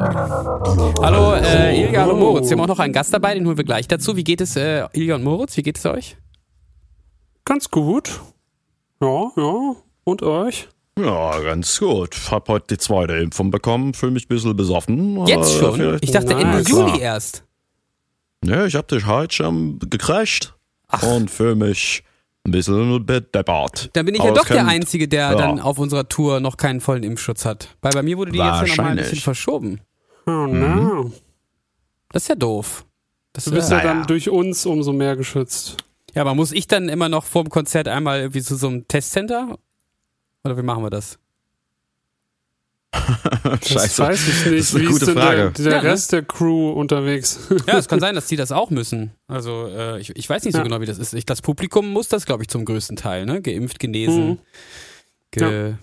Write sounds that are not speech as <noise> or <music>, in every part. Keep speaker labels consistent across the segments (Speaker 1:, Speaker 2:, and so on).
Speaker 1: Hallo, äh, Ilja, hallo Moritz. Wir haben auch noch einen Gast dabei, den holen wir gleich dazu. Wie geht es, äh, Ilja und Moritz? Wie geht es euch?
Speaker 2: Ganz gut. Ja, ja. Und euch?
Speaker 3: Ja, ganz gut. Hab heute die zweite Impfung bekommen, fühle mich ein bisschen besoffen.
Speaker 1: Jetzt schon? Ich dachte Ende Juli erst.
Speaker 3: Ja, ich hab dich heute schon gecrasht
Speaker 1: Ach.
Speaker 3: und fühle mich ein bisschen bedeppert.
Speaker 1: Dann bin ich ja
Speaker 3: Aber es
Speaker 1: doch der
Speaker 3: kann-
Speaker 1: Einzige, der
Speaker 3: ja.
Speaker 1: dann auf unserer Tour noch keinen vollen Impfschutz hat. Weil bei mir wurde die jetzt ja nochmal ein
Speaker 3: Wahrscheinlich.
Speaker 1: bisschen verschoben.
Speaker 2: Oh,
Speaker 3: Mhm.
Speaker 2: na.
Speaker 1: Das ist ja doof. Das
Speaker 2: Du bist ja,
Speaker 1: ja,
Speaker 2: dann
Speaker 3: Naja.
Speaker 2: durch uns umso mehr geschützt.
Speaker 1: ja, aber muss ich dann immer noch vor dem Konzert einmal irgendwie zu so einem Testcenter? Oder wie machen wir das?
Speaker 2: Das weiß ich nicht.
Speaker 3: Das ist eine
Speaker 2: Wie
Speaker 3: gute
Speaker 2: ist denn
Speaker 3: Frage.
Speaker 2: der, der
Speaker 1: Ja, ne?
Speaker 2: Rest der Crew unterwegs? <laughs>
Speaker 1: Ja, es kann sein, dass die das auch müssen. Also äh, ich, ich weiß nicht so
Speaker 2: Ja.
Speaker 1: genau, wie das ist. Ich, das Publikum muss das, glaube ich, zum größten Teil, ne? Geimpft, genesen.
Speaker 2: Mhm.
Speaker 1: Ge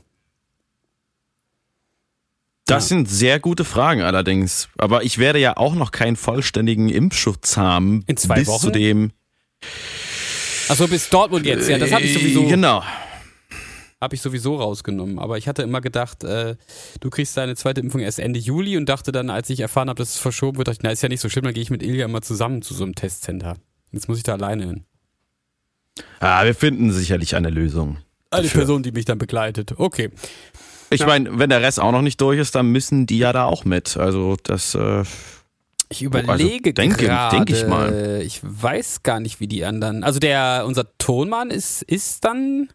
Speaker 3: Das sind sehr gute Fragen allerdings. Aber ich werde ja auch noch keinen vollständigen Impfschutz haben.
Speaker 1: In zwei
Speaker 3: bis
Speaker 1: Wochen?
Speaker 3: zu dem.
Speaker 1: Achso, bis Dortmund jetzt, ja, das habe ich sowieso.
Speaker 3: Äh, Genau.
Speaker 1: Habe ich sowieso rausgenommen. Aber ich hatte immer gedacht, äh, du kriegst deine zweite Impfung erst Ende Juli und dachte dann, als ich erfahren habe, dass es verschoben wird, dachte ich, na, ist ja nicht so schlimm, dann gehe ich mit Ilja immer zusammen zu so einem Testcenter. Jetzt muss ich da alleine hin.
Speaker 3: Ah, wir finden sicherlich eine Lösung.
Speaker 1: Eine
Speaker 3: Dafür.
Speaker 1: Person, die mich dann begleitet. Okay.
Speaker 3: Ich meine, wenn der Rest auch noch nicht durch ist, dann müssen die ja da auch mit. Also das, äh,
Speaker 1: Ich überlege
Speaker 3: denke-
Speaker 1: gerade.
Speaker 3: denke Oh, also ich mal.
Speaker 1: Ich weiß gar nicht, wie die anderen. Also der, unser Tonmann ist, ist dann.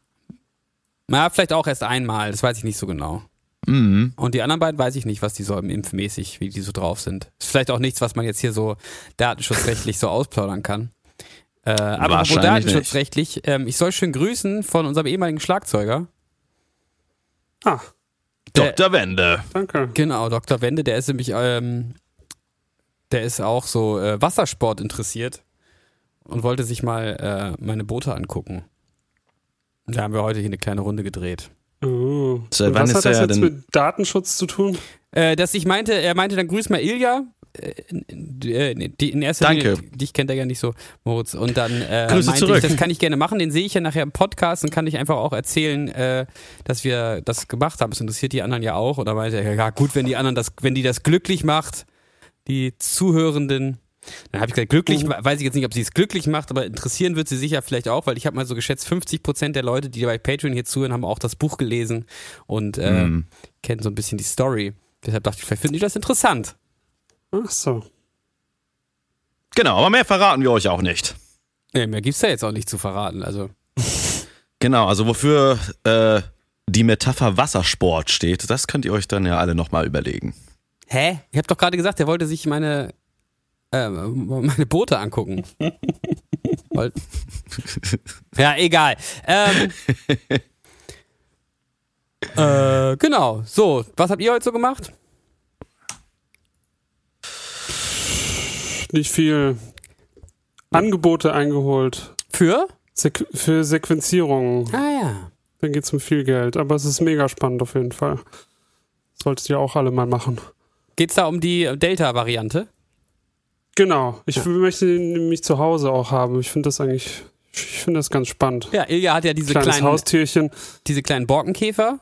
Speaker 1: Na, vielleicht auch erst einmal, das weiß ich nicht so genau.
Speaker 3: mhm.
Speaker 1: Und die anderen beiden weiß ich nicht, was die so im impfmäßig, wie die so drauf sind. Ist vielleicht auch nichts, was man jetzt hier so datenschutzrechtlich so ausplaudern kann. Äh, aber apropos
Speaker 3: Wahrscheinlich
Speaker 1: datenschutzrechtlich, ähm, ich soll schön grüßen von unserem ehemaligen Schlagzeuger.
Speaker 2: ah,
Speaker 1: Der-
Speaker 3: Dr. Wende.
Speaker 2: danke.
Speaker 1: Genau, Dr. Wende, der ist nämlich, ähm, der ist auch so äh, Wassersport interessiert und wollte sich mal äh, meine Boote angucken. Da haben wir heute hier eine kleine Runde gedreht.
Speaker 2: Oh.
Speaker 3: Seit
Speaker 2: Und
Speaker 3: wann
Speaker 2: was
Speaker 3: ist
Speaker 2: hat das
Speaker 3: er
Speaker 2: jetzt
Speaker 3: denn-
Speaker 2: mit Datenschutz zu tun?
Speaker 1: Äh, dass ich meinte, er meinte, dann grüß mal Ilja. Äh, äh, die- In erster
Speaker 3: Danke.
Speaker 1: Linie, dich kennt er ja nicht so, Moritz. Und dann äh,
Speaker 3: Grüße
Speaker 1: meinte
Speaker 3: zurück.
Speaker 1: ich, das kann ich gerne machen. Den sehe ich ja nachher im Podcast und kann ich einfach auch erzählen, äh, dass wir das gemacht haben. Es interessiert die anderen ja auch. Oder meinte er, ja gut, wenn die anderen das, wenn die das glücklich macht, die Zuhörenden. Dann habe ich gesagt, glücklich,
Speaker 3: Oh.
Speaker 1: weiß ich jetzt nicht, ob sie es glücklich macht, aber interessieren wird sie sicher vielleicht auch, weil ich habe mal so geschätzt, 50 Prozent der Leute, die bei Patreon hier zuhören, haben auch das Buch gelesen und äh,
Speaker 3: Mhm.
Speaker 1: kennen so ein bisschen die Story. Deshalb dachte ich, vielleicht finden die das interessant.
Speaker 2: Ach so.
Speaker 3: Genau, aber mehr verraten wir euch auch nicht.
Speaker 1: Nee, mehr gibt's da jetzt auch nicht zu verraten. Also,
Speaker 3: Genau, also wofür äh, die Metapher Wassersport steht, das könnt ihr euch dann ja alle nochmal überlegen.
Speaker 1: hä? Ich habe doch gerade gesagt, er wollte sich meine äh, meine Boote
Speaker 2: <laughs>
Speaker 1: angucken. Woll- ja, egal.
Speaker 2: <laughs>
Speaker 1: Ähm, äh, genau. So, was habt ihr heute so gemacht?
Speaker 2: Nicht viel Angebote eingeholt
Speaker 1: Für?
Speaker 2: Sequ für Sequenzierungen.
Speaker 1: Ah ja.
Speaker 2: Dann geht's um viel Geld. Aber es ist mega spannend auf jeden Fall. Solltet ihr auch alle mal machen.
Speaker 1: Geht's da um die Delta-Variante?
Speaker 2: Genau. Ich möchte ihn nämlich zu Hause auch haben. Ich finde das eigentlich, ich finde das ganz spannend.
Speaker 1: Ja, Ilja hat ja diese
Speaker 2: Kleines
Speaker 1: kleinen, <laughs>
Speaker 2: Haustierchen.
Speaker 1: diese kleinen Borkenkäfer.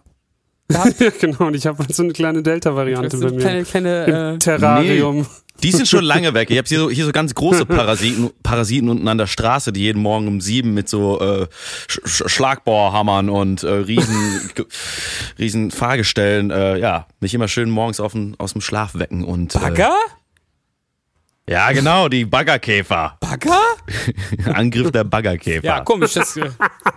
Speaker 2: ja, genau. Und ich habe halt so eine kleine Delta-Variante
Speaker 1: Das
Speaker 2: bei
Speaker 1: sind
Speaker 2: mir.
Speaker 1: kleine, kleine, äh,
Speaker 2: Im Terrarium.
Speaker 3: Die sind schon lange weg. Ich habe hier so, hier so ganz große Parasiten, Parasiten unten an der Straße, die jeden Morgen um sieben mit so äh, Sch Sch- Schlagbohrhammern und äh, riesen, g- riesen Fahrgestellen, äh, ja, mich immer schön morgens auf den, aus dem Schlaf wecken und.
Speaker 1: Bagger?
Speaker 3: Äh, ja, genau, die Baggerkäfer.
Speaker 1: Bagger?
Speaker 3: Angriff der Baggerkäfer.
Speaker 1: Ja, komisch, das, äh,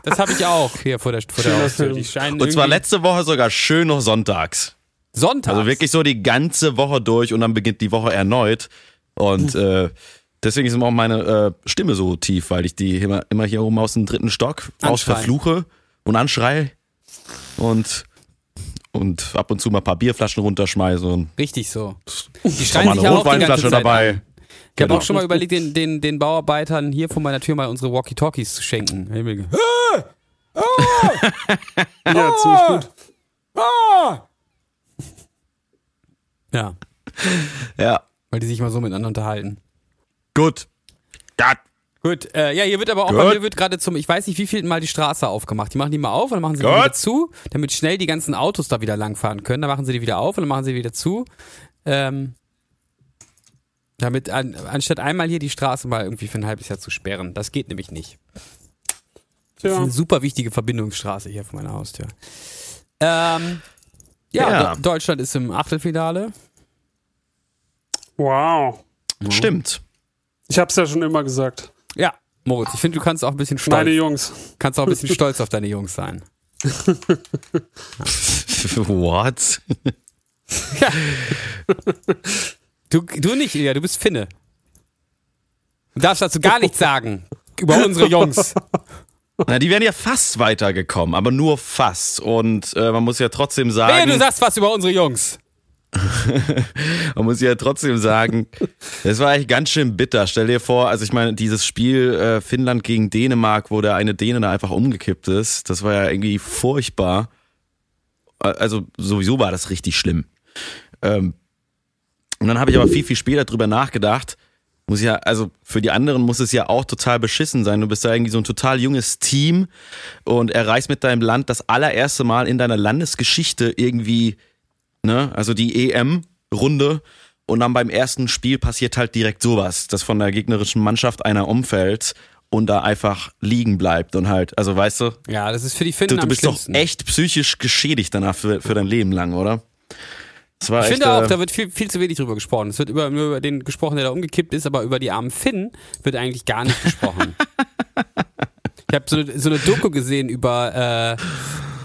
Speaker 1: das habe ich auch hier vor der, vor der
Speaker 2: Schöner
Speaker 1: Haustür. Die
Speaker 2: Film.
Speaker 1: scheinen
Speaker 3: und zwar
Speaker 1: irgendwie-
Speaker 3: letzte Woche sogar schön noch sonntags.
Speaker 1: Sonntag.
Speaker 3: Also wirklich so die ganze Woche durch und dann beginnt die Woche erneut. Und äh, Deswegen ist auch meine äh, Stimme so tief, weil ich die immer, immer hier oben aus dem dritten Stock aus
Speaker 1: Anschreien.
Speaker 3: verfluche und anschreie und, und ab und zu mal ein paar Bierflaschen runterschmeiße und
Speaker 1: Richtig so.
Speaker 3: die
Speaker 1: schreien
Speaker 3: mal
Speaker 1: sich
Speaker 3: eine
Speaker 1: ja auch die ganze
Speaker 3: Rotweinflasche
Speaker 1: Zeit
Speaker 3: dabei. Genau.
Speaker 1: Ich habe auch schon mal überlegt, den, den, den Bauarbeitern hier vor meiner Tür mal unsere Walkie-Talkies zu schenken. Hab ich mir gedacht, Ah!
Speaker 2: Ja, ziemlich gut.
Speaker 1: Ja,
Speaker 3: Ja,
Speaker 1: weil die sich mal so miteinander unterhalten.
Speaker 3: gut. Das
Speaker 1: Gut, äh, ja, hier wird aber auch,
Speaker 3: Gut.
Speaker 1: bei mir wird gerade zum, ich weiß nicht, wie viel Mal die Straße aufgemacht. Die machen die mal auf und dann machen sie die
Speaker 3: Gut.
Speaker 1: wieder zu, damit schnell die ganzen Autos da wieder langfahren können. Dann machen sie die wieder auf und dann machen sie die wieder zu. Ähm, damit, an, anstatt einmal hier die Straße mal irgendwie für ein halbes Jahr zu sperren. Das geht nämlich nicht. Das ist
Speaker 2: Tja.
Speaker 1: eine super wichtige Verbindungsstraße hier vor meiner Haustür. Ähm, ja,
Speaker 3: Ja.
Speaker 1: De- Deutschland ist im Achtelfinale.
Speaker 2: Wow.
Speaker 3: stimmt. <laughs>
Speaker 2: Ich hab's ja schon immer gesagt.
Speaker 1: Ja, Moritz, ich finde, du kannst auch ein bisschen stolz,
Speaker 2: Meine Jungs.
Speaker 1: kannst auch ein bisschen stolz auf deine Jungs sein.
Speaker 3: What?
Speaker 1: Du, du nicht, Ilja, du bist Finne. Du darfst dazu gar nichts sagen über unsere
Speaker 3: <laughs>
Speaker 1: Jungs.
Speaker 3: Na, die wären ja fast weitergekommen, aber nur fast. Und äh, man muss ja trotzdem
Speaker 1: Hey,
Speaker 3: sagen,
Speaker 1: du sagst was über unsere Jungs.
Speaker 3: man muss ja trotzdem sagen, es war eigentlich ganz schön bitter. Stell dir vor, also ich meine, dieses Spiel äh, Finnland gegen Dänemark, wo der eine Däne da einfach umgekippt ist, das war ja irgendwie furchtbar. Äh, Also sowieso war das richtig schlimm. Ähm, und dann habe ich aber viel, viel später drüber nachgedacht. Muss ja, also für die anderen muss es ja auch total beschissen sein. Du bist da irgendwie so ein total junges Team und erreichst mit deinem Land das allererste Mal in deiner Landesgeschichte irgendwie ne? Also die EM-Runde. Und dann beim ersten Spiel passiert halt direkt sowas, dass von der gegnerischen Mannschaft einer umfällt und da einfach liegen bleibt und halt, also weißt du,
Speaker 1: Ja, das ist für die Finnen
Speaker 3: du, du
Speaker 1: Genau, am
Speaker 3: bist doch
Speaker 1: schlimmsten.
Speaker 3: echt psychisch geschädigt danach für, für dein Leben lang, oder? Das war
Speaker 1: ich
Speaker 3: echt,
Speaker 1: finde auch,
Speaker 3: äh,
Speaker 1: da wird viel, viel zu wenig drüber gesprochen. Es wird über, nur über den gesprochen, der da umgekippt ist, aber über die armen Finnen wird eigentlich gar nicht
Speaker 3: <laughs>
Speaker 1: gesprochen. ich habe so, eine- so eine Doku gesehen über,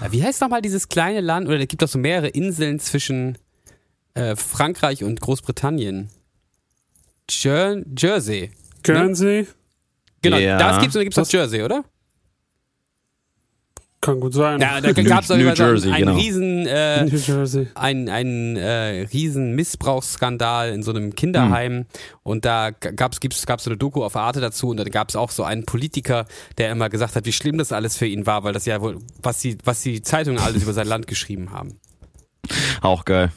Speaker 1: äh, wie heißt nochmal dieses kleine Land, oder es gibt doch so mehrere Inseln zwischen äh, Frankreich und Großbritannien. Jer Jersey. Ne?
Speaker 2: Guernsey?
Speaker 1: Genau,
Speaker 3: Ja.
Speaker 1: das gibt's und da gibt's auch Jersey, oder?
Speaker 2: Kann gut sein.
Speaker 1: Ja, da
Speaker 3: New-
Speaker 1: gab's auch
Speaker 3: New
Speaker 1: immer so
Speaker 3: Jersey,
Speaker 1: einen, einen
Speaker 3: genau.
Speaker 1: riesen äh,
Speaker 2: New Jersey. <laughs> ein
Speaker 1: ein, ein äh, riesen Missbrauchsskandal in so einem Kinderheim und da gab's gibt's gab's so eine Doku auf Arte dazu und da gab's auch so einen Politiker, der immer gesagt hat, wie schlimm das alles für ihn war, weil das ja wohl was die was die Zeitungen alles über sein Land geschrieben haben.
Speaker 3: auch geil.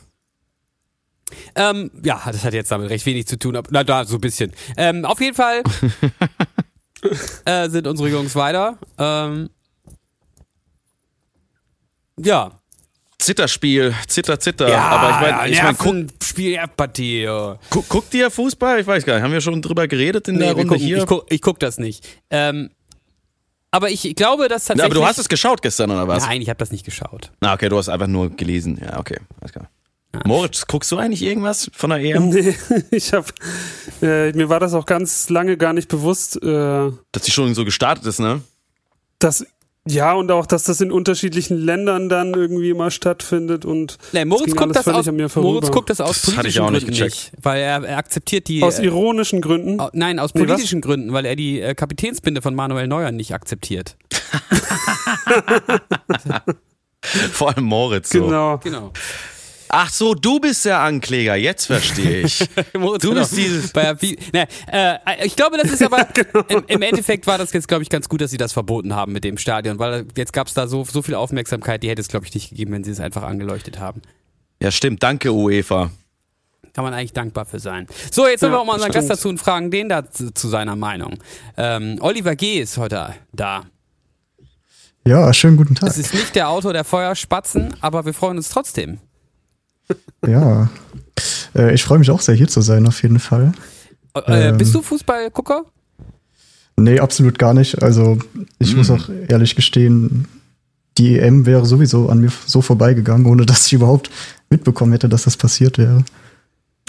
Speaker 1: Ähm, ja, das hat jetzt damit recht wenig zu tun, aber na da so ein bisschen. Ähm, auf jeden Fall äh, sind unsere Jungs weiter. Ähm, ja,
Speaker 3: Zitterspiel, zitter, zitter. aber ich meine, ich mein, guck,
Speaker 1: Spiel Erbpartie. Ja.
Speaker 3: guck, guck dir Fußball, ich weiß gar nicht, haben wir schon drüber geredet in
Speaker 1: Nee,
Speaker 3: der
Speaker 1: wir
Speaker 3: Runde
Speaker 1: gucken,
Speaker 3: hier?
Speaker 1: Ich, guck, ich guck das nicht. Ähm, aber ich glaube, dass
Speaker 3: Na,
Speaker 1: tatsächlich.
Speaker 3: aber du hast es geschaut gestern, oder was?
Speaker 1: Nein, ich habe das nicht geschaut.
Speaker 3: Na, okay, du hast einfach nur gelesen. Ja, okay, alles klar. Moritz, guckst du eigentlich irgendwas von der E EM?
Speaker 2: Nee, <laughs> ich hab. Äh, mir war das auch ganz lange gar nicht bewusst, äh,
Speaker 3: dass die schon so gestartet ist, ne? <laughs>
Speaker 2: dass. Ja, und auch, dass das in unterschiedlichen Ländern dann irgendwie immer stattfindet und
Speaker 1: Nee,
Speaker 2: ging
Speaker 1: Moritz, guckt
Speaker 2: alles
Speaker 1: das
Speaker 2: völlig
Speaker 1: aus,
Speaker 2: an mir vorüber.
Speaker 1: Moritz guckt das aus
Speaker 3: Das hatte ich
Speaker 1: politischen
Speaker 3: auch nicht
Speaker 1: Gründen
Speaker 3: gecheckt.
Speaker 1: nicht. Weil er, er akzeptiert die.
Speaker 2: aus
Speaker 1: äh,
Speaker 2: ironischen Gründen.
Speaker 1: au- nein, aus
Speaker 2: Nee, was?
Speaker 1: politischen Gründen, weil er die äh, Kapitänsbinde von Manuel Neuer nicht akzeptiert.
Speaker 3: Vor allem Moritz. So.
Speaker 2: Genau.
Speaker 1: Genau.
Speaker 3: Ach so, du bist der Ankläger, jetzt verstehe
Speaker 1: <laughs>
Speaker 3: ich.
Speaker 1: <laughs> Moritz
Speaker 3: Du
Speaker 1: hat
Speaker 3: bist
Speaker 1: auch
Speaker 3: dieses-
Speaker 1: Bei, der Fi- nee, äh, ich glaube, das ist
Speaker 2: <laughs>
Speaker 1: aber.
Speaker 2: genau.
Speaker 1: im, Im Endeffekt war das jetzt, glaube ich, ganz gut, dass sie das verboten haben mit dem Stadion, weil jetzt gab es da so, so viel Aufmerksamkeit, die hätte es, glaube ich, nicht gegeben, wenn sie es einfach angeleuchtet haben.
Speaker 3: ja, stimmt, danke UEFA.
Speaker 1: Kann man eigentlich dankbar für sein. So, jetzt sollen wir
Speaker 2: Ja,
Speaker 1: auch mal unseren
Speaker 2: stimmt.
Speaker 1: Gast dazu und fragen den da zu, zu seiner Meinung. Ähm, Oliver G. ist heute da.
Speaker 4: Ja, schönen guten Tag.
Speaker 1: Es ist nicht der Autor der Feuerspatzen, aber wir freuen uns trotzdem.
Speaker 4: Ja. Äh, Ich freue mich auch sehr, hier zu sein, auf jeden Fall.
Speaker 1: Äh,
Speaker 4: Ähm.
Speaker 1: bist du Fußballgucker?
Speaker 4: Nee, absolut gar nicht. Also, ich
Speaker 1: Mm.
Speaker 4: muss auch ehrlich gestehen, die EM wäre sowieso an mir so vorbeigegangen, ohne dass ich überhaupt mitbekommen hätte, dass das passiert wäre.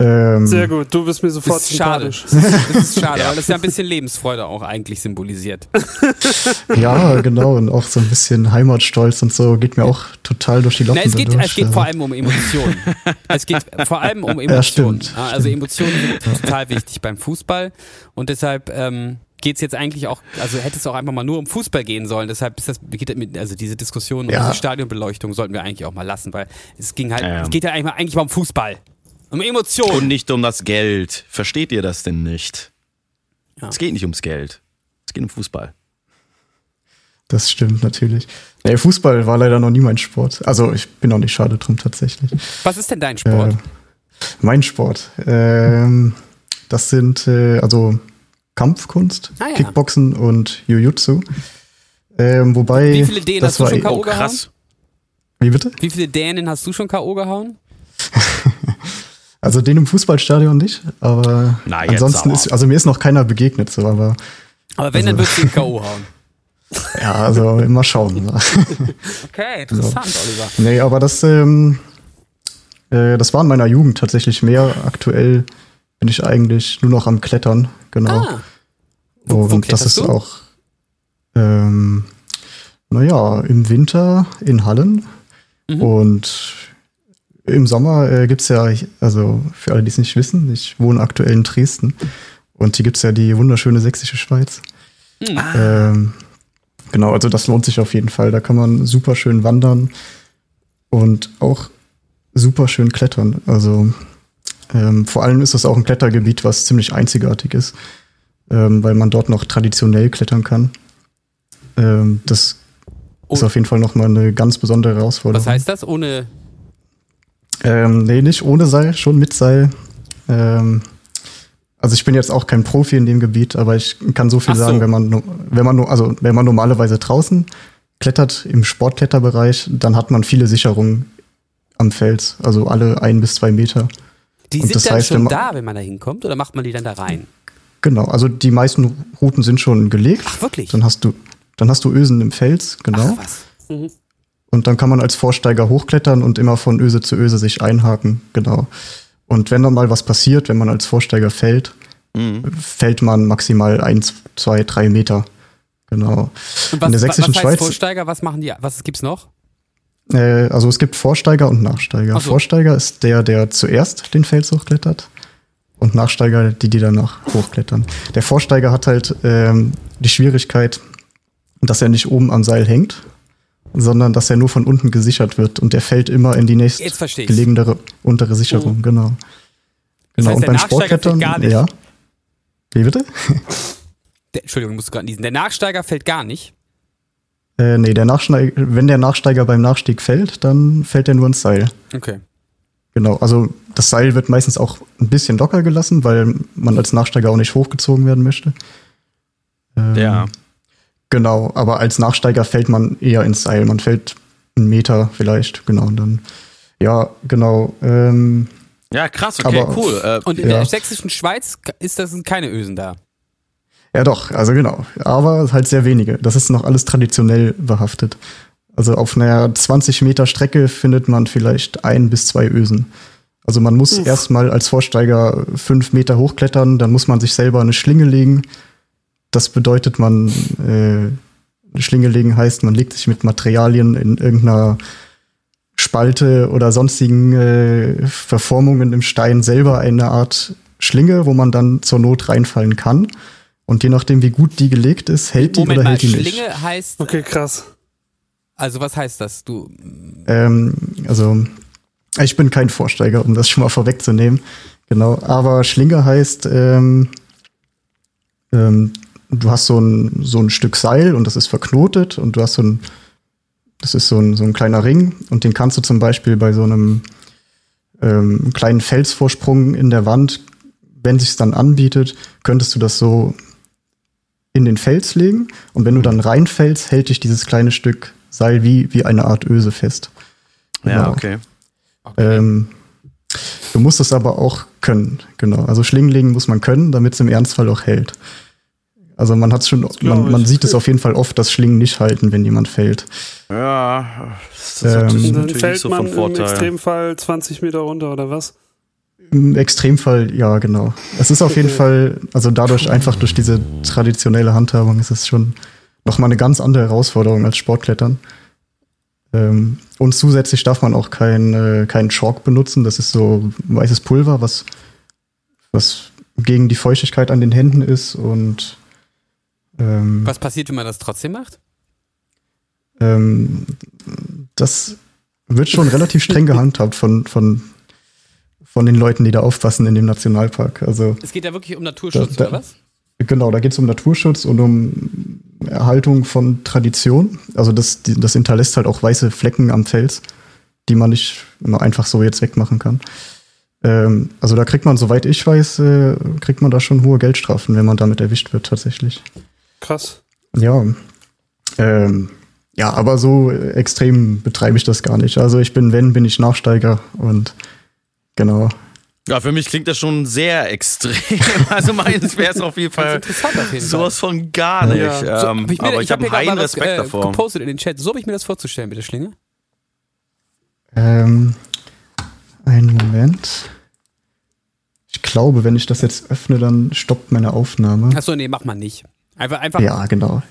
Speaker 4: Ähm,
Speaker 2: Sehr gut, du bist mir sofort
Speaker 1: ist schade.
Speaker 2: sympathisch.
Speaker 1: Das <laughs> ist, das ist schade,
Speaker 3: Ja.
Speaker 1: weil das ja ein bisschen Lebensfreude auch eigentlich symbolisiert.
Speaker 4: Ja, genau. Und auch so ein bisschen Heimatstolz und so geht mir auch total durch die Lappen.
Speaker 1: Na, es geht,
Speaker 4: dadurch,
Speaker 1: es geht
Speaker 4: ja.
Speaker 1: vor allem um
Speaker 4: <laughs>
Speaker 1: Emotionen. es geht vor allem um Emotionen.
Speaker 4: stimmt,
Speaker 1: Ah, also Emotionen sind total wichtig beim Fußball und deshalb ähm, geht's jetzt eigentlich auch, also hätte es auch einfach mal nur um Fußball gehen sollen. Deshalb ist das, geht das mit, also diese Diskussion um
Speaker 4: Ja.
Speaker 1: die Stadionbeleuchtung sollten wir eigentlich auch mal lassen, weil es ging halt,
Speaker 3: Ja.
Speaker 1: es geht ja eigentlich, mal- eigentlich mal um Fußball. Um Emotionen.
Speaker 3: Und nicht um das Geld. Versteht ihr das denn nicht?
Speaker 1: Ja.
Speaker 3: Es geht nicht ums Geld. Es geht um Fußball.
Speaker 4: Das stimmt natürlich. Nee, Fußball war leider noch nie mein Sport. Also ich bin auch nicht schade drum tatsächlich.
Speaker 1: Was ist denn dein Sport?
Speaker 4: Äh, mein Sport. Ähm, das sind äh, also Kampfkunst,
Speaker 1: Ah ja.
Speaker 4: Kickboxen und Jujutsu. Ähm, wobei.
Speaker 1: Wie viele Dänen
Speaker 4: das
Speaker 1: hast du
Speaker 4: war
Speaker 1: schon
Speaker 4: eh-
Speaker 1: K.O.
Speaker 3: Oh,
Speaker 1: gehauen?
Speaker 3: krass.
Speaker 4: Wie bitte?
Speaker 1: Wie viele Dänen hast du schon K.O. gehauen?
Speaker 4: Also den im Fußballstadion nicht, aber
Speaker 3: Na, jetzt
Speaker 4: ansonsten
Speaker 3: aber.
Speaker 4: ist, also mir ist noch keiner begegnet, so, aber
Speaker 1: Aber wenn, dann
Speaker 4: Also-
Speaker 1: würdest du ihn K.O.
Speaker 4: <laughs>
Speaker 1: hauen.
Speaker 4: ja, also
Speaker 1: <laughs>
Speaker 4: mal schauen.
Speaker 1: Okay, interessant, Oliver.
Speaker 4: Nee, aber das, ähm, äh, das war in meiner Jugend tatsächlich mehr. Aktuell bin ich eigentlich nur noch am Klettern, genau.
Speaker 1: Ah, wo- wo
Speaker 4: Und das
Speaker 1: kletterst
Speaker 4: ist
Speaker 1: du?
Speaker 4: auch, ähm, naja, im Winter in Hallen
Speaker 1: Mhm.
Speaker 4: und im Sommer äh, gibt's ja, also für alle, die es nicht wissen, ich wohne aktuell in Dresden und hier gibt's ja die wunderschöne sächsische Schweiz.
Speaker 1: Mhm.
Speaker 4: Ähm, genau, also das lohnt sich auf jeden Fall. Da kann man super schön wandern und auch super schön klettern. Also ähm, vor allem ist das auch ein Klettergebiet, was ziemlich einzigartig ist, ähm, weil man dort noch traditionell klettern kann. Ähm, das ist
Speaker 1: Oh.
Speaker 4: auf jeden Fall nochmal eine ganz besondere Herausforderung.
Speaker 1: was heißt das? Ohne
Speaker 4: Ähm, nee, nicht ohne Seil, schon mit Seil. Ähm, also ich bin jetzt auch kein Profi in dem Gebiet, aber ich kann so viel
Speaker 1: Ach so.
Speaker 4: sagen, wenn man nu- wenn man nu- also wenn man normalerweise draußen klettert im Sportkletterbereich, dann hat man viele Sicherungen am Fels, also alle ein bis zwei Meter.
Speaker 1: Die
Speaker 4: Und
Speaker 1: sind
Speaker 4: das
Speaker 1: dann
Speaker 4: heißt,
Speaker 1: schon
Speaker 4: wenn man-
Speaker 1: da, wenn man da hinkommt, oder macht man die dann da rein?
Speaker 4: Genau, also die meisten Routen sind schon gelegt.
Speaker 1: Ach, wirklich?
Speaker 4: Dann hast du dann hast du Ösen im Fels, genau.
Speaker 1: Ach, was?
Speaker 4: Und dann kann man als Vorsteiger hochklettern und immer von Öse zu Öse sich einhaken, genau. Und wenn dann mal was passiert, wenn man als Vorsteiger fällt, fällt man maximal ein, zwei, drei Meter. Genau.
Speaker 1: Und was,
Speaker 4: In der sächsischen
Speaker 1: was heißt
Speaker 4: Schweiz,
Speaker 1: Vorsteiger? Was machen die? Was gibt's noch?
Speaker 4: äh, also es gibt Vorsteiger und Nachsteiger.
Speaker 1: Ach so.
Speaker 4: Vorsteiger ist der, der zuerst den Fels hochklettert und Nachsteiger, die, die danach hochklettern. Der Vorsteiger hat halt ähm, die Schwierigkeit, dass er nicht oben am Seil hängt, sondern dass er nur von unten gesichert wird und er fällt immer in die
Speaker 1: Jetzt versteh ich's.
Speaker 4: nächstgelegenere untere Sicherung, genau.
Speaker 1: Das
Speaker 4: Genau,
Speaker 1: heißt,
Speaker 4: und
Speaker 1: der
Speaker 4: beim
Speaker 1: Nachsteiger fällt
Speaker 4: Sportklettern,
Speaker 1: gar nicht.
Speaker 4: ja. Wie bitte?
Speaker 1: Der, Entschuldigung, musst du gerade niesen. Der Nachsteiger fällt gar nicht.
Speaker 4: Äh, nee, der Nachsteiger, wenn der Nachsteiger beim Nachstieg fällt, dann fällt er nur ins Seil.
Speaker 1: Okay.
Speaker 4: Genau, also das Seil wird meistens auch ein bisschen locker gelassen, weil man als Nachsteiger auch nicht hochgezogen werden möchte. Ähm,
Speaker 3: Ja.
Speaker 4: Genau, aber als Nachsteiger fällt man eher ins Seil. Man fällt einen Meter vielleicht, genau. Und dann, ja, genau. Ähm,
Speaker 3: Ja, krass, okay,
Speaker 4: Aber-
Speaker 3: cool. Äh,
Speaker 1: Und in
Speaker 4: Ja.
Speaker 1: der sächsischen Schweiz k- ist das sind keine Ösen da.
Speaker 4: ja, doch, also genau. Aber halt sehr wenige. Das ist noch alles traditionell behaftet. Also auf einer 20 Meter Strecke findet man vielleicht ein bis zwei Ösen. Also man muss erstmal als Vorsteiger fünf Meter hochklettern, dann muss man sich selber eine Schlinge legen. Das bedeutet, man äh, eine Schlinge legen heißt, man legt sich mit Materialien in irgendeiner Spalte oder sonstigen äh, Verformungen im Stein selber eine Art Schlinge, wo man dann zur Not reinfallen kann. Und je nachdem, wie gut die gelegt ist, hält die
Speaker 1: Moment
Speaker 4: oder
Speaker 1: mal,
Speaker 4: hält die nicht.
Speaker 1: Schlinge heißt,
Speaker 2: Okay, krass.
Speaker 1: also was heißt das? Du,
Speaker 4: Ähm, also, ich bin kein Vorsteiger, um das schon mal vorwegzunehmen. Genau. Aber Schlinge heißt, ähm, ähm, du hast so ein, so ein Stück Seil und das ist verknotet und du hast so ein, das ist so ein, so ein kleiner Ring und den kannst du zum Beispiel bei so einem ähm, kleinen Felsvorsprung in der Wand, wenn sich's dann anbietet, könntest du das so in den Fels legen und wenn du dann reinfällst, hält dich dieses kleine Stück Seil wie, wie eine Art Öse fest.
Speaker 3: ja,
Speaker 4: genau.
Speaker 3: okay.
Speaker 4: Ähm, du musst es aber auch können, genau. Also Schlingen legen muss man können, damit es im Ernstfall auch hält. Also man hat schon,
Speaker 2: glaub
Speaker 4: man, man
Speaker 2: ich.
Speaker 4: sieht es auf jeden Fall oft, dass Schlingen nicht halten, wenn jemand fällt.
Speaker 3: Ja, das ist,
Speaker 4: Ähm,
Speaker 3: das ist
Speaker 2: Und dann
Speaker 3: natürlich nicht
Speaker 2: fällt
Speaker 3: so
Speaker 2: man
Speaker 3: von
Speaker 2: im
Speaker 3: Vorteil.
Speaker 2: Extremfall 20 Meter runter oder was?
Speaker 4: Im Extremfall, ja, genau. Es ist auf jeden Fall, also dadurch einfach durch diese traditionelle Handhabung ist es schon nochmal eine ganz andere Herausforderung als Sportklettern. Ähm, und zusätzlich darf man auch kein, äh, keinen Chalk benutzen. Das ist so weißes Pulver, was, was gegen die Feuchtigkeit an den Händen ist und ähm,
Speaker 1: Was passiert, wenn man das trotzdem macht?
Speaker 4: ähm, das wird schon relativ streng gehandhabt von, von, von den Leuten, die da aufpassen in dem Nationalpark. Also
Speaker 1: Es geht ja wirklich um Naturschutz,
Speaker 4: Da- da-
Speaker 1: oder was?
Speaker 4: Genau, da geht es um Naturschutz und um Erhaltung von Tradition. Also das, die- das hinterlässt halt auch weiße Flecken am Fels, die man nicht immer einfach so jetzt wegmachen kann. Ähm, also da kriegt man, soweit ich weiß, äh, kriegt man da schon hohe Geldstrafen, wenn man damit erwischt wird tatsächlich.
Speaker 2: Krass.
Speaker 4: Ja. Ähm, ja, aber so äh, extrem betreibe ich das gar nicht. Also ich bin, wenn, bin ich Nachsteiger und genau.
Speaker 3: Ja, für mich klingt das schon sehr extrem. <laughs> Also meins wäre es auf jeden
Speaker 1: Das ist
Speaker 3: Fall
Speaker 1: interessant auf jeden Fall.
Speaker 3: sowas von gar nicht.
Speaker 2: Ja.
Speaker 3: Ähm,
Speaker 1: hab mir-
Speaker 3: aber ich
Speaker 1: hab mir
Speaker 3: habe einen
Speaker 1: grad
Speaker 3: heilen
Speaker 1: mal was,
Speaker 3: Respekt
Speaker 1: äh,
Speaker 3: davor.
Speaker 1: gepostet in den Chat. So habe ich mir das vorzustellen, bitte Schlinge.
Speaker 4: Ähm, einen Moment. Ich glaube, wenn ich das jetzt öffne, dann stoppt meine Aufnahme.
Speaker 1: Achso, nee, mach mal nicht. Einfach, einfach,
Speaker 4: Ja, genau.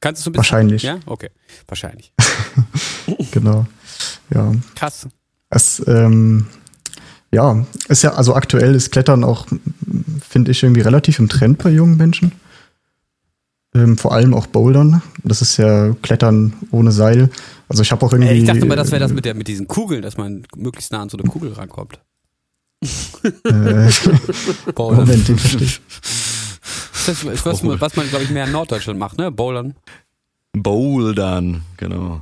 Speaker 1: kannst du so ein bisschen.
Speaker 4: Wahrscheinlich,
Speaker 1: Ja, okay.
Speaker 4: <laughs>
Speaker 1: Wahrscheinlich.
Speaker 4: genau. Ja.
Speaker 1: Krass.
Speaker 4: Es, ähm, ja, ist ja, also aktuell ist Klettern auch, finde ich, irgendwie relativ im Trend bei jungen Menschen. Ähm, vor allem auch Bouldern. Das ist ja Klettern ohne Seil. Also ich habe auch irgendwie.
Speaker 1: Ey, Äh, ich dachte mal, das wäre das mit, der, mit diesen Kugeln, dass man möglichst nah an so eine Kugel rankommt. <laughs>
Speaker 4: Äh,
Speaker 1: Bowlern.
Speaker 4: Moment, den verstehe ich.
Speaker 1: Das ist das, was, was man, glaube ich, mehr in Norddeutschland macht, ne? Bowlern.
Speaker 3: Bouldern, genau.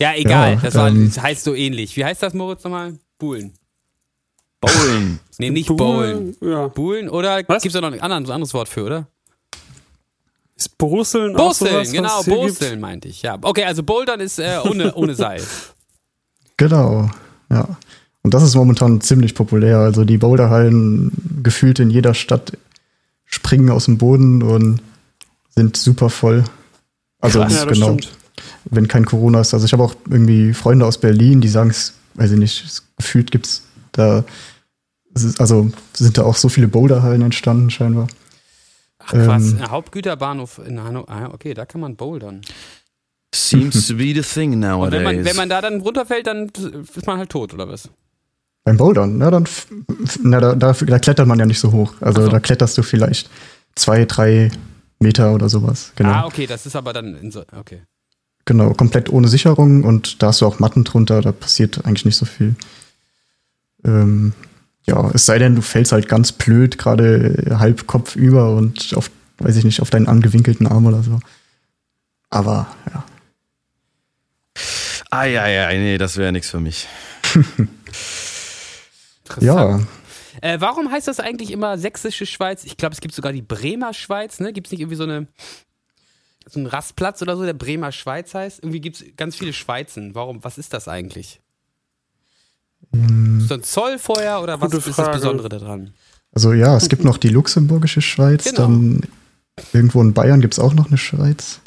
Speaker 1: Ja, egal.
Speaker 4: Ja,
Speaker 1: das, war,
Speaker 4: ähm,
Speaker 1: das heißt so ähnlich. Wie heißt das, Moritz, nochmal? Buhlen.
Speaker 3: Bowlen.
Speaker 1: Nee, nicht Bowlen.
Speaker 2: Ja.
Speaker 1: Buhlen oder
Speaker 2: Was?
Speaker 1: gibt es da noch ein anderes, anderes Wort für, oder?
Speaker 2: Ist Brüsseln auch
Speaker 1: Bosteln,
Speaker 2: sowas,
Speaker 1: genau,
Speaker 2: was es hier
Speaker 1: Bosteln meinte ich. Ja, okay, also Bouldern ist äh, <laughs> ohne, ohne Seil.
Speaker 4: Genau, ja. Und das ist momentan ziemlich populär. Also die Boulderhallen gefühlt in jeder Stadt springen aus dem Boden und sind super voll. Also
Speaker 2: Gibt? Ja, das
Speaker 4: genau,
Speaker 2: stimmt.
Speaker 4: wenn kein Corona ist. Also ich habe auch irgendwie Freunde aus Berlin, die sagen es, weiß ich nicht, es gefühlt gibt's da, es ist- also sind da auch so viele Boulderhallen entstanden scheinbar.
Speaker 1: Ach, Quatsch.
Speaker 4: Ähm.
Speaker 1: Hauptgüterbahnhof in Hannover. Ah, okay, da kann man bouldern.
Speaker 3: <laughs> Seems to be the thing
Speaker 1: Und
Speaker 3: nowadays.
Speaker 1: wenn man, wenn man da dann runterfällt, dann ist man halt tot, oder was?
Speaker 4: Beim Bouldern, na dann, f- f- na, da, da, da klettert man ja nicht so hoch. Also
Speaker 1: Ach so.
Speaker 4: da kletterst du vielleicht zwei, drei Meter oder sowas. Genau.
Speaker 1: Ah, okay, das ist aber dann in so. Okay.
Speaker 4: Genau, komplett ohne Sicherung und da hast du auch Matten drunter, da passiert eigentlich nicht so viel. Ähm, ja, es sei denn, du fällst halt ganz blöd, gerade äh, halb Kopf über und auf, weiß ich nicht, auf deinen angewinkelten Arm oder so. Aber ja,
Speaker 3: ah ja, ja, nee, das wäre nichts für mich.
Speaker 4: ja
Speaker 1: Äh, warum heißt das eigentlich immer sächsische Schweiz? Ich glaube, es gibt sogar die Bremer Schweiz, ne? Gibt es nicht irgendwie so eine. So einen Rastplatz oder so, der Bremer Schweiz heißt. Irgendwie gibt es ganz viele Schweizen. Warum? Was ist das eigentlich? Ist das ein Zoll vorher oder was
Speaker 2: Gute
Speaker 1: ist das
Speaker 2: Frage.
Speaker 1: Besondere daran?
Speaker 4: also ja, es gibt noch die luxemburgische Schweiz,
Speaker 1: Genau.
Speaker 4: dann irgendwo in Bayern gibt's auch noch eine Schweiz.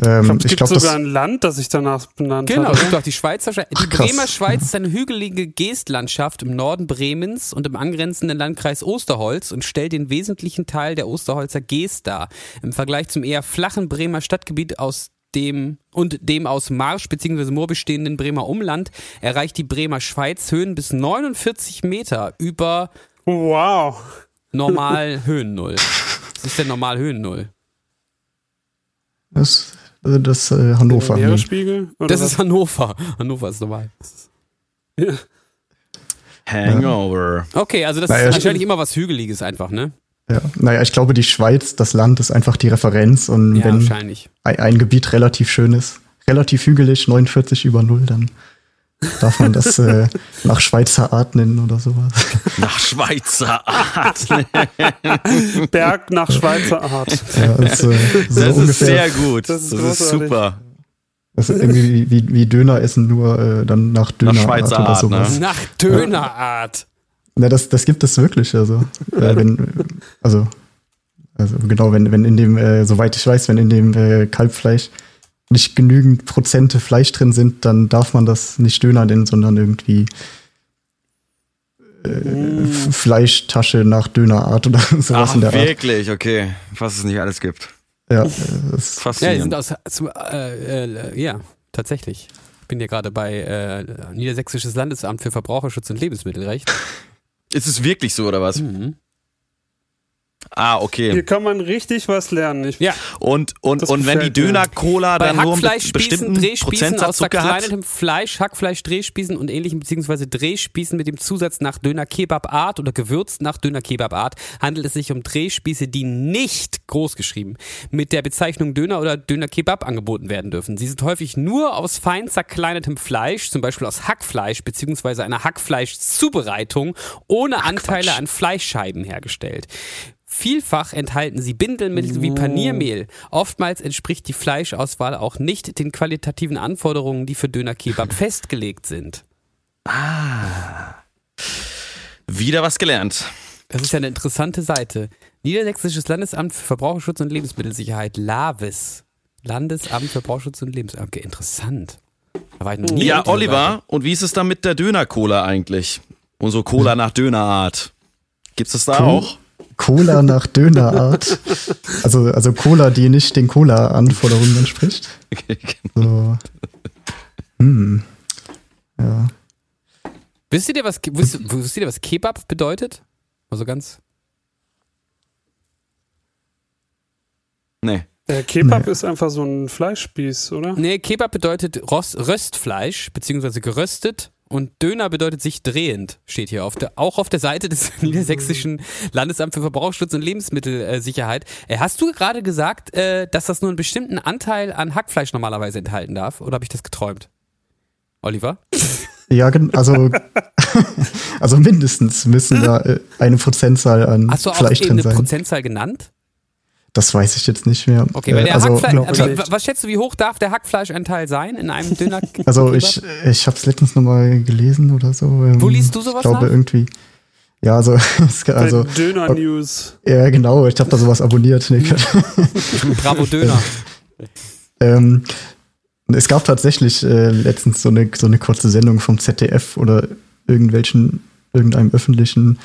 Speaker 4: Ähm,
Speaker 2: Ich
Speaker 4: ich
Speaker 2: glaube,
Speaker 4: glaube,
Speaker 2: es gibt sogar
Speaker 4: das
Speaker 2: ein Land, das ich danach benannt
Speaker 1: Genau, es
Speaker 2: habe.
Speaker 1: gibt auch die Schweizer Schweiz. Die
Speaker 4: Ach, krass.
Speaker 1: Bremer Schweiz ist eine hügelige Geestlandschaft im Norden Bremens und im angrenzenden Landkreis Osterholz und stellt den wesentlichen Teil der Osterholzer Geest dar. Im Vergleich zum eher flachen Bremer Stadtgebiet aus dem und dem aus Marsch bzw. Moor bestehenden Bremer Umland erreicht die Bremer Schweiz Höhen bis 49 Meter über
Speaker 2: Wow.
Speaker 4: <laughs>
Speaker 1: normal Höhennull. Was ist denn normal Höhennull?
Speaker 4: das, also das äh, Hannover.
Speaker 2: Meeresspiegel? Oder
Speaker 1: Das
Speaker 2: was?
Speaker 1: ist Hannover. Hannover ist normal.
Speaker 2: Ja.
Speaker 3: Hangover.
Speaker 1: Okay, also das
Speaker 4: Naja,
Speaker 1: ist wahrscheinlich immer was Hügeliges einfach, ne?
Speaker 4: Ja. Naja, ich glaube, die Schweiz, das Land ist einfach die Referenz und
Speaker 1: Ja,
Speaker 4: wenn
Speaker 1: wahrscheinlich.
Speaker 4: ein, ein Gebiet relativ schön ist, relativ hügelig, 49 über Null, dann darf man das äh,
Speaker 3: <laughs>
Speaker 4: nach Schweizer Art nennen oder sowas.
Speaker 3: Nach Schweizer Art.
Speaker 1: <laughs>
Speaker 2: Berg nach Schweizer Art.
Speaker 3: <laughs>
Speaker 4: Ja, das äh, so
Speaker 3: Das ist
Speaker 4: ungefähr.
Speaker 3: sehr gut.
Speaker 2: Das ist
Speaker 3: Das ist,
Speaker 2: großartig.
Speaker 3: super.
Speaker 4: das ist irgendwie wie, wie, wie Döner essen, nur äh, dann nach Döner
Speaker 3: Schweizer
Speaker 4: oder
Speaker 3: Art,
Speaker 4: sowas.
Speaker 3: ne?
Speaker 1: Nach Dönerart.
Speaker 4: Na, das, das gibt es wirklich. Also, äh, wenn, also, also genau, wenn, wenn in dem, äh, soweit ich weiß, wenn in dem äh, Kalbfleisch nicht genügend Prozente Fleisch drin sind, dann darf man das nicht Döner nennen, sondern irgendwie äh, F- Fleischtasche nach Dönerart oder <laughs> sowas
Speaker 3: Oh. Ach,
Speaker 4: in der Art.
Speaker 3: wirklich, okay. Was es nicht alles gibt.
Speaker 4: Ja, äh, das,
Speaker 1: Ja, die sind
Speaker 3: Faszinierend.
Speaker 1: aus. Zum, äh, äh, ja, tatsächlich. Ich bin ja gerade bei äh, Niedersächsisches Landesamt für Verbraucherschutz und Lebensmittelrecht.
Speaker 3: ist es wirklich so oder was?
Speaker 1: Mhm.
Speaker 3: Ah, okay.
Speaker 2: Hier kann man richtig was lernen. Ich,
Speaker 1: Ja,
Speaker 3: Und, und,
Speaker 2: Das
Speaker 3: und wenn die
Speaker 2: gefällt mir.
Speaker 3: Döner-Cola
Speaker 1: bei
Speaker 3: dann nur einen be-
Speaker 1: Hackfleischspießen,
Speaker 3: bestimmten
Speaker 1: Drehspießen
Speaker 3: Prozentsatz
Speaker 1: aus
Speaker 3: Zucker hat,
Speaker 1: verkleinertem Fleisch, Hackfleisch, Drehspießen und ähnlichem, beziehungsweise Drehspießen mit dem Zusatz nach Döner-Kebab-Art oder gewürzt nach Döner-Kebab-Art, handelt es sich um Drehspieße, die nicht großgeschrieben mit der Bezeichnung Döner oder Döner-Kebab angeboten werden dürfen. Sie sind häufig nur aus fein zerkleinertem Fleisch, zum Beispiel aus Hackfleisch, beziehungsweise einer Hackfleischzubereitung, ohne Anteile an Fleischscheiben hergestellt. Vielfach enthalten sie Bindelmittel wie Paniermehl. Oftmals entspricht die Fleischauswahl auch nicht den qualitativen Anforderungen, die für Döner-Kebab festgelegt sind.
Speaker 3: wieder was gelernt.
Speaker 1: Das ist ja eine interessante Seite. Niedersächsisches Landesamt für Verbraucherschutz und Lebensmittelsicherheit, LAVIS. Landesamt für Verbraucherschutz und Lebensmittelsicherheit. Okay, interessant. Da war ich noch nie auf
Speaker 3: Ja,
Speaker 1: dieser
Speaker 3: Oliver, und wie ist es dann mit der Döner-Cola eigentlich? Unsere Cola
Speaker 1: Hm?
Speaker 3: nach Dönerart. Gibt's das da
Speaker 4: Cool.
Speaker 3: auch?
Speaker 4: Cola nach Dönerart. Also, also Cola, die nicht den Cola-Anforderungen
Speaker 3: <laughs>
Speaker 4: entspricht. So.
Speaker 3: genau.
Speaker 4: Hm. Ja.
Speaker 1: Seite. Wisst ihr, was, wisst, wisst ihr, was Kebab bedeutet? Also ganz.
Speaker 3: Nee.
Speaker 2: äh, Kebab ist einfach so ein Fleischspieß, oder?
Speaker 1: Nee, Kebab bedeutet Rost, Röstfleisch, beziehungsweise geröstet. Und Döner bedeutet sich drehend, steht hier auf der, auch auf der Seite des <laughs> Niedersächsischen Landesamt für Verbrauchsschutz und Lebensmittelsicherheit. Äh, hast du gerade gesagt, äh, dass das nur einen bestimmten Anteil an Hackfleisch normalerweise enthalten darf? Oder habe ich das geträumt? Oliver?
Speaker 4: Ja, gen-
Speaker 1: <laughs>
Speaker 4: also, also mindestens müssen da äh, eine Prozentzahl an
Speaker 1: Hast du auch
Speaker 4: Fleisch
Speaker 1: eben
Speaker 4: drin
Speaker 1: eine
Speaker 4: sein.
Speaker 1: Prozentzahl genannt?
Speaker 4: Das weiß ich jetzt nicht mehr.
Speaker 1: Okay, weil
Speaker 4: Äh,
Speaker 1: der
Speaker 4: also,
Speaker 1: Hackfleisch,
Speaker 4: glaub-
Speaker 1: also,
Speaker 2: ich.
Speaker 1: wa- was schätzt du, wie hoch darf der Hackfleischanteil sein in einem Döner?
Speaker 4: also ich, ich habe es letztens nochmal gelesen oder so. ähm,
Speaker 1: Wo liest du sowas
Speaker 4: Ich glaube
Speaker 1: nach?
Speaker 4: irgendwie. Ja, also, <laughs> es, kann- also
Speaker 2: Bei Döner News.
Speaker 4: ja genau, ich habe da sowas abonniert. ne, Nee,
Speaker 1: <laughs> Bravo
Speaker 4: <laughs>
Speaker 1: Döner.
Speaker 4: Ähm, es gab tatsächlich äh, letztens so eine, so eine kurze Sendung vom ZDF oder irgendwelchen, irgendeinem öffentlichen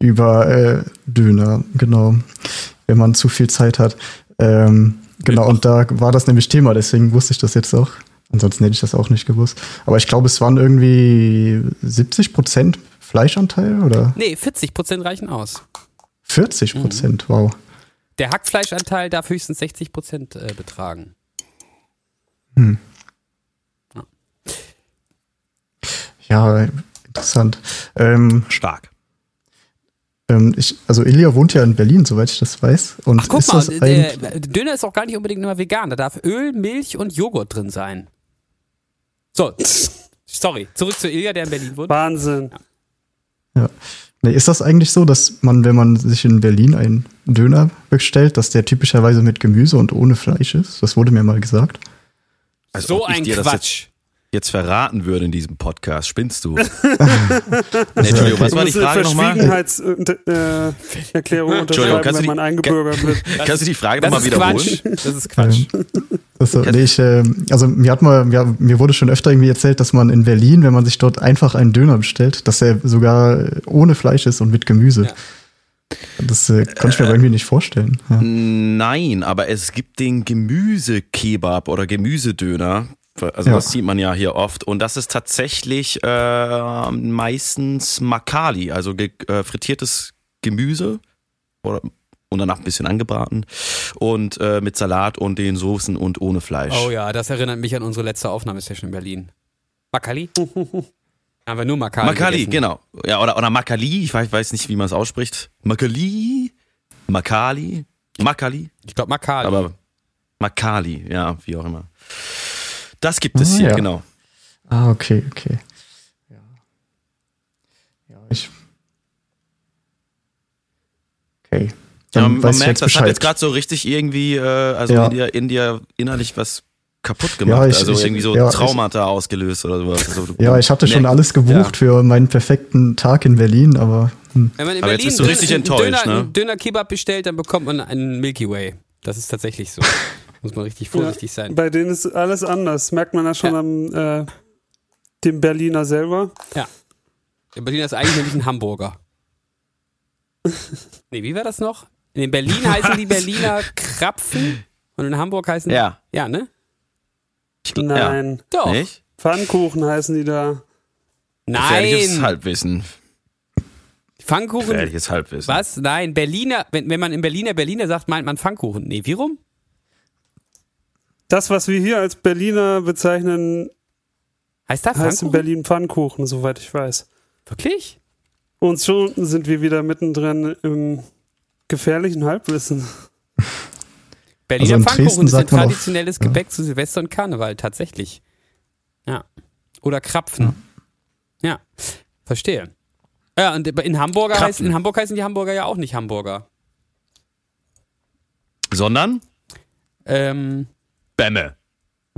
Speaker 4: über äh, Döner, genau. Wenn man zu viel Zeit hat. Ähm, genau, und da war das nämlich Thema, deswegen wusste ich das jetzt auch. Ansonsten hätte ich das auch nicht gewusst. Aber ich glaube, es waren irgendwie 70 Prozent Fleischanteil oder
Speaker 1: Nee, 40% reichen aus.
Speaker 4: 40 Prozent, wow.
Speaker 1: Der Hackfleischanteil darf höchstens 60 Prozent äh, betragen.
Speaker 4: Ja, interessant. Ähm,
Speaker 3: Stark.
Speaker 4: Ähm, ich, also Ilja wohnt ja in Berlin, soweit ich das weiß. Und
Speaker 1: Ach, guck
Speaker 4: ist
Speaker 1: mal,
Speaker 4: das
Speaker 1: der,
Speaker 4: eigentlich,
Speaker 1: der Döner ist auch gar nicht unbedingt immer vegan. Da darf Öl, Milch und Joghurt drin sein. So, sorry, zurück zu Ilja, der in Berlin wohnt.
Speaker 2: Wahnsinn.
Speaker 4: ja. nee, ist das eigentlich so, dass man, wenn man sich in Berlin einen Döner bestellt, dass der typischerweise mit Gemüse und ohne Fleisch ist? Das wurde mir mal gesagt.
Speaker 3: Also,
Speaker 1: so
Speaker 3: ob ich
Speaker 1: ein
Speaker 3: dir das
Speaker 1: Quatsch.
Speaker 3: Jetzt verraten würde in diesem Podcast,
Speaker 1: <laughs>
Speaker 3: spinnst du? nee,
Speaker 4: Also,
Speaker 3: Entschuldigung, was war die
Speaker 2: muss eine
Speaker 3: Frage nochmal?
Speaker 2: Verschwiegenheitserklärung äh,
Speaker 3: <laughs> Entschuldigung,
Speaker 2: unterschreiben,
Speaker 3: kannst
Speaker 2: wenn
Speaker 3: du die-
Speaker 2: man eingebürgert wird.
Speaker 3: <laughs> Kannst du die Frage
Speaker 1: Das
Speaker 3: nochmal
Speaker 1: ist
Speaker 3: wiederholen?
Speaker 1: Quatsch. Das ist
Speaker 3: <laughs>
Speaker 1: Quatsch.
Speaker 4: Also, nee, ich, ähm, also mir hat mal, mir, mir wurde schon öfter irgendwie erzählt, dass man in Berlin, wenn man sich dort einfach einen Döner bestellt, dass er sogar ohne Fleisch ist und mit Gemüse. Das äh, konnte ich mir aber irgendwie nicht vorstellen. Ja.
Speaker 3: Nein, aber es gibt den Gemüsekebab oder Gemüsedöner. Also
Speaker 4: Ja.
Speaker 3: das sieht man ja hier oft. Und das ist tatsächlich äh, meistens Makali, also ge äh, frittiertes Gemüse oder, und danach ein bisschen angebraten und äh, mit Salat und den Soßen und ohne Fleisch.
Speaker 1: Oh ja, das erinnert mich an unsere letzte Aufnahmesession in Berlin.
Speaker 3: <laughs>
Speaker 1: Makali? Haben wir nur Makali.
Speaker 3: Makali,
Speaker 1: gegessen.
Speaker 3: genau. Ja, oder, oder Makali, ich weiß, weiß nicht, wie man es ausspricht. Makali, Makali, Makali.
Speaker 1: Ich glaube Makali.
Speaker 3: Aber Makali, ja, wie auch immer. Das gibt es
Speaker 4: Ah,
Speaker 3: hier,
Speaker 4: ja.
Speaker 3: genau.
Speaker 4: Ah, okay, okay. Ja. Ja, ich. Okay. Dann
Speaker 3: Ja, man
Speaker 4: weiß ich
Speaker 3: merkt,
Speaker 4: jetzt
Speaker 3: Ähm, das hat
Speaker 4: Bescheid.
Speaker 3: jetzt gerade so richtig irgendwie, äh, also
Speaker 4: Ja.
Speaker 3: in, dir, in dir innerlich was kaputt gemacht.
Speaker 4: Ja, ich-
Speaker 3: also
Speaker 4: ich-
Speaker 3: irgendwie so
Speaker 4: ja, ich-
Speaker 3: Traumata ausgelöst oder sowas. Also, du-
Speaker 4: <laughs> ja, ich hatte schon
Speaker 3: merk-
Speaker 4: alles gebucht
Speaker 3: Ja.
Speaker 4: für meinen perfekten Tag in Berlin, aber hm,
Speaker 1: Wenn man in
Speaker 3: Aber jetzt
Speaker 1: Berlin
Speaker 3: bist du
Speaker 1: Döner-
Speaker 3: richtig
Speaker 1: einen
Speaker 3: enttäuscht,
Speaker 1: Döner,
Speaker 3: ne? <laughs>
Speaker 1: einen Döner Kebab bestellt, dann bekommt man einen Milky Way. Das ist tatsächlich so. Muss man richtig vorsichtig sein.
Speaker 2: Bei denen ist alles anders. Merkt man ja schon
Speaker 1: Ja.
Speaker 2: am äh, dem Berliner selber.
Speaker 1: Der Berliner ist eigentlich nämlich ein
Speaker 2: <laughs>
Speaker 1: Hamburger. Nee, wie war das noch? In Berlin heißen die Berliner Krapfen und in Hamburg heißen
Speaker 3: Ja.
Speaker 1: ja ne?
Speaker 2: Nein.
Speaker 1: Doch.
Speaker 3: Nicht?
Speaker 2: Pfannkuchen heißen die da.
Speaker 3: Gefährliches
Speaker 2: halt
Speaker 1: Nein.
Speaker 3: Halbwissen.
Speaker 1: Pfannkuchen.
Speaker 3: Gefährliches Halbwissen.
Speaker 1: Was? Nein, Berliner, wenn, wenn man in Berliner Berliner sagt, meint man Pfannkuchen. Nee, wie rum?
Speaker 2: Das, was wir hier als Berliner bezeichnen,
Speaker 1: Heißt da
Speaker 2: heißt in
Speaker 1: Pfannkuchen?
Speaker 2: Berlin Pfannkuchen, soweit ich weiß.
Speaker 1: Wirklich?
Speaker 2: Und schon sind wir wieder mittendrin im gefährlichen Halbwissen.
Speaker 1: Berliner
Speaker 4: Also in Dresden
Speaker 1: Pfannkuchen ist ein
Speaker 4: sagt man auch-
Speaker 1: traditionelles
Speaker 4: ja.
Speaker 1: Gebäck zu Silvester und Karneval, tatsächlich. Ja. Oder Krapfen. Ja, verstehe. Ja, und in, Hamburger heißt,
Speaker 3: Krapfen.
Speaker 1: in Hamburg heißen die Hamburger ja auch nicht Hamburger.
Speaker 3: Sondern
Speaker 1: Ähm,
Speaker 3: Bämme.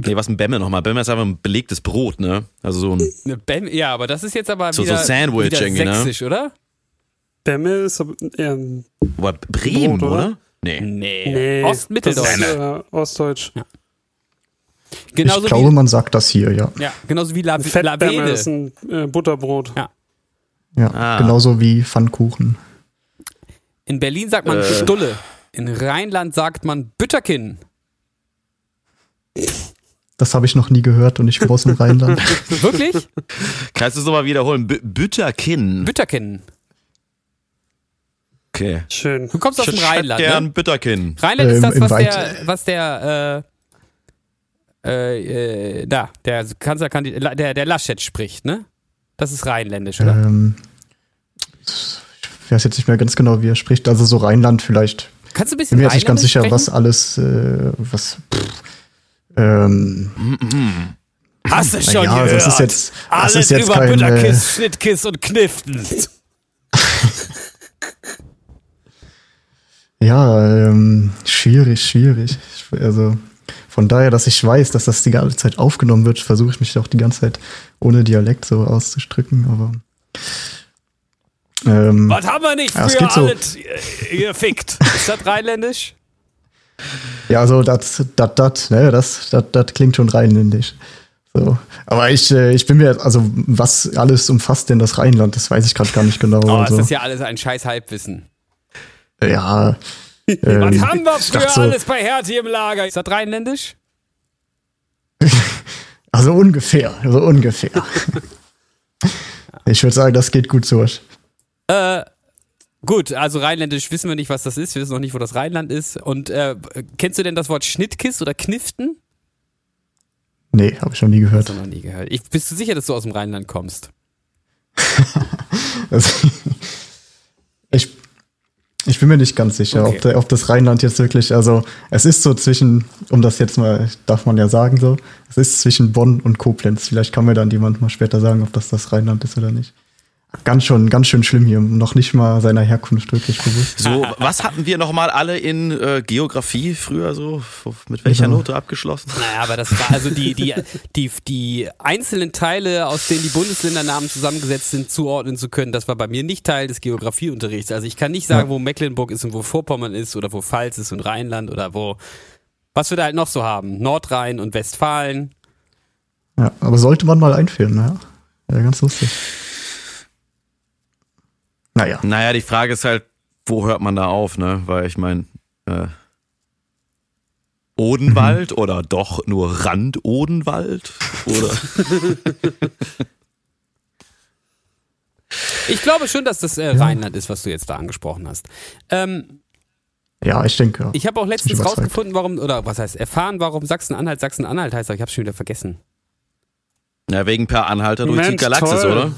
Speaker 3: Nee, was ist ein Bämme nochmal? Bämme ist einfach ein belegtes Brot, ne? Also so ein.
Speaker 1: ne Bem, ja, aber das ist jetzt aber
Speaker 3: So- so
Speaker 1: wieder,
Speaker 3: Sandwich
Speaker 1: wieder
Speaker 3: irgendwie, ne?
Speaker 1: sächsisch, oder?
Speaker 2: Bämme ist aber ähm, eher ein-
Speaker 3: Boah, Bremen,
Speaker 2: Brot, oder?
Speaker 3: oder? Nee.
Speaker 1: Nee.
Speaker 2: nee,
Speaker 1: Ostmitteldeutsch.
Speaker 2: das ist, äh, Ostdeutsch.
Speaker 1: Genauso
Speaker 4: ich glaube, man sagt das hier, ja.
Speaker 1: wie, ja, genauso wie La,
Speaker 2: Fettbämme
Speaker 1: Lavede.
Speaker 2: ist ein äh, Butterbrot.
Speaker 4: ja.
Speaker 3: Ah.
Speaker 4: Genauso wie Pfannkuchen.
Speaker 1: In Berlin sagt man
Speaker 3: Äh.
Speaker 1: Stulle. In Rheinland sagt man Bütterkin.
Speaker 4: Das habe ich noch nie gehört und ich komme aus
Speaker 3: <laughs>
Speaker 4: dem Rheinland.
Speaker 1: Wirklich?
Speaker 3: Kannst du es nochmal wiederholen? B Bütterkin.
Speaker 1: Bütterkin.
Speaker 3: Okay.
Speaker 2: Schön.
Speaker 1: Du kommst aus dem
Speaker 3: Statt
Speaker 1: Rheinland. Ne?
Speaker 3: Gern Bütterkin.
Speaker 1: Rheinland ist
Speaker 4: Ähm,
Speaker 1: das,
Speaker 4: im
Speaker 1: was
Speaker 4: Wald.
Speaker 1: der, was der, äh, äh, äh, da, der Kanzlerkandidat, der, der Laschet spricht, ne? Das ist rheinländisch, oder?
Speaker 4: ähm, ich weiß jetzt nicht mehr ganz genau, wie er spricht. Also so Rheinland vielleicht.
Speaker 1: Kannst du ein
Speaker 4: Äh, Ich
Speaker 1: bisschen
Speaker 4: bin mir jetzt nicht ganz
Speaker 1: rheinländisch
Speaker 4: sicher, was
Speaker 1: sprechen?
Speaker 4: alles, äh, was. Pff, ähm,
Speaker 1: Hast du schon
Speaker 4: ja,
Speaker 1: gehört?
Speaker 4: das ist jetzt, das
Speaker 1: Alles
Speaker 4: ist jetzt
Speaker 1: über
Speaker 4: kein, äh,
Speaker 1: Bütterkiss, Schnittkiss und Kniften.
Speaker 4: ja, ähm, schwierig, schwierig. Ich- Also von daher, dass ich weiß, dass das die ganze Zeit aufgenommen wird, versuche ich mich auch die ganze Zeit ohne Dialekt so auszudrücken, aber. Ähm,
Speaker 1: Was haben wir nicht
Speaker 4: Ja, es
Speaker 1: früher
Speaker 4: geht so.
Speaker 1: alles äh, gefickt? Ist das
Speaker 4: <laughs>
Speaker 1: rheinländisch?
Speaker 4: Ja, so das, das, das, ne, das, das, das klingt schon rheinländisch. So. Aber ich, äh, ich bin mir, also was alles umfasst denn das Rheinland, das weiß ich gerade gar
Speaker 1: <laughs>
Speaker 4: nicht genau.
Speaker 1: Oh,
Speaker 4: also.
Speaker 1: es ist ja alles ein scheiß Halbwissen.
Speaker 4: ja. ähm,
Speaker 1: <laughs> Was haben wir
Speaker 4: ich
Speaker 1: früher
Speaker 4: dachte so,
Speaker 1: alles bei Hertie im Lager? Ist das rheinländisch?
Speaker 4: Also ungefähr, so ungefähr.
Speaker 1: <laughs>
Speaker 4: ich würde sagen, das geht gut durch.
Speaker 1: Gut, also rheinländisch wissen wir nicht, was das ist. Wir wissen noch nicht, wo das Rheinland ist. Und äh, kennst du denn das Wort Schnittkiss oder Kniften?
Speaker 4: Nee, habe ich noch nie
Speaker 1: Hast
Speaker 4: gehört.
Speaker 1: du noch nie gehört. Ich, bist du sicher, dass du aus dem Rheinland kommst?
Speaker 4: Also, <laughs> ich, ich bin mir nicht ganz sicher,
Speaker 1: Okay.
Speaker 4: ob, der, ob das Rheinland jetzt wirklich, also es ist so zwischen, um das jetzt mal, darf man ja sagen so, es ist zwischen Bonn und Koblenz. Vielleicht kann mir dann jemand mal später sagen, ob das das Rheinland ist oder nicht. Ganz schon, ganz schön schlimm hier, noch nicht mal seiner Herkunft wirklich bewusst.
Speaker 3: So, was hatten wir nochmal alle in äh, Geografie früher so? Mit welcher
Speaker 4: Genau.
Speaker 3: Note abgeschlossen?
Speaker 1: Naja, aber das war also die, die, die, die einzelnen Teile, aus denen die Bundesländernamen zusammengesetzt sind, zuordnen zu können. Das war bei mir nicht Teil des Geografieunterrichts. Also ich kann nicht sagen, wo Mecklenburg ist und wo Vorpommern ist oder wo Pfalz ist und Rheinland oder wo. Was wir da halt noch so haben. Nordrhein und Westfalen.
Speaker 4: Ja, aber sollte man mal einführen, naja. Ja, ganz lustig. Naja.
Speaker 3: Naja, die Frage ist halt, wo hört man da auf, ne? Weil ich meine, äh, Odenwald
Speaker 2: Mhm.
Speaker 3: oder doch nur Rand Odenwald? Oder
Speaker 2: <laughs>
Speaker 1: Ich glaube schon, dass das äh, Rheinland ist, was du jetzt da angesprochen hast. Ähm,
Speaker 4: Ja, ich denke. ja.
Speaker 1: Ich habe auch letztens
Speaker 4: überzeugt.
Speaker 1: rausgefunden, warum, oder was heißt, erfahren, warum Sachsen-Anhalt Sachsen-Anhalt heißt, aber ich habe schon wieder vergessen.
Speaker 3: ja, wegen Per Anhalter durch die
Speaker 2: Mensch,
Speaker 3: Galaxis,
Speaker 2: toll.
Speaker 3: oder?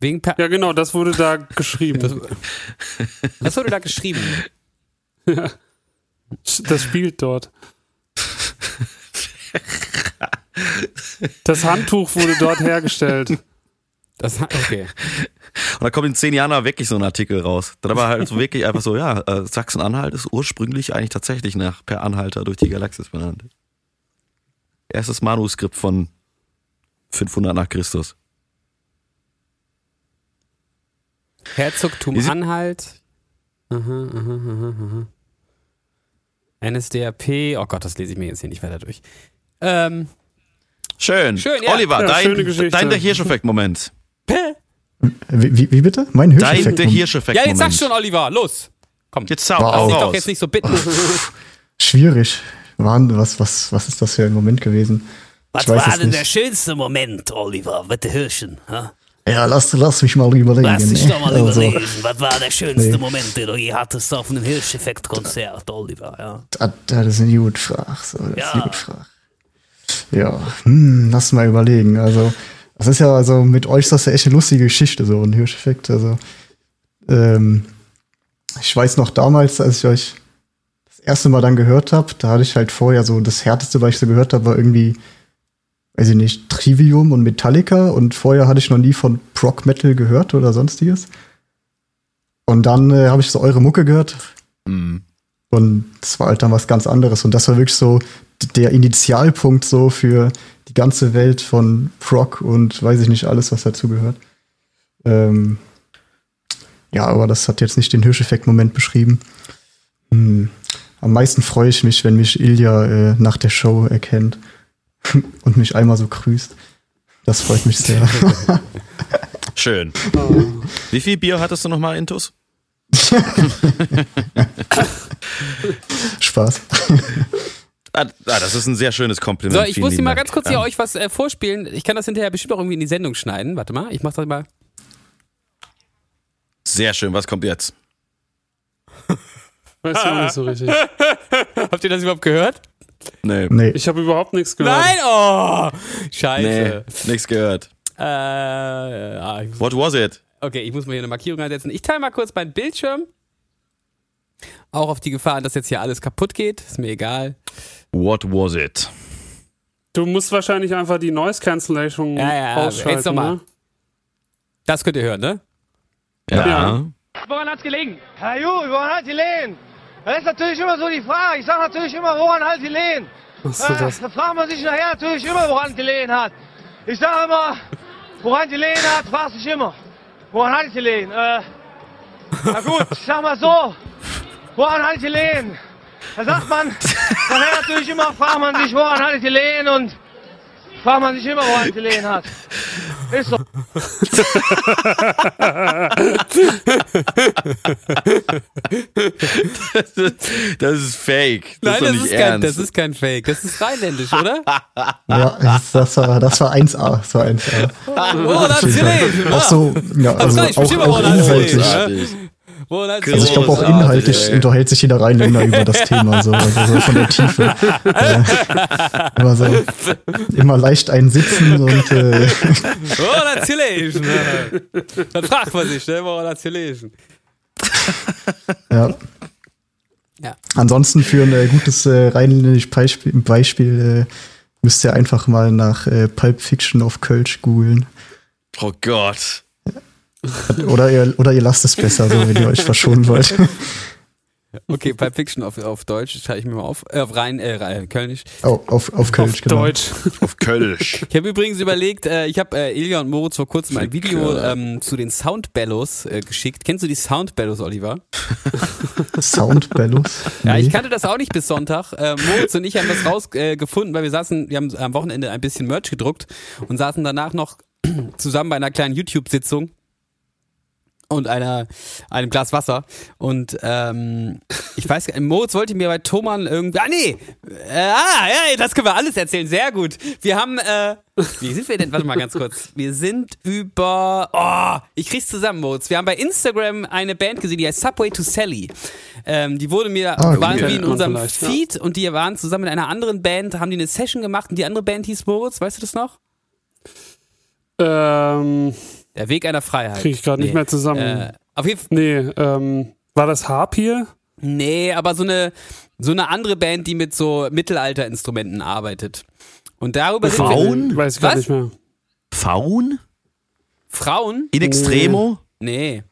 Speaker 1: Wegen per
Speaker 2: Ja, genau, das wurde da geschrieben.
Speaker 1: Das-
Speaker 2: Das,
Speaker 1: Was wurde da geschrieben?
Speaker 2: spielt dort. Das Handtuch wurde dort hergestellt.
Speaker 1: Das, okay.
Speaker 3: Und da kommt in zehn Jahren da wirklich so ein Artikel raus. Dann aber halt so wirklich einfach so, ja, äh, Sachsen-Anhalt ist ursprünglich eigentlich tatsächlich nach Per Anhalter durch die Galaxis benannt. Erstes Manuskript von 500 nach Christus.
Speaker 1: Herzogtum
Speaker 3: Ist-
Speaker 1: Anhalt. Aha, aha, aha, aha. NSDAP, oh Gott, das lese ich mir jetzt hier nicht weiter durch. Ähm,
Speaker 3: Schön.
Speaker 1: Schön, ja.
Speaker 3: Oliver,
Speaker 2: Ja, schöne
Speaker 3: dein,
Speaker 2: Geschichte.
Speaker 3: dein der Hirscheffekt-Moment.
Speaker 4: Wie, wie, wie bitte? Mein
Speaker 3: Dein der
Speaker 4: Hirscheffekt.
Speaker 3: Hirscheffekt-Moment.
Speaker 1: ja, jetzt sag schon, Oliver, los. Komm,
Speaker 3: Jetzt zau
Speaker 4: Wow.
Speaker 3: hau
Speaker 4: Lass
Speaker 1: dich doch
Speaker 3: raus.
Speaker 1: jetzt nicht so <laughs> bitten.
Speaker 4: Schwierig. Wahnsinn, was, was, was ist das für ein Moment gewesen?
Speaker 5: Was
Speaker 4: Ich weiß
Speaker 5: war
Speaker 4: es
Speaker 5: denn
Speaker 4: nicht.
Speaker 5: der schönste Moment, Oliver, mit den Hirschen? Ha?
Speaker 4: Ja, lass, lass mich mal überlegen.
Speaker 5: Lass dich
Speaker 4: ne?
Speaker 5: doch mal
Speaker 4: Also,
Speaker 5: überlegen. Was war der schönste
Speaker 4: Nee.
Speaker 5: Moment, den du je hattest auf einem Hirscheffekt-Konzert, Oliver? Ja.
Speaker 4: Das, das ist eine gute Frage. So, das ist
Speaker 5: Ja.
Speaker 4: eine gute Frage. Ja, hm, lass mal überlegen. Also, das ist ja, also mit euch ist das ja echt eine lustige Geschichte, so ein Hirscheffekt. Also, ähm, ich weiß noch damals, als ich euch das erste Mal dann gehört habe, da hatte ich halt vorher so das härteste, was ich so gehört habe, war irgendwie, weiß ich nicht, Trivium und Metallica und vorher hatte ich noch nie von Prog Metal gehört oder sonstiges. Und dann äh, habe ich so eure Mucke gehört,
Speaker 3: Hm.
Speaker 4: und das war halt dann was ganz anderes. Und das war wirklich so d- der Initialpunkt so für die ganze Welt von Prog und weiß ich nicht alles, was dazugehört. Ähm, ja, aber das hat jetzt nicht den Hirscheffekt-Moment beschrieben. Hm. Am meisten freue ich mich, wenn mich Ilja äh, nach der Show erkennt <laughs> und mich einmal so grüßt. Das freut mich sehr.
Speaker 3: Schön. Wie viel Bier hattest du nochmal, Intus?
Speaker 4: Spaß.
Speaker 3: Ah, ah, das ist ein sehr schönes Kompliment.
Speaker 1: So, ich
Speaker 3: Vielen
Speaker 1: muss hier
Speaker 3: lieben
Speaker 1: mal
Speaker 3: Dank.
Speaker 1: ganz kurz hier euch was äh, vorspielen. Ich kann das hinterher bestimmt auch irgendwie in die Sendung schneiden. Warte mal, ich mach das mal.
Speaker 3: Sehr schön, was kommt jetzt?
Speaker 2: Weiß ich auch nicht so richtig.
Speaker 1: Habt ihr das überhaupt gehört?
Speaker 3: Nee.
Speaker 4: Nee.
Speaker 2: Ich habe überhaupt nichts gehört.
Speaker 1: <laughs>
Speaker 3: <laughs>
Speaker 1: Nein, oh,
Speaker 3: Nee,
Speaker 1: scheiße.
Speaker 3: nichts gehört.
Speaker 1: Äh, ah, ich muss,
Speaker 3: What was it?
Speaker 1: okay, ich muss mal hier eine Markierung einsetzen. Ich teile mal kurz meinen Bildschirm. Auch auf die Gefahr, dass jetzt hier alles kaputt geht. Ist mir egal.
Speaker 3: What was it?
Speaker 2: Du musst wahrscheinlich einfach die Noise Cancellation
Speaker 1: Ja, ja, ja,
Speaker 2: ausschalten.
Speaker 1: jetzt noch mal.
Speaker 2: Ne?
Speaker 1: Das könnt ihr hören, ne?
Speaker 3: Ja.
Speaker 2: Ja.
Speaker 6: Woran hat's gelegen? Ja gut, woran hat die Lehen? Das ist natürlich immer so die Frage. Ich sag natürlich immer, woran hat die Lehen?
Speaker 2: Achso,
Speaker 6: Ah,
Speaker 2: das.
Speaker 6: Da fragt man sich nachher natürlich immer, woran die Lehen hat. Ich sag immer, woran die Lehen hat, fragst dich immer. Woran hat die Lehen? Äh, na gut, ich sag mal so, woran hat die Lehen? Da sagt man, nachher natürlich immer, fragt man sich, woran hat die Lehen und fragt man sich immer, woran die Lehen hat. Ist so.
Speaker 3: Das ist fake. Das ist doch
Speaker 1: das
Speaker 3: nicht
Speaker 1: ist, kein,
Speaker 3: ernst.
Speaker 1: das ist kein Fake. Das ist rheinländisch,
Speaker 3: <laughs>
Speaker 1: oder?
Speaker 4: Ja, das war, das war 1A. Das war 1A.
Speaker 1: Woran hat's gelegen?
Speaker 4: Auch so, ja, also
Speaker 1: Ah. kann ich
Speaker 4: auch,
Speaker 1: bestimmt
Speaker 4: auch
Speaker 1: aber auch ne? nachsehen.
Speaker 4: inhaltlich.
Speaker 3: Großartig.
Speaker 1: Woran hat's
Speaker 4: Also ich glaube auch
Speaker 3: Großartig,
Speaker 4: inhaltlich
Speaker 3: ey.
Speaker 4: unterhält sich jeder Rheinländer über das Thema so, also so von
Speaker 1: <laughs>
Speaker 4: der Tiefe. Äh, immer so immer leicht einsitzen und äh,
Speaker 1: Woran hat's gelegen? ne? Dann fragt man sich, ne? Woran hat's gelegen?
Speaker 4: ja.
Speaker 1: Ja.
Speaker 4: Ansonsten für ein äh, gutes äh, rheinländisches Beispiel, Beispiel äh, müsst ihr einfach mal nach äh, Pulp Fiction auf Kölsch googeln.
Speaker 3: Oh Gott.
Speaker 4: Oder ihr, oder ihr lasst es besser, so wenn ihr euch
Speaker 1: <laughs>
Speaker 4: verschonen wollt.
Speaker 1: Okay, Pulp Fiction auf, auf Deutsch, das schreibe ich mir mal auf. Äh, auf Rhein, äh, Rhein, Kölnisch.
Speaker 4: Oh, auf, auf Kölsch,
Speaker 2: Auf
Speaker 4: genau.
Speaker 2: Deutsch.
Speaker 3: Auf Kölsch.
Speaker 1: Ich habe übrigens überlegt, äh, ich habe äh, Ilja und Moritz vor kurzem ein Video
Speaker 3: Klar.
Speaker 1: ähm, zu den Soundbellows äh, geschickt. Kennst du die Soundbellows, Oliver?
Speaker 4: Soundbellos.
Speaker 1: Ja, ich
Speaker 4: Nee.
Speaker 1: kannte das auch nicht bis Sonntag. Äh, Moritz und ich haben das rausgefunden, äh, gefunden, weil wir saßen, wir haben am Wochenende ein bisschen Merch gedruckt und saßen danach noch <clears throat> zusammen bei einer kleinen YouTube-Sitzung und einer, einem Glas Wasser. Und ähm, ich weiß, gar- Moritz wollte mir bei Thomann irgendwie. Ah, nee! Äh, ah, ja, das können wir alles erzählen. Sehr gut. Wir haben, äh, wie sind wir denn? Warte mal ganz kurz. Wir sind über. Oh, ich krieg's zusammen, Moritz. Wir haben bei Instagram eine Band gesehen, die heißt Subway to Sally. Ähm, die wurde mir,
Speaker 4: Ah, gut.
Speaker 1: waren
Speaker 4: Kennt
Speaker 1: wir in
Speaker 2: man
Speaker 1: unserem
Speaker 2: vielleicht, ja.
Speaker 1: Feed und die waren zusammen in einer anderen Band, haben die eine Session gemacht und die andere Band hieß Moritz, weißt du das noch?
Speaker 2: Ähm,
Speaker 1: Der Weg einer Freiheit.
Speaker 2: Krieg ich gerade nicht mehr zusammen.
Speaker 1: Äh, auf jeden Fall.
Speaker 2: nee, ähm, war das Harpier?
Speaker 1: Nee, aber so eine, so eine andere Band, die mit so Mittelalterinstrumenten arbeitet. Und darüber sind wir,
Speaker 3: Frauen?
Speaker 2: Weiß ich gar
Speaker 1: Hm. Was?
Speaker 2: nicht mehr.
Speaker 3: Faun?
Speaker 1: Frauen?
Speaker 3: In extremo?
Speaker 1: Nee.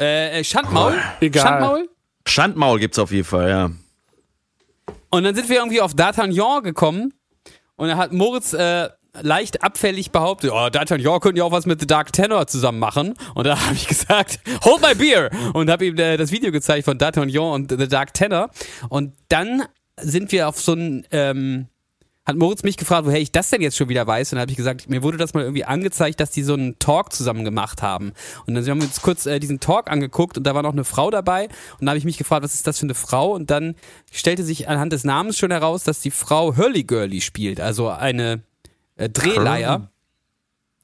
Speaker 1: Äh, äh, Schandmaul?
Speaker 2: Egal.
Speaker 1: Schandmaul?
Speaker 3: Schandmaul gibt's auf jeden Fall, ja.
Speaker 1: Und dann sind wir irgendwie auf D'Artagnan gekommen und da hat Moritz äh, leicht abfällig behauptet, oh, Deutschland, ja, könnt ihr auch was mit The Dark Tenor zusammen machen? Und da <laughs> habe ich gesagt, hold my beer! Und habe ihm äh, das Video gezeigt von D'Artagnan und The Dark Tenor. Und dann sind wir auf so ein, ähm, hat Moritz mich gefragt, woher ich das denn jetzt schon wieder weiß. Und dann habe ich gesagt, mir wurde das mal irgendwie angezeigt, dass die so einen Talk zusammen gemacht haben. Und dann haben wir uns kurz äh, diesen Talk angeguckt und da war noch eine Frau dabei. Und da habe ich mich gefragt, was ist das für eine Frau? Und dann stellte sich anhand des Namens schon heraus, dass die Frau Hurley Girly spielt, also eine äh, Drehleier.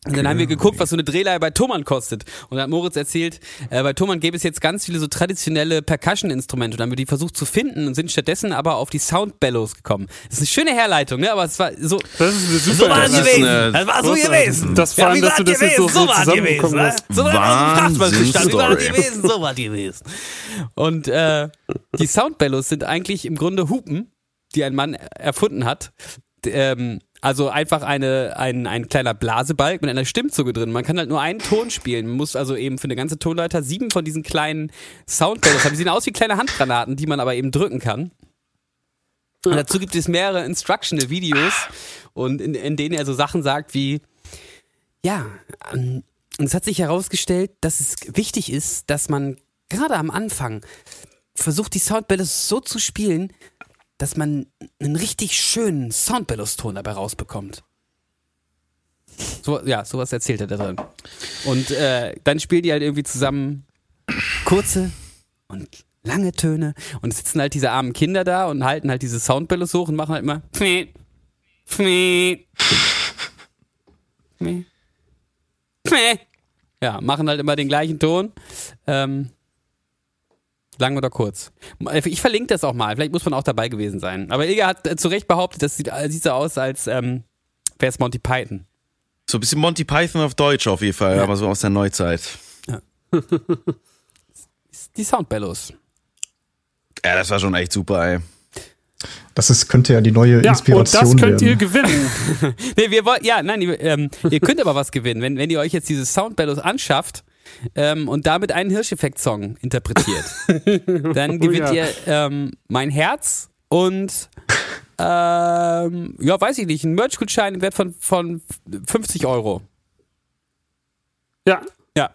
Speaker 1: Und dann haben wir geguckt, was so eine Drehleihe bei Thomann kostet. Und dann hat Moritz erzählt, äh, bei Thomann gäbe es jetzt ganz viele so traditionelle Percussion-Instrumente. Und dann haben wir die versucht zu finden und sind stattdessen aber auf die Soundbellows gekommen. Das ist eine schöne Herleitung, ne? aber es war so...
Speaker 2: Das ist eine
Speaker 5: So
Speaker 2: super
Speaker 5: war es
Speaker 3: ist eine-
Speaker 5: gewesen. Das war so gewesen.
Speaker 2: Das vor allem, dass du das jetzt so, so zusammengekommen
Speaker 5: ne?
Speaker 2: hast.
Speaker 5: So war
Speaker 3: Wahnsinn,
Speaker 5: es gewesen. So war es
Speaker 3: Story.
Speaker 5: gewesen. So war es gewesen.
Speaker 1: Und äh, die Soundbellows sind eigentlich im Grunde Hupen, die ein Mann erfunden hat. D- Ähm, also einfach eine, ein, ein kleiner Blasebalg mit einer Stimmzunge drin. Man kann halt nur einen Ton spielen. Man muss also eben für eine ganze Tonleiter sieben von diesen kleinen Soundbellows haben. Die sehen aus wie kleine Handgranaten, die man aber eben drücken kann. Und dazu gibt es mehrere instructional Videos und in, in denen er so Sachen sagt wie, ja, ähm, und es hat sich herausgestellt, dass es wichtig ist, dass man gerade am Anfang versucht, die Soundbellows so zu spielen, dass man einen richtig schönen Soundbellows-Ton dabei rausbekommt. So, ja, sowas erzählt er da drin. Und äh, dann spielen die halt irgendwie zusammen kurze und lange Töne und es sitzen halt diese armen Kinder da und halten halt diese Soundbellows hoch und machen halt immer Pfni, Pfni, Pfni, Pfni. Ja, machen halt immer den gleichen Ton. Ähm, lang oder kurz. Äh, Ich verlinke das auch mal. Vielleicht muss man auch dabei gewesen sein. Aber Ilga hat äh, zu Recht behauptet, das sieht, äh, sieht so aus, als ähm, wäre es Monty Python.
Speaker 3: So ein bisschen Monty Python auf Deutsch auf jeden Fall, aber so aus der Neuzeit.
Speaker 1: Die Soundbellows.
Speaker 3: Ja, das war schon echt super, ey.
Speaker 4: Das ist, könnte ja die neue
Speaker 2: Ja, und
Speaker 4: Inspiration
Speaker 2: das könnt
Speaker 4: werden.
Speaker 2: ihr gewinnen.
Speaker 1: Nee, wir wollen, ja, nein, ihr- ähm, ihr könnt aber was gewinnen, wenn, wenn ihr euch jetzt diese Soundbellows anschafft ähm, und damit einen Hirscheffekt-Song interpretiert. dann gewinnt
Speaker 2: ja.
Speaker 1: ihr ähm, mein Herz und ähm, ja, weiß ich nicht, einen Merch-Gutschein im Wert von, von 50 Euro.
Speaker 2: Ja,
Speaker 1: Ja.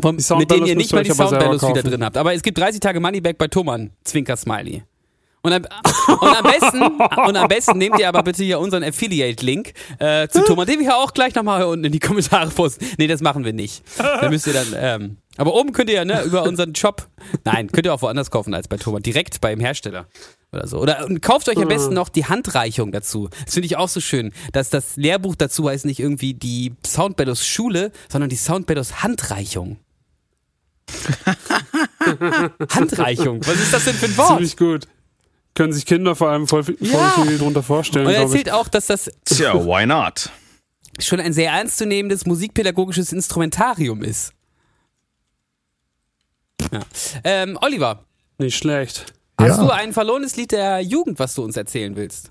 Speaker 1: Von,
Speaker 2: Die
Speaker 1: mit denen
Speaker 2: Soundbellows
Speaker 1: ihr nicht
Speaker 2: müsst ihr
Speaker 1: mal
Speaker 2: euch
Speaker 1: die
Speaker 2: aber selber
Speaker 1: Soundbellows wieder
Speaker 2: kaufen.
Speaker 1: drin habt. Aber es gibt 30 Tage Moneyback bei Thomann. Zwinker Smiley. Und am, und, am besten, und am besten nehmt ihr aber bitte hier unseren Affiliate-Link äh, zu Thomann, den wir hier auch gleich nochmal unten in die Kommentare posten. Nee, das machen wir nicht. Da müsst ihr dann, ähm, aber oben könnt ihr ja ne, über unseren Shop, nein, könnt ihr auch woanders kaufen als bei Thomann, direkt beim Hersteller oder so. Oder und kauft euch am
Speaker 2: Ah.
Speaker 1: besten noch die Handreichung dazu. Das finde ich auch so schön, dass das Lehrbuch dazu heißt nicht irgendwie die Soundbellows Schule, sondern die Soundbellows Handreichung. <laughs> Handreichung. Was ist das denn für ein Wort?
Speaker 2: ziemlich gut. Können sich Kinder vor allem voll, viel- voll
Speaker 1: Ja.
Speaker 2: viel drunter vorstellen,
Speaker 1: Und er
Speaker 2: glaube ich.
Speaker 1: erzählt auch, dass das
Speaker 3: Tja, why not?
Speaker 1: schon ein sehr ernstzunehmendes musikpädagogisches Instrumentarium ist. Ja. Ähm, Oliver,
Speaker 2: Nicht schlecht.
Speaker 1: hast
Speaker 4: Ja.
Speaker 1: du ein verlorenes Lied der Jugend, was du uns erzählen willst?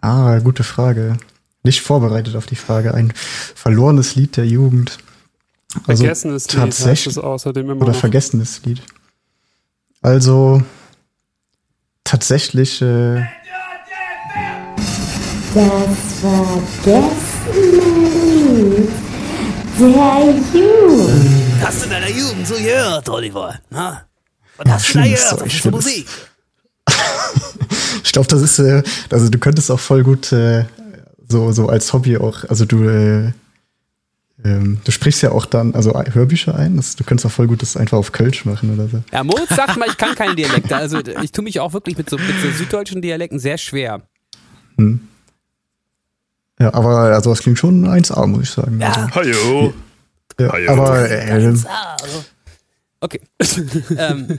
Speaker 4: Ah, gute Frage. Nicht vorbereitet auf die Frage. Ein verlorenes Lied der Jugend.
Speaker 2: Vergessenes Lied heißt
Speaker 4: Also tatsächlich
Speaker 2: es außerdem immer
Speaker 4: oder
Speaker 2: noch.
Speaker 4: vergessenes Lied. Also tatsächlich äh,
Speaker 7: Das vergessene Lied der Jugend.
Speaker 5: Hast du in deiner Jugend so gehört, Oliver? Na? Was hast du da
Speaker 4: schlimmes
Speaker 5: gehört?
Speaker 4: Zeug,
Speaker 5: Was für
Speaker 4: schlimmes.
Speaker 5: Musik?
Speaker 4: Ich glaube, das ist, äh, also du könntest auch voll gut äh, so, so als Hobby auch, also du, äh, ähm, du sprichst ja auch dann, also Hörbücher ein, das, du könntest auch voll gut das einfach auf Kölsch machen oder so.
Speaker 1: Ja, Moritz sagt mal, ich kann keinen Dialekt. Also ich tue mich auch wirklich mit so, mit so süddeutschen Dialekten sehr schwer.
Speaker 4: Ja, aber also das klingt schon 1A, muss ich sagen.
Speaker 5: Ja.
Speaker 3: Hallo.
Speaker 4: Also, ja, aber äh,
Speaker 5: Ah, also,
Speaker 1: Okay. ähm,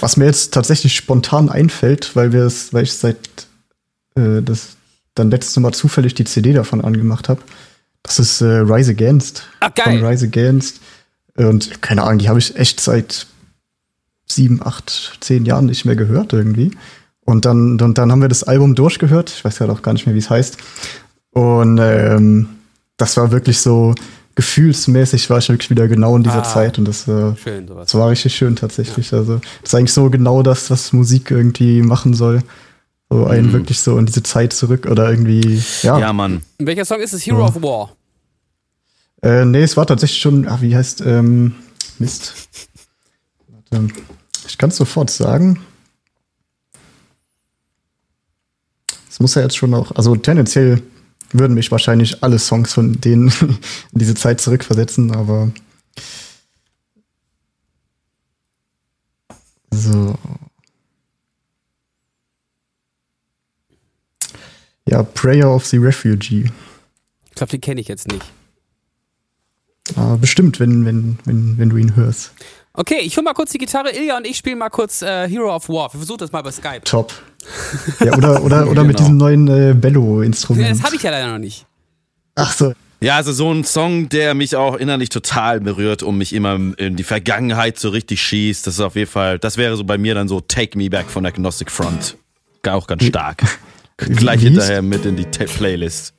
Speaker 4: was mir jetzt tatsächlich spontan einfällt, weil wir es, weil ich seit äh, das dann letztes Mal zufällig die CD davon angemacht habe, das ist äh, Rise Against.
Speaker 1: ach geil.
Speaker 4: von Rise Against. Und keine Ahnung, die habe ich echt seit sieben, acht, zehn Jahren nicht mehr gehört irgendwie. Und dann, und dann haben wir das Album durchgehört. Ich weiß ja auch gar nicht mehr, wie es heißt. Und ähm, das war wirklich so gefühlsmäßig war ich wirklich wieder genau in dieser
Speaker 1: Ah.
Speaker 4: Zeit. Und das, äh,
Speaker 1: Schön sowas.
Speaker 4: das war richtig schön tatsächlich. Also das ist eigentlich so genau das, was Musik irgendwie machen soll. So wo
Speaker 1: Mhm.
Speaker 4: einen wirklich so in diese Zeit zurück oder irgendwie, ja.
Speaker 3: Ja, Mann.
Speaker 1: Welcher Song ist es? Hero of War.
Speaker 4: Äh, nee, es war tatsächlich schon, ach, wie heißt, ähm, Mist. Warte. Ich kann es sofort sagen. Es muss ja jetzt schon noch, also tendenziell würden mich wahrscheinlich alle Songs von denen <laughs> in diese Zeit zurückversetzen, aber. So. Ja, Prayer of the Refugee.
Speaker 1: Ich glaube, den kenne ich jetzt nicht.
Speaker 4: Ah, bestimmt, wenn, wenn, wenn, wenn du ihn hörst.
Speaker 1: Okay, ich hole mal kurz die Gitarre. Ilja und ich spielen mal kurz äh, Hero of War. Wir versuchen das mal bei Skype.
Speaker 4: Top.
Speaker 1: <laughs>
Speaker 4: Ja, oder, oder, oder mit
Speaker 3: Genau.
Speaker 4: diesem neuen äh,
Speaker 1: Ja,
Speaker 4: Bello-Instrument.
Speaker 1: das habe ich ja leider noch nicht.
Speaker 4: Ach so.
Speaker 3: Ja, also so ein Song, der mich auch innerlich total berührt und mich immer in die Vergangenheit so richtig schießt. Das ist auf jeden Fall, das wäre so bei mir dann so Take Me Back von Agnostic Front. Auch ganz stark. Gleich
Speaker 4: Wie hieß-
Speaker 3: hinterher mit in die Ta- Playlist.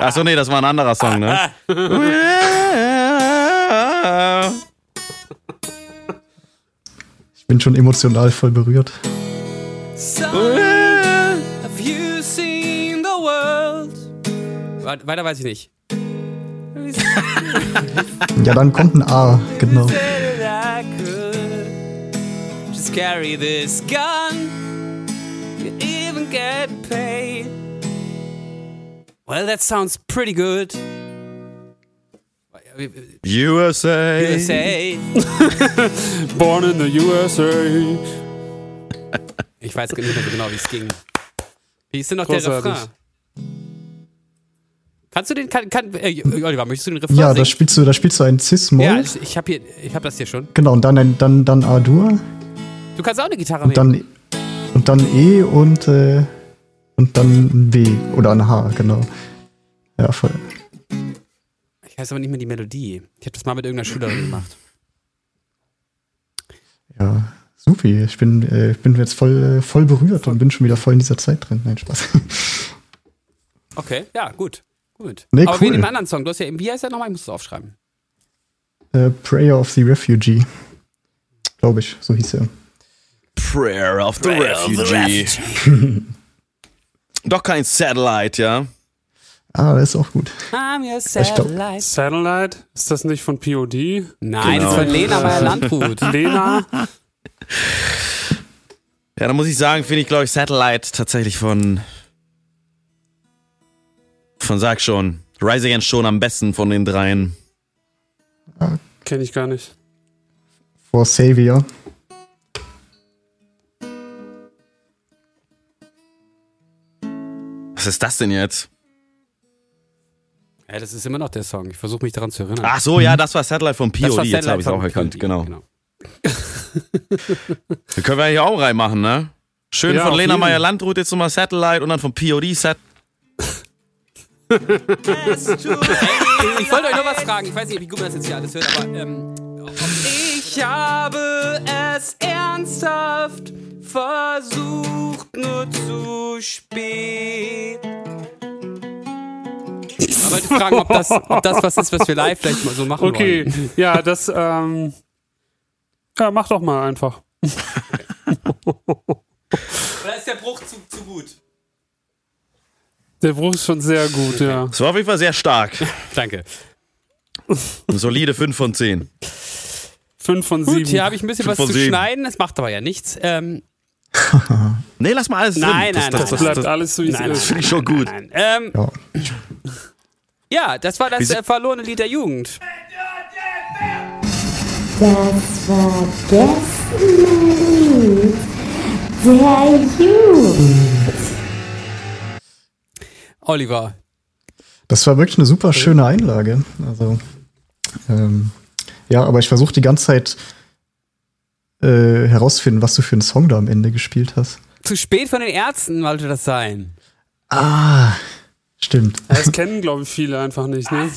Speaker 3: Achso, nee, das war ein anderer Song, ne?
Speaker 4: Ich bin schon emotional voll berührt.
Speaker 1: Have you seen the world? Weit- Weiter weiß ich nicht.
Speaker 4: Ja, dann kommt ein A, genau.
Speaker 1: Said that I could Just carry this gun. You even get paid. Well, that sounds pretty good.
Speaker 3: USA.
Speaker 1: USA.
Speaker 2: Born in the USA.
Speaker 1: Ich weiß nicht mehr so genau, wie es ging. Wie ist denn noch der
Speaker 2: Großartig.
Speaker 1: Refrain? Kannst du den, kann, kann, äh, Oliver, möchtest du den Refrain
Speaker 4: Ja, da
Speaker 1: singen?
Speaker 4: spielst du, da spielst du einen Cis-Moll.
Speaker 1: Ja, ich, ich habe hier, ich habe das hier schon.
Speaker 4: Genau, und dann, ein, dann, dann A-Dur,
Speaker 1: Du kannst auch eine Gitarre
Speaker 4: und dann, E und dann E und, äh, und dann ein B oder ein H, genau. Ja, voll.
Speaker 1: Ich weiß aber nicht mehr die Melodie. Ich habe das mal mit irgendeiner Schülerin gemacht.
Speaker 4: Ja, supi. Ich bin, äh, ich bin jetzt voll, äh, voll berührt und bin schon wieder voll in dieser Zeit drin. Nein, Spaß.
Speaker 1: Okay, ja, gut. Gut.
Speaker 4: Nee,
Speaker 1: aber
Speaker 4: cool.
Speaker 1: wie in dem anderen Song, du hast ja eben, wie heißt der nochmal? Ich muss es aufschreiben.
Speaker 4: äh, Prayer of the Refugee. Glaube ich, so hieß er.
Speaker 3: Prayer of the Refugee. Doch kein Satellite, ja?
Speaker 4: Ah, das ist auch gut.
Speaker 1: I'm your
Speaker 4: glaub-
Speaker 1: satellite.
Speaker 2: Satellite? Ist das nicht von POD?
Speaker 1: Nein, das
Speaker 3: Genau.
Speaker 1: ist von Lena
Speaker 3: <laughs>
Speaker 1: Meyer Landrut.
Speaker 2: Lena?
Speaker 3: Ja, da muss ich sagen, finde ich, glaube ich, Satellite tatsächlich von. Von sag schon. Rise Against schon am besten von den dreien.
Speaker 2: Kenne ich gar nicht.
Speaker 4: For Savior.
Speaker 3: Was ist das denn jetzt?
Speaker 1: ja, das ist immer noch der Song. Ich versuche mich daran zu erinnern.
Speaker 3: Ach so, ja, das war Satellite von
Speaker 1: Das war
Speaker 3: POD. Ah, Jetzt
Speaker 1: Satellite
Speaker 3: habe ich es
Speaker 1: von
Speaker 3: auch erkannt,
Speaker 1: POD,
Speaker 3: genau. Wir können wir eigentlich auch reinmachen, ne? Schön
Speaker 2: Ja,
Speaker 3: von
Speaker 2: auf
Speaker 3: Lena
Speaker 2: jeden.
Speaker 3: Meyer Landrut jetzt nochmal Satellite und dann von POD Sat.
Speaker 1: Ich wollte euch noch was fragen. Ich weiß nicht, wie gut man das jetzt hier alles hört, aber. Ähm, ich habe es ernsthaft versucht, nur zu spät. Ich wollte fragen, ob das, ob das was ist, was wir live vielleicht mal so machen
Speaker 2: Okay,
Speaker 1: wollen.
Speaker 2: ja, das, ähm. Ja, mach doch mal einfach.
Speaker 1: Oder ist der Bruch zu, zu gut?
Speaker 2: Der Bruch ist schon sehr gut, ja.
Speaker 3: Das war auf jeden Fall sehr stark.
Speaker 1: Danke.
Speaker 3: Eine solide 5 von 10.
Speaker 2: Fünf von sieben.
Speaker 1: Gut, hier habe ich ein bisschen was
Speaker 3: Von
Speaker 1: zu
Speaker 3: sieben.
Speaker 1: schneiden. Das macht aber ja nichts. Ähm,
Speaker 3: Nee, lass mal alles
Speaker 1: Nein,
Speaker 3: drin.
Speaker 1: nein, nein,
Speaker 2: das
Speaker 3: das, das,
Speaker 1: nein.
Speaker 3: das,
Speaker 2: bleibt
Speaker 3: das,
Speaker 2: alles so, wie es
Speaker 1: nein,
Speaker 2: ist.
Speaker 3: finde ich schon gut.
Speaker 1: nein. Ähm,
Speaker 4: Ja.
Speaker 1: ja, das war das
Speaker 3: Wieso-
Speaker 1: äh, verlorene Lied der Jugend.
Speaker 7: Das war gestern Lied der Jugend.
Speaker 1: Oliver,
Speaker 4: Das war wirklich eine super schöne Einlage. Also, ähm, ja, aber ich versuche die ganze Zeit äh, herauszufinden, was du für einen Song da am Ende gespielt hast.
Speaker 1: zu spät von den Ärzten sollte das sein.
Speaker 4: Stimmt.
Speaker 2: Das kennen, glaube ich, viele einfach nicht, ne?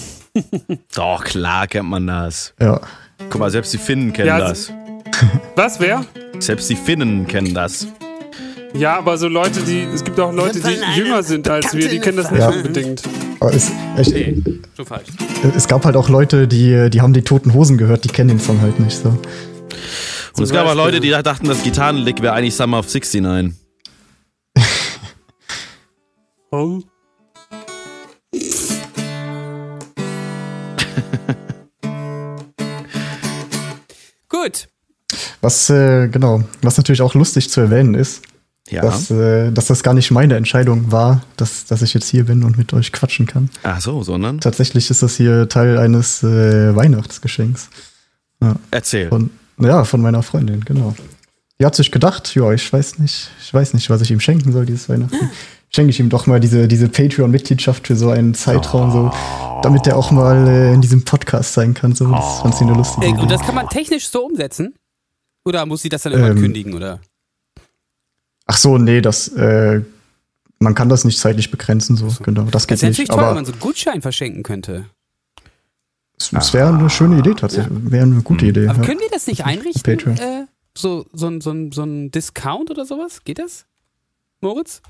Speaker 3: Doch, klar kennt man das.
Speaker 4: Ja.
Speaker 3: Guck mal, selbst die Finnen kennen
Speaker 2: Ja,
Speaker 3: das.
Speaker 2: Was, wer?
Speaker 3: Selbst die Finnen kennen das.
Speaker 2: Ja, aber so Leute, die. Es gibt auch Leute, die jünger sind als wir, die kennen das nicht unbedingt.
Speaker 4: Aber ist echt,
Speaker 1: Schon falsch.
Speaker 4: es gab halt auch Leute, die, die haben die Toten Hosen gehört, die kennen den Song halt nicht. So.
Speaker 3: Und es gab aber
Speaker 2: Beispiel.
Speaker 3: Leute, die dachten, das Gitarrenlick wäre eigentlich Summer of 69.
Speaker 2: Oh.
Speaker 1: Gut.
Speaker 4: Was, äh, genau, was natürlich auch lustig zu erwähnen ist,
Speaker 3: Ja.
Speaker 4: dass, äh, dass das gar nicht meine Entscheidung war, dass, dass ich jetzt hier bin und mit euch quatschen kann.
Speaker 3: Ach so, sondern.
Speaker 4: Tatsächlich ist das hier Teil eines äh, Weihnachtsgeschenks.
Speaker 3: Erzähl.
Speaker 4: Von, ja, von meiner Freundin, genau. Die hat sich gedacht, ja, ich weiß nicht, ich weiß nicht, was ich ihm schenken soll
Speaker 1: <gasps>
Speaker 4: dieses Weihnachten. Schenke ich ihm doch mal diese, diese Patreon-Mitgliedschaft für so einen Zeitraum, so, damit er auch mal äh, in diesem Podcast sein kann. So, das fand sie eine lustige
Speaker 1: Äh, und
Speaker 4: Idee.
Speaker 1: das kann man technisch so umsetzen? Oder muss sie das dann irgendwann
Speaker 4: Ähm.
Speaker 1: kündigen, oder?
Speaker 4: Ach so, nee, das, äh, man kann das nicht zeitlich begrenzen, so, genau, das
Speaker 1: Das
Speaker 4: geht
Speaker 1: wäre natürlich
Speaker 4: nicht.
Speaker 1: toll, wenn man
Speaker 4: Aber
Speaker 1: so einen Gutschein verschenken könnte.
Speaker 4: es, es wäre
Speaker 3: Ah.
Speaker 4: eine schöne Idee tatsächlich, wäre eine gute
Speaker 3: Mhm.
Speaker 4: Idee.
Speaker 1: Aber
Speaker 4: Ja.
Speaker 1: können wir das nicht einrichten?
Speaker 4: Patreon.
Speaker 1: Äh, so, so, ein- so, ein- so ein Discount oder sowas? Geht das? Moritz?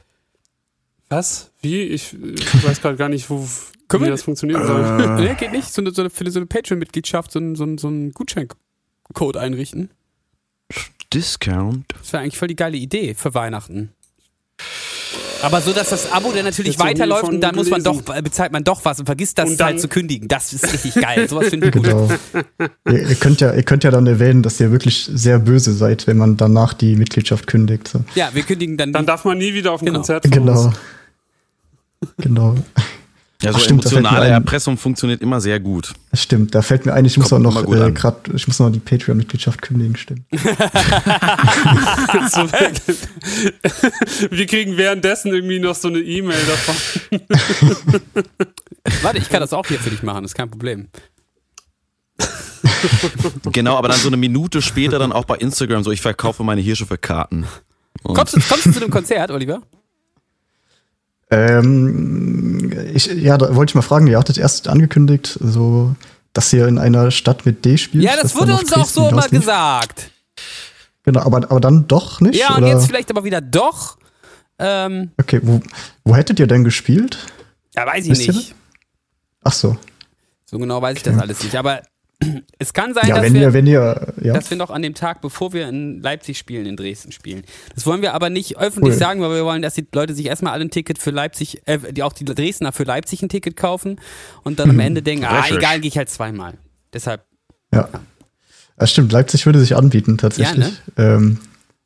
Speaker 2: Was? Wie? Ich, ich weiß gerade gar nicht, wo,
Speaker 1: Können
Speaker 2: wie
Speaker 1: wir- Äh.
Speaker 2: das funktionieren soll.
Speaker 1: Nee, geht nicht. So eine, so eine, für so eine Patreon-Mitgliedschaft so einen so ein, so ein Gutscheincode einrichten.
Speaker 3: Discount?
Speaker 1: Das wäre eigentlich voll die geile Idee für Weihnachten. Aber so, dass das Abo dann natürlich
Speaker 2: Jetzt noch nie
Speaker 1: weiterläuft
Speaker 2: von
Speaker 1: und dann muss man doch,
Speaker 2: gelesen.
Speaker 1: äh, bezahlt man doch was und vergisst das
Speaker 2: Und dann-
Speaker 1: halt zu kündigen. Das ist richtig geil. Sowas
Speaker 2: <laughs>
Speaker 1: finde ich gut.
Speaker 4: Genau. ihr, ihr, könnt ja, ihr könnt ja dann erwähnen, dass ihr wirklich sehr böse seid, wenn man danach die Mitgliedschaft kündigt. So.
Speaker 1: Ja, wir kündigen dann,
Speaker 2: Dann darf man nie wieder auf ein
Speaker 1: Genau.
Speaker 2: Konzert von
Speaker 4: Genau.
Speaker 2: uns.
Speaker 4: Genau.
Speaker 3: Ja, so
Speaker 4: Ach, stimmt, da fällt mir
Speaker 3: emotionale
Speaker 4: ein.
Speaker 3: Erpressung funktioniert immer sehr gut.
Speaker 4: Das stimmt, da fällt mir ein, ich muss auch
Speaker 3: Kommt
Speaker 4: noch
Speaker 3: immer gut
Speaker 4: äh,
Speaker 3: an.
Speaker 4: grad, ich muss noch die Patreon-Mitgliedschaft kündigen, stimmt.
Speaker 2: So, <laughs> wir kriegen währenddessen irgendwie noch so eine E-Mail davon.
Speaker 1: <laughs> Warte, ich kann das auch hier für dich machen, ist kein Problem.
Speaker 3: Genau, aber dann so eine Minute später dann auch bei Instagram so, ich verkaufe meine Hirsche für Karten.
Speaker 4: Oh.
Speaker 1: Kommst, du- kommst du zu einem Konzert, Oliver?
Speaker 4: Ähm, ich, ja, da wollte ich mal fragen, ihr hattet erst angekündigt, so, dass ihr in einer Stadt mit D spielt.
Speaker 1: Ja, das
Speaker 4: dass
Speaker 1: wurde
Speaker 4: dann auf
Speaker 1: uns auch
Speaker 4: Dresden
Speaker 1: so immer
Speaker 4: hinauslief.
Speaker 1: gesagt.
Speaker 4: Genau, aber, aber dann doch nicht?
Speaker 1: Ja, und
Speaker 4: oder?
Speaker 1: jetzt vielleicht aber wieder doch. Ähm,
Speaker 4: Okay, wo, wo hättet ihr denn gespielt?
Speaker 1: ja, weiß ich
Speaker 4: Wisst ihr
Speaker 1: nicht.
Speaker 4: Ach so.
Speaker 1: So genau weiß ich das alles nicht. Aber <clears throat> es kann sein,
Speaker 4: Ja,
Speaker 1: dass,
Speaker 4: wenn
Speaker 1: wir,
Speaker 4: ihr, wenn ihr, ja.
Speaker 1: dass wir noch an dem Tag, bevor wir in Leipzig spielen, in Dresden spielen. Das wollen wir aber nicht öffentlich
Speaker 4: Cool.
Speaker 1: sagen, weil wir wollen, dass die Leute sich erstmal alle ein Ticket für Leipzig, äh, die auch die Dresdner für Leipzig ein Ticket kaufen und dann am Ende denken, ah,
Speaker 3: Richtig.
Speaker 1: egal, gehe ich halt zweimal. Deshalb,
Speaker 4: Ja. Das stimmt, Leipzig würde sich anbieten, tatsächlich.
Speaker 1: ne?
Speaker 4: ähm,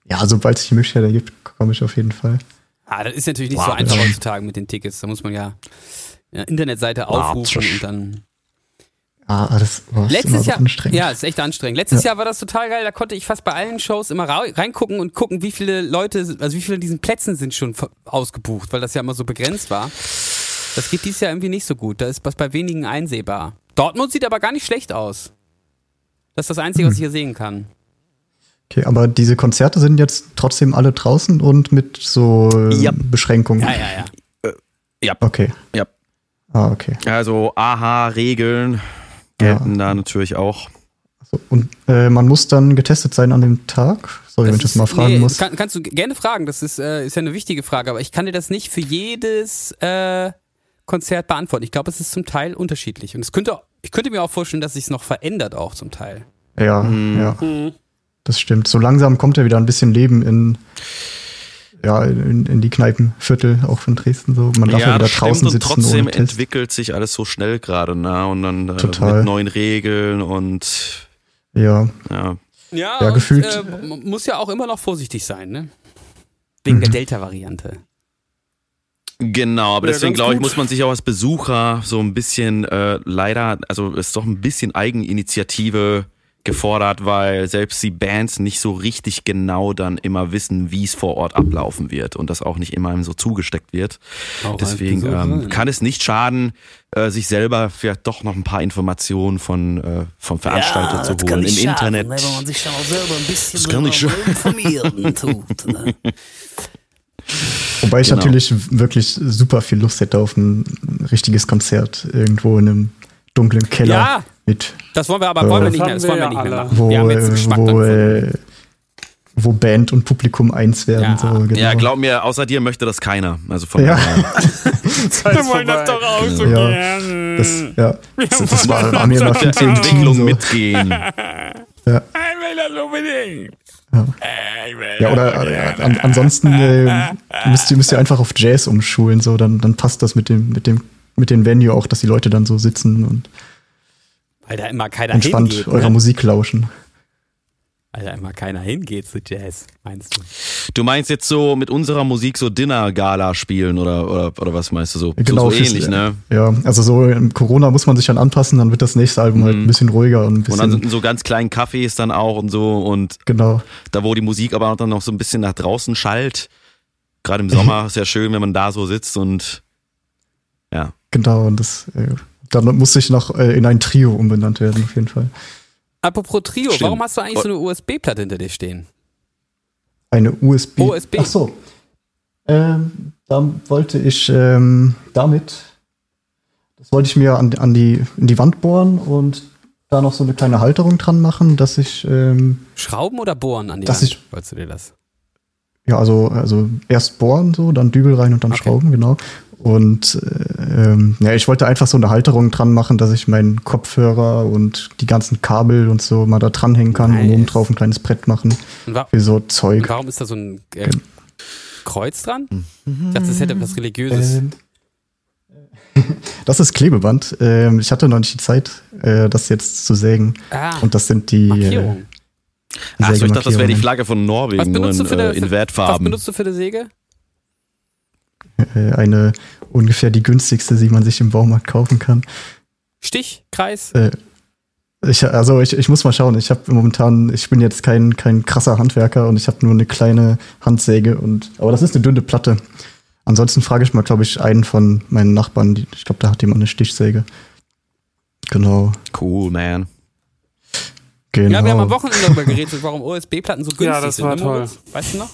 Speaker 4: ja sobald sich die Möglichkeit ergibt, komme ich auf jeden Fall.
Speaker 1: ah, das ist natürlich nicht so
Speaker 3: Wow.
Speaker 1: einfach heutzutage mit den Tickets. Da muss man ja eine Internetseite aufrufen und dann
Speaker 4: Ah, das war immer
Speaker 1: Letztes
Speaker 4: so
Speaker 1: Jahr,
Speaker 4: anstrengend.
Speaker 1: ja, ist echt anstrengend. Letztes Jahr war das total geil. Da konnte ich fast bei allen Shows immer rau- reingucken und gucken, wie viele Leute, also wie viele diesen Plätzen sind schon ver- ausgebucht, weil das ja immer so begrenzt war. Das geht dieses Jahr irgendwie nicht so gut. Da ist was bei wenigen einsehbar. Dortmund sieht aber gar nicht schlecht aus. Das ist das Einzige,
Speaker 4: Hm.
Speaker 1: was ich hier sehen kann.
Speaker 4: Okay, aber diese Konzerte sind jetzt trotzdem alle draußen und mit so äh,
Speaker 3: Ja.
Speaker 4: Beschränkungen.
Speaker 1: Ja, ja, ja.
Speaker 4: Okay.
Speaker 3: Ja.
Speaker 4: Ah, okay.
Speaker 3: Also, aha, Regeln gelten da natürlich auch.
Speaker 4: So, und äh, man muss dann getestet sein an dem Tag? Sorry, wenn ich das
Speaker 1: ist-
Speaker 4: mal fragen
Speaker 1: nee,
Speaker 4: muss.
Speaker 1: Kann, kannst du gerne fragen. Das ist, äh, ist ja eine wichtige Frage, aber ich kann dir das nicht für jedes äh, Konzert beantworten. Ich glaube, es ist zum Teil unterschiedlich. Und es könnte, ich könnte mir auch vorstellen, dass sich es noch verändert auch zum Teil.
Speaker 4: Ja,
Speaker 3: Mhm.
Speaker 4: ja.
Speaker 1: Mhm.
Speaker 4: Das stimmt. So langsam kommt ja wieder ein bisschen Leben in, ja, in, in die Kneipenviertel, auch von Dresden so. Man darf ja, wieder
Speaker 3: das
Speaker 4: draußen
Speaker 3: und
Speaker 4: sitzen
Speaker 3: trotzdem
Speaker 4: ohne Test.
Speaker 3: entwickelt sich alles so schnell gerade, ne? Und dann äh,
Speaker 4: Total.
Speaker 3: mit neuen Regeln und
Speaker 4: Ja,
Speaker 3: ja.
Speaker 1: Ja,
Speaker 4: Ja,
Speaker 1: und,
Speaker 4: gefühlt-
Speaker 1: äh, man muss ja auch immer noch vorsichtig sein, ne? Wegen
Speaker 4: Mhm.
Speaker 1: der Delta-Variante.
Speaker 3: Genau, aber
Speaker 2: Ja,
Speaker 3: deswegen
Speaker 2: ganz
Speaker 3: glaube ich,
Speaker 2: gut.
Speaker 3: muss man sich auch als Besucher so ein bisschen äh, leider, also ist doch ein bisschen Eigeninitiative gefordert, weil selbst die Bands nicht so richtig genau dann immer wissen, wie es vor Ort ablaufen wird und das auch nicht immer einem so zugesteckt wird. Deswegen ähm, kann es nicht schaden, äh, sich selber vielleicht doch noch ein paar Informationen von, äh, von Veranstaltern
Speaker 5: ja,
Speaker 3: zu
Speaker 5: das
Speaker 3: holen
Speaker 5: kann
Speaker 3: im
Speaker 5: nicht schaden,
Speaker 3: Internet.
Speaker 5: ne, Wenn man sich schon mal selber ein bisschen
Speaker 3: Das kann nicht
Speaker 5: darüber informieren tut. Ne?
Speaker 4: Wobei ich
Speaker 3: Genau.
Speaker 4: natürlich wirklich super viel Lust hätte auf ein richtiges Konzert irgendwo in einem dunklen Keller
Speaker 1: Ja.
Speaker 4: mit,
Speaker 1: Das wollen wir aber
Speaker 4: Ja.
Speaker 1: wollen wir
Speaker 2: Das
Speaker 1: nicht mehr,
Speaker 2: haben
Speaker 1: das wollen wir
Speaker 2: wir
Speaker 1: nicht mehr
Speaker 2: ja
Speaker 1: machen.
Speaker 4: wo,
Speaker 1: wir haben jetzt einen
Speaker 4: äh,
Speaker 1: Geschmack
Speaker 4: wo,
Speaker 1: dann
Speaker 4: äh, wo Band und Publikum eins werden.
Speaker 1: Ja.
Speaker 4: So, genau.
Speaker 3: Ja, glaub mir, außer dir möchte das keiner. Also von
Speaker 4: Ja.
Speaker 3: daher. <laughs>
Speaker 2: Wir wollen das doch auch
Speaker 1: Also,
Speaker 2: so
Speaker 4: Ja.
Speaker 2: gerne.
Speaker 4: Das, ja. das, das war,
Speaker 2: wollen
Speaker 4: war mir immer viel zu
Speaker 3: Entwicklung
Speaker 4: so.
Speaker 3: mitgehen.
Speaker 2: Ich will das unbedingt.
Speaker 4: Ja, oder äh, an, <laughs> ansonsten äh, müsst, ihr, müsst ihr einfach auf Jazz umschulen, so, dann, dann passt das mit dem, mit dem, mit dem Venue auch, dass die Leute dann so sitzen und
Speaker 1: Weil da immer keiner
Speaker 4: entspannt
Speaker 1: hingeht.
Speaker 4: eurer
Speaker 1: ne?
Speaker 4: Musik lauschen.
Speaker 1: Weil da immer keiner hingeht zu Jazz, meinst du?
Speaker 3: Du meinst jetzt so mit unserer Musik so Dinner-Gala spielen oder, oder, oder was meinst du so?
Speaker 4: Genau,
Speaker 3: so, so
Speaker 4: fürs-
Speaker 3: ähnlich, ne?
Speaker 4: Ja, also so im Corona muss man sich dann anpassen, dann wird das nächste Album halt ein bisschen ruhiger und ein
Speaker 3: Mhm. Und
Speaker 4: bisschen.
Speaker 3: dann sind in so ganz kleinen Cafés dann auch und so und
Speaker 4: genau.
Speaker 3: da wo die Musik aber dann noch so ein bisschen nach draußen schallt.
Speaker 4: <laughs>
Speaker 3: Gerade im Sommer ist ja schön, wenn man da so sitzt und ja.
Speaker 4: Genau, und das, äh, dann muss ich noch äh, in ein Trio umbenannt werden, auf jeden Fall.
Speaker 1: Apropos Trio,
Speaker 3: Stimmt.
Speaker 1: warum hast du eigentlich so eine USB-Platte hinter dir stehen?
Speaker 4: Eine USB.
Speaker 1: USB.
Speaker 4: Ach so. Ähm, da wollte ich ähm, damit, das wollte ich mir an, an die, in die Wand bohren und da noch so eine kleine Halterung dran machen, dass ich, ähm,
Speaker 1: Schrauben oder bohren an die
Speaker 4: Das
Speaker 1: Wand?
Speaker 4: ist-
Speaker 1: Wolltest du dir das?
Speaker 4: ja, also, also erst bohren so, dann Dübel rein und dann
Speaker 1: Okay.
Speaker 4: Schrauben, genau. Und äh, ähm, ja, ich wollte einfach so eine Halterung dran machen, dass ich meinen Kopfhörer und die ganzen Kabel und so mal da dranhängen kann und
Speaker 1: Nice.
Speaker 4: oben drauf ein kleines Brett machen
Speaker 1: Und, wa
Speaker 4: für so
Speaker 1: und
Speaker 4: Zeug.
Speaker 1: warum ist da so ein äh, Kreuz dran? Ich dachte, das hätte was Religiöses.
Speaker 4: Mhm. Ähm, <laughs> das ist Klebeband. Ähm, ich hatte noch nicht die Zeit, äh, das jetzt zu sägen.
Speaker 1: ah,
Speaker 4: Und das sind die.
Speaker 1: Markierung.
Speaker 4: Äh,
Speaker 3: Achso, ich dachte, das wäre die
Speaker 4: Sägemarkierungen.
Speaker 3: Flagge von
Speaker 1: Was
Speaker 3: Norwegen, nur
Speaker 1: benutzt
Speaker 3: in,
Speaker 1: du für
Speaker 3: äh,
Speaker 1: eine,
Speaker 3: in
Speaker 1: was
Speaker 3: Wertfarben.
Speaker 1: benutzt du für eine Säge?
Speaker 4: Äh, eine ungefähr die günstigste, die man sich im Baumarkt kaufen kann.
Speaker 1: Stich, Kreis?
Speaker 4: Äh, ich, also ich, ich muss mal schauen. Ich habe momentan, ich bin jetzt kein, kein krasser Handwerker und ich habe nur eine kleine Handsäge und aber das ist eine dünne Platte. Ansonsten frage ich mal, glaube ich, einen von meinen Nachbarn. Die- Ich glaube, da hat jemand eine Stichsäge. Genau.
Speaker 3: Cool, man.
Speaker 4: genau.
Speaker 1: Ja, wir haben am Wochenende darüber geredet, warum USB-Platten so günstig
Speaker 2: Ja, das
Speaker 1: sind.
Speaker 2: war
Speaker 1: ne,
Speaker 2: toll.
Speaker 1: Moritz? Weißt du noch?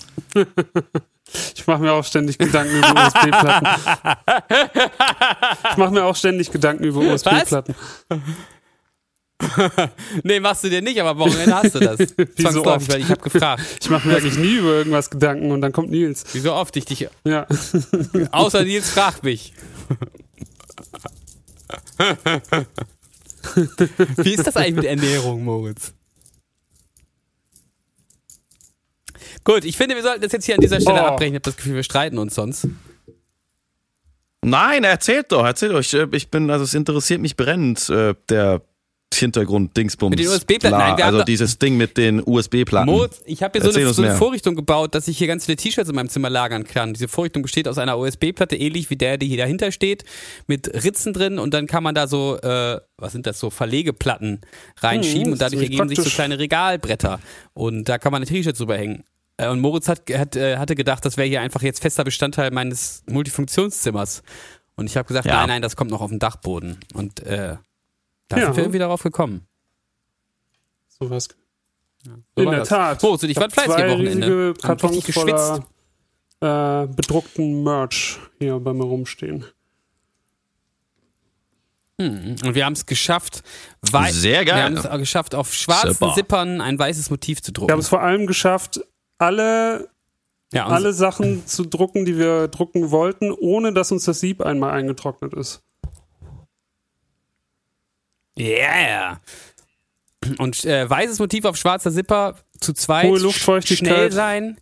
Speaker 2: Ich mache mir auch ständig Gedanken über USB-Platten. Ich mache mir auch ständig Gedanken über USB-Platten.
Speaker 1: Nee, machst du dir nicht, aber am Wochenende hast du
Speaker 2: <laughs>
Speaker 1: das. Zwangsläufig,
Speaker 2: oft?
Speaker 1: weil ich habe gefragt.
Speaker 2: Ich mache mir eigentlich nie über irgendwas Gedanken und dann kommt Nils.
Speaker 1: Wie so oft ich dich.
Speaker 2: Ja.
Speaker 1: Außer Nils fragt mich. Wie ist das eigentlich mit Ernährung, Moritz? Gut, ich finde, wir sollten das jetzt hier an dieser Stelle
Speaker 2: Oh.
Speaker 1: abbrechen. Ich habe das Gefühl, wir streiten uns sonst.
Speaker 3: Nein, erzählt doch, erzählt euch. Ich, ich bin, also es interessiert mich brennend, äh, der Hintergrund Dingsbums.
Speaker 1: Mit den USB-Platten,
Speaker 3: Bla,
Speaker 1: nein, wir haben
Speaker 3: Also
Speaker 1: doch-
Speaker 3: dieses Ding mit den USB-Platten.
Speaker 1: Moritz, ich habe hier so
Speaker 3: Erzähl
Speaker 1: eine,
Speaker 3: uns
Speaker 1: so eine
Speaker 3: mehr.
Speaker 1: Vorrichtung gebaut, dass ich hier ganz viele T-Shirts in meinem Zimmer lagern kann. Diese Vorrichtung besteht aus einer USB-Platte, ähnlich wie der, die hier dahinter steht, mit Ritzen drin und dann kann man da so, äh, was sind das so, Verlegeplatten reinschieben
Speaker 2: Mhm,
Speaker 1: und dadurch
Speaker 2: ziemlich
Speaker 1: ergeben sich so
Speaker 2: praktisch.
Speaker 1: kleine Regalbretter und da kann man ein T-Shirt drüber hängen. Äh, Und Moritz hat, hat, äh, hatte gedacht, das wäre hier einfach jetzt fester Bestandteil meines Multifunktionszimmers. Und ich habe gesagt,
Speaker 3: Ja.
Speaker 1: nein, nein, das kommt noch auf den Dachboden. Und äh, da
Speaker 2: Ja.
Speaker 1: sind wir irgendwie darauf gekommen.
Speaker 2: Sowas.
Speaker 1: So
Speaker 2: In
Speaker 1: war
Speaker 2: der
Speaker 1: das.
Speaker 2: Tat.
Speaker 1: Moritz und ich waren
Speaker 2: hab
Speaker 1: fleißig am
Speaker 2: zwei
Speaker 1: Wochenende.
Speaker 2: riesige
Speaker 1: Haben richtig
Speaker 2: Kartons
Speaker 1: geschwitzt.
Speaker 2: voller äh, bedruckten Merch hier bei mir rumstehen.
Speaker 1: Und wir haben es geschafft, wei-
Speaker 3: Sehr geil.
Speaker 1: Wir haben es geschafft, auf schwarzen
Speaker 3: Super.
Speaker 1: Zippern ein weißes Motiv zu
Speaker 2: Wir haben
Speaker 1: drucken.
Speaker 2: es vor allem geschafft, alle,
Speaker 1: Ja, und
Speaker 2: alle Sachen zu drucken, die wir drucken wollten, ohne dass uns das Sieb einmal eingetrocknet ist.
Speaker 1: Yeah! Und äh, weißes Motiv auf schwarzer Zipper zu zweit.
Speaker 2: Hohe Luftfeuchtigkeit.
Speaker 1: Schnell sein.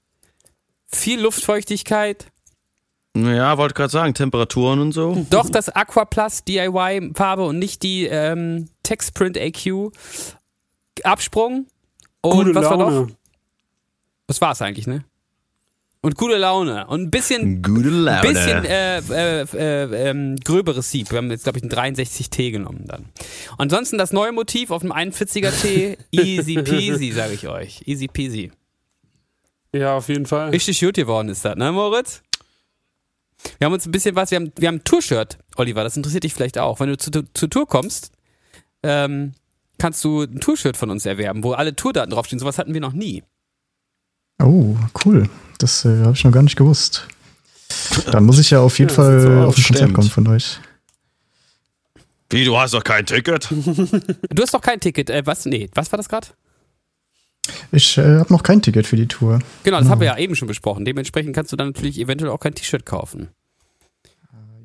Speaker 1: Viel Luftfeuchtigkeit.
Speaker 3: Ja, wollte gerade sagen, Temperaturen und so.
Speaker 1: Doch das Aquaplast DIY Farbe und nicht die ähm, Textprint AQ. Absprung. Und
Speaker 2: Gute
Speaker 1: was war noch?
Speaker 2: Laune.
Speaker 1: Das war's eigentlich, ne? Und gute Laune. Und ein bisschen
Speaker 3: Gute Laune.
Speaker 1: bisschen äh, äh, äh, ähm, gröberes Sieb. Wir haben jetzt, glaube ich, einen 63T genommen dann. Ansonsten das neue Motiv auf dem <laughs> 41er-T. easy peasy, sage ich euch. Easy peasy.
Speaker 2: Ja, auf jeden Fall.
Speaker 1: Richtig gut geworden ist das, ne, Moritz? Wir haben uns ein bisschen was, wir haben, wir haben ein Tour-Shirt, Oliver, das interessiert dich vielleicht auch. Wenn du zu, zur Tour kommst, ähm, kannst du ein Tour-Shirt von uns erwerben, wo alle Tourdaten draufstehen. Sowas hatten wir noch nie.
Speaker 4: Oh, cool. Das äh, habe ich noch gar nicht gewusst. Dann muss ich ja auf jeden
Speaker 2: Ja,
Speaker 4: Fall
Speaker 2: das sieht so aus.
Speaker 4: auf ein Konzert
Speaker 3: Stimmt.
Speaker 4: kommen von euch.
Speaker 3: Wie, du hast doch kein Ticket?
Speaker 1: Du hast doch kein Ticket, äh, was? Nee, was war das gerade?
Speaker 4: Ich äh, habe noch kein Ticket für die Tour.
Speaker 1: Genau, das haben wir ja eben schon besprochen. Dementsprechend kannst du dann natürlich eventuell auch kein T-Shirt kaufen.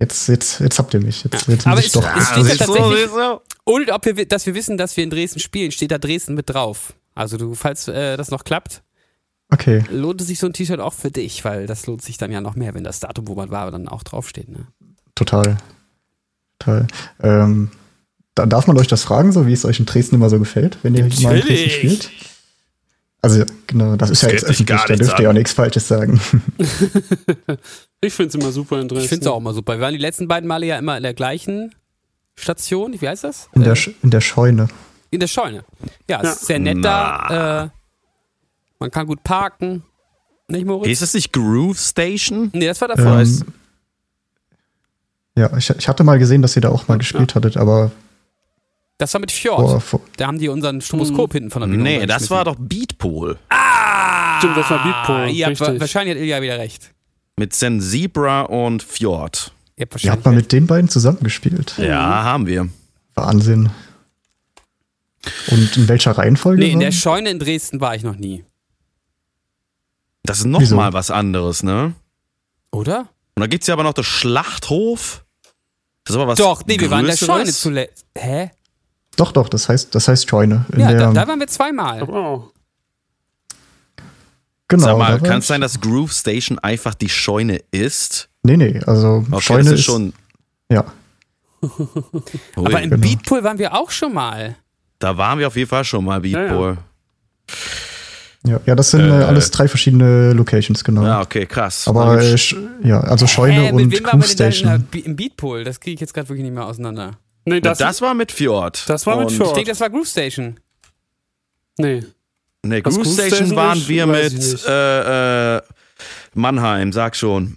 Speaker 4: Jetzt, jetzt, jetzt habt ihr mich. Jetzt, jetzt
Speaker 1: Aber
Speaker 4: muss ich
Speaker 1: es-
Speaker 4: doch. Ah.
Speaker 1: es steht ja
Speaker 3: siehst du,
Speaker 1: tatsächlich-
Speaker 3: siehst du?
Speaker 1: Und ob wir, wi- dass wir wissen, dass wir in Dresden spielen, steht da Dresden mit drauf. Also du, falls äh, das noch klappt,
Speaker 4: Okay.
Speaker 1: lohnt es sich so ein T-Shirt auch für dich, weil das lohnt sich dann ja noch mehr, wenn das Datum, wo man war, dann auch draufsteht. Ne?
Speaker 4: Total. Total. Ähm, da darf man euch das fragen, so wie es euch in Dresden immer so gefällt, wenn ihr mal in Dresden
Speaker 1: Natürlich.
Speaker 4: spielt? Also, genau, das ist ja
Speaker 3: geht
Speaker 4: jetzt
Speaker 3: dich
Speaker 4: öffentlich,
Speaker 3: gar
Speaker 4: da
Speaker 3: nichts
Speaker 4: dürft ihr
Speaker 3: an.
Speaker 4: auch nichts Falsches sagen.
Speaker 2: Ich finde es immer super interessant.
Speaker 1: Ich finde es auch immer super. Wir waren die letzten beiden Male ja immer in der gleichen Station. Wie heißt das?
Speaker 4: In
Speaker 1: Äh,
Speaker 4: der, Sch- in der Scheune.
Speaker 1: in der Scheune. Ja,
Speaker 2: Ja.
Speaker 1: es ist sehr nett da. Äh, man kann gut parken. Nicht, Moritz?
Speaker 3: Hieß es nicht Groove Station?
Speaker 1: Nee, das war
Speaker 4: Ähm,
Speaker 1: davor.
Speaker 4: ja, ich, ich hatte mal gesehen, dass ihr da auch mal gespielt hattet, aber
Speaker 1: das war mit Fjord.
Speaker 4: boah, vor,
Speaker 1: Da haben die unseren Stroboskop hinten von der
Speaker 4: genau,
Speaker 1: Bühne
Speaker 3: Hm. Nee, das
Speaker 1: runtergeschmissen.
Speaker 3: war doch Beatpool.
Speaker 2: Stimmt, das war Beatpole.
Speaker 1: Ah, ihr habt, wa-
Speaker 2: richtig.
Speaker 1: wahrscheinlich hat Ilja wieder recht.
Speaker 3: Mit Zen Zebra und Fjord.
Speaker 1: Ihr habt
Speaker 4: ihr habt
Speaker 1: wahrscheinlich
Speaker 4: mal mit den beiden zusammengespielt.
Speaker 1: Mhm.
Speaker 3: Ja, haben wir.
Speaker 4: Wahnsinn. Und in welcher Reihenfolge?
Speaker 1: Nee, in der
Speaker 4: waren?
Speaker 1: Scheune in Dresden war ich noch nie.
Speaker 3: Das ist noch
Speaker 4: Wieso?
Speaker 3: mal was anderes, ne?
Speaker 1: Oder?
Speaker 3: Und da gibt's ja aber noch das Schlachthof. Das ist aber was
Speaker 1: Doch, nee, wir waren in der
Speaker 3: Größeres.
Speaker 1: Scheune zuletzt. Hä?
Speaker 4: doch, doch, das heißt, das heißt Scheune. In
Speaker 1: Ja,
Speaker 4: der,
Speaker 1: da, da waren wir zweimal.
Speaker 2: Oh,
Speaker 4: genau,
Speaker 3: Sag mal,
Speaker 4: da war
Speaker 3: kann es
Speaker 4: ich.
Speaker 3: sein, dass Groove Station einfach die Scheune ist?
Speaker 4: Nee, nee, also
Speaker 3: Okay,
Speaker 4: Scheune
Speaker 3: das
Speaker 4: ist,
Speaker 3: ist schon.
Speaker 4: ja,
Speaker 3: Hui,
Speaker 1: Aber im
Speaker 4: Genau.
Speaker 1: Beatpool waren wir auch schon mal.
Speaker 3: da waren wir auf jeden Fall schon mal, Beatboy.
Speaker 4: ja, ja, das sind äh, alles drei verschiedene Locations, genau.
Speaker 3: Ja, Ah, okay, krass.
Speaker 4: Aber äh, sch- ja, also Scheune
Speaker 1: Hä,
Speaker 4: und Groove
Speaker 1: wir denn da in
Speaker 4: Station.
Speaker 1: der, Bi- im Beatpool? Das kriege ich jetzt gerade wirklich nicht mehr auseinander.
Speaker 2: nee, das,
Speaker 3: das, das war mit Fjord.
Speaker 2: Das war mit
Speaker 3: Und-
Speaker 2: Fjord.
Speaker 1: Ich denke, das war Groove Station.
Speaker 2: nee.
Speaker 3: Nee,
Speaker 2: Was
Speaker 3: Groove
Speaker 2: Groove
Speaker 3: Station
Speaker 2: Station
Speaker 3: waren
Speaker 2: ist,
Speaker 3: wir
Speaker 2: weiß ich
Speaker 3: mit
Speaker 2: nicht.
Speaker 3: äh, äh, Mannheim, sag schon.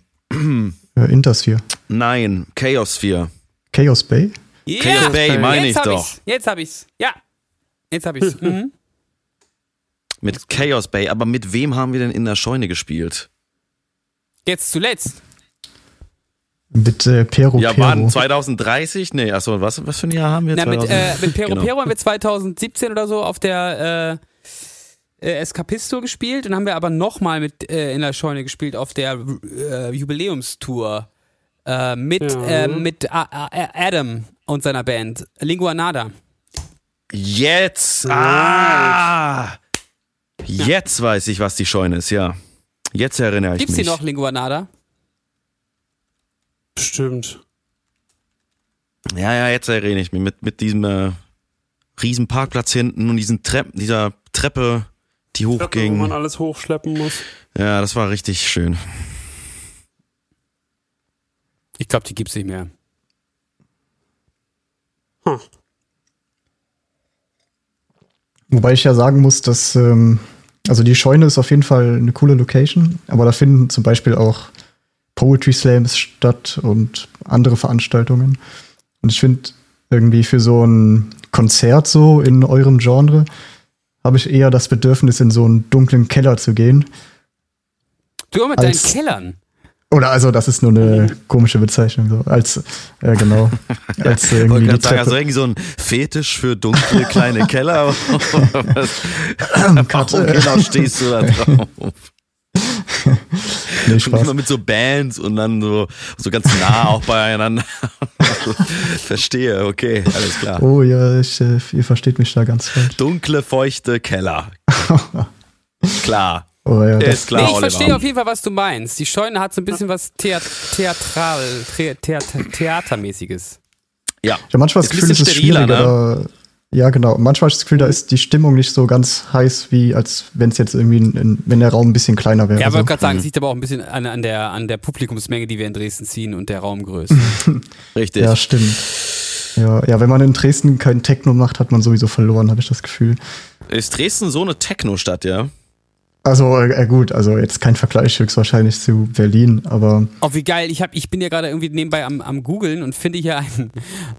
Speaker 4: Äh, Intersphere.
Speaker 3: Nein, Chaos 4.
Speaker 4: Chaos Bay?
Speaker 1: Yeah.
Speaker 3: Chaos Bay, meine ich
Speaker 1: jetzt hab
Speaker 3: doch.
Speaker 1: ich's. Jetzt hab ich's. Ja. Jetzt hab
Speaker 3: <laughs>
Speaker 1: ich's. Mhm.
Speaker 3: Mit Chaos Bay. Aber mit wem haben wir denn in der Scheune gespielt?
Speaker 1: Jetzt zuletzt.
Speaker 4: Mit äh, Pero
Speaker 3: Ja,
Speaker 4: Pero.
Speaker 3: waren 2030? Nee, achso, was, was für ein Jahr haben wir?
Speaker 1: Na, mit,
Speaker 3: 2000?
Speaker 1: äh, mit Pero
Speaker 3: Genau.
Speaker 1: Pero haben wir 2017 oder so auf der äh, äh, Escapisto gespielt und haben wir aber nochmal mit äh, in der Scheune gespielt auf der äh, Jubiläumstour äh, mit,
Speaker 2: Ja.
Speaker 1: äh, mit A A Adam und seiner Band Lingua Nada.
Speaker 4: Äh,
Speaker 3: Jetzt! Ah! Jetzt weiß ich, was die Scheune ist, ja. Jetzt erinnere ich
Speaker 1: Gibt's die
Speaker 3: mich.
Speaker 1: noch, Lingua Nada?
Speaker 2: Bestimmt.
Speaker 3: Ja, ja, jetzt erinnere ich mich. Mit, mit diesem äh, riesen Parkplatz hinten und diesen Trepp, dieser Treppe, die
Speaker 2: Wo man
Speaker 3: hochging.
Speaker 2: alles hochschleppen muss.
Speaker 3: Ja, das war richtig
Speaker 4: <laughs>
Speaker 3: schön.
Speaker 1: Ich glaube, die gibt's nicht mehr.
Speaker 2: Hm.
Speaker 4: Wobei ich ja sagen muss, dass, ähm, also die Scheune ist auf jeden Fall eine coole Location, aber da finden zum Beispiel auch Poetry Slams statt und andere Veranstaltungen. Und ich finde irgendwie für so ein Konzert so in eurem Genre habe ich eher das Bedürfnis, in so einen dunklen Keller zu gehen.
Speaker 1: Du immer mit deinen
Speaker 4: Als-
Speaker 1: Kellern.
Speaker 4: Oder also, das ist nur eine komische Bezeichnung, so als,
Speaker 3: <laughs>
Speaker 4: äh, genau, als äh,
Speaker 3: Wollte
Speaker 4: irgendwie die
Speaker 3: gerade sagen, also, hast du
Speaker 4: Treppe.
Speaker 3: irgendwie so einen Fetisch für dunkle kleine
Speaker 4: <laughs>
Speaker 3: Keller? Oder was? <laughs>
Speaker 4: Gott,
Speaker 3: Warum
Speaker 4: äh.
Speaker 3: genau stehst du da
Speaker 4: <laughs>
Speaker 3: drauf? <laughs>
Speaker 4: Nee,
Speaker 3: Schon
Speaker 4: Spaß.
Speaker 3: immer mit so Bands und dann so, so ganz nah auch beieinander. <laughs> Verstehe, okay, alles klar.
Speaker 4: Oh ja, ich, äh, ihr versteht mich da ganz falsch.
Speaker 3: Dunkle, feuchte
Speaker 4: <laughs>
Speaker 3: Keller. Klar,
Speaker 4: Oh ja, das,
Speaker 3: ist klar,
Speaker 1: nee, ich
Speaker 3: Oliver.
Speaker 1: verstehe auf jeden Fall, was du meinst. Die Scheune hat so ein bisschen was Theat Theatral, The Theat Theatermäßiges.
Speaker 3: ja.
Speaker 4: ja, manchmal
Speaker 3: Ist
Speaker 4: das
Speaker 3: ein
Speaker 4: Gefühl, es
Speaker 3: bisschen
Speaker 4: ist
Speaker 3: steriler, ne?
Speaker 4: schwieriger.
Speaker 1: ne?
Speaker 4: Da, ja, genau. Manchmal ist das Gefühl, da ist die Stimmung nicht so ganz heiß, wie als wenn es jetzt irgendwie, ein- ein- wenn der Raum ein bisschen kleiner wäre.
Speaker 1: Ja, aber
Speaker 4: so. Mhm.
Speaker 1: ich gerade sagen, es liegt aber auch ein bisschen an, an, der, an der Publikumsmenge, die wir in Dresden ziehen und der Raumgröße.
Speaker 4: Mhm.
Speaker 3: Richtig.
Speaker 4: ja stimmt. Ja, ja, wenn man in Dresden keinen Techno macht, hat man sowieso verloren, habe ich das Gefühl.
Speaker 3: Ist Dresden so eine Techno-Stadt, ja?
Speaker 4: Also äh, gut, also jetzt kein Vergleich höchstwahrscheinlich zu Berlin, aber
Speaker 1: Oh, wie geil. Ich, hab, ich bin ja gerade irgendwie nebenbei am, am Googeln und finde hier einen,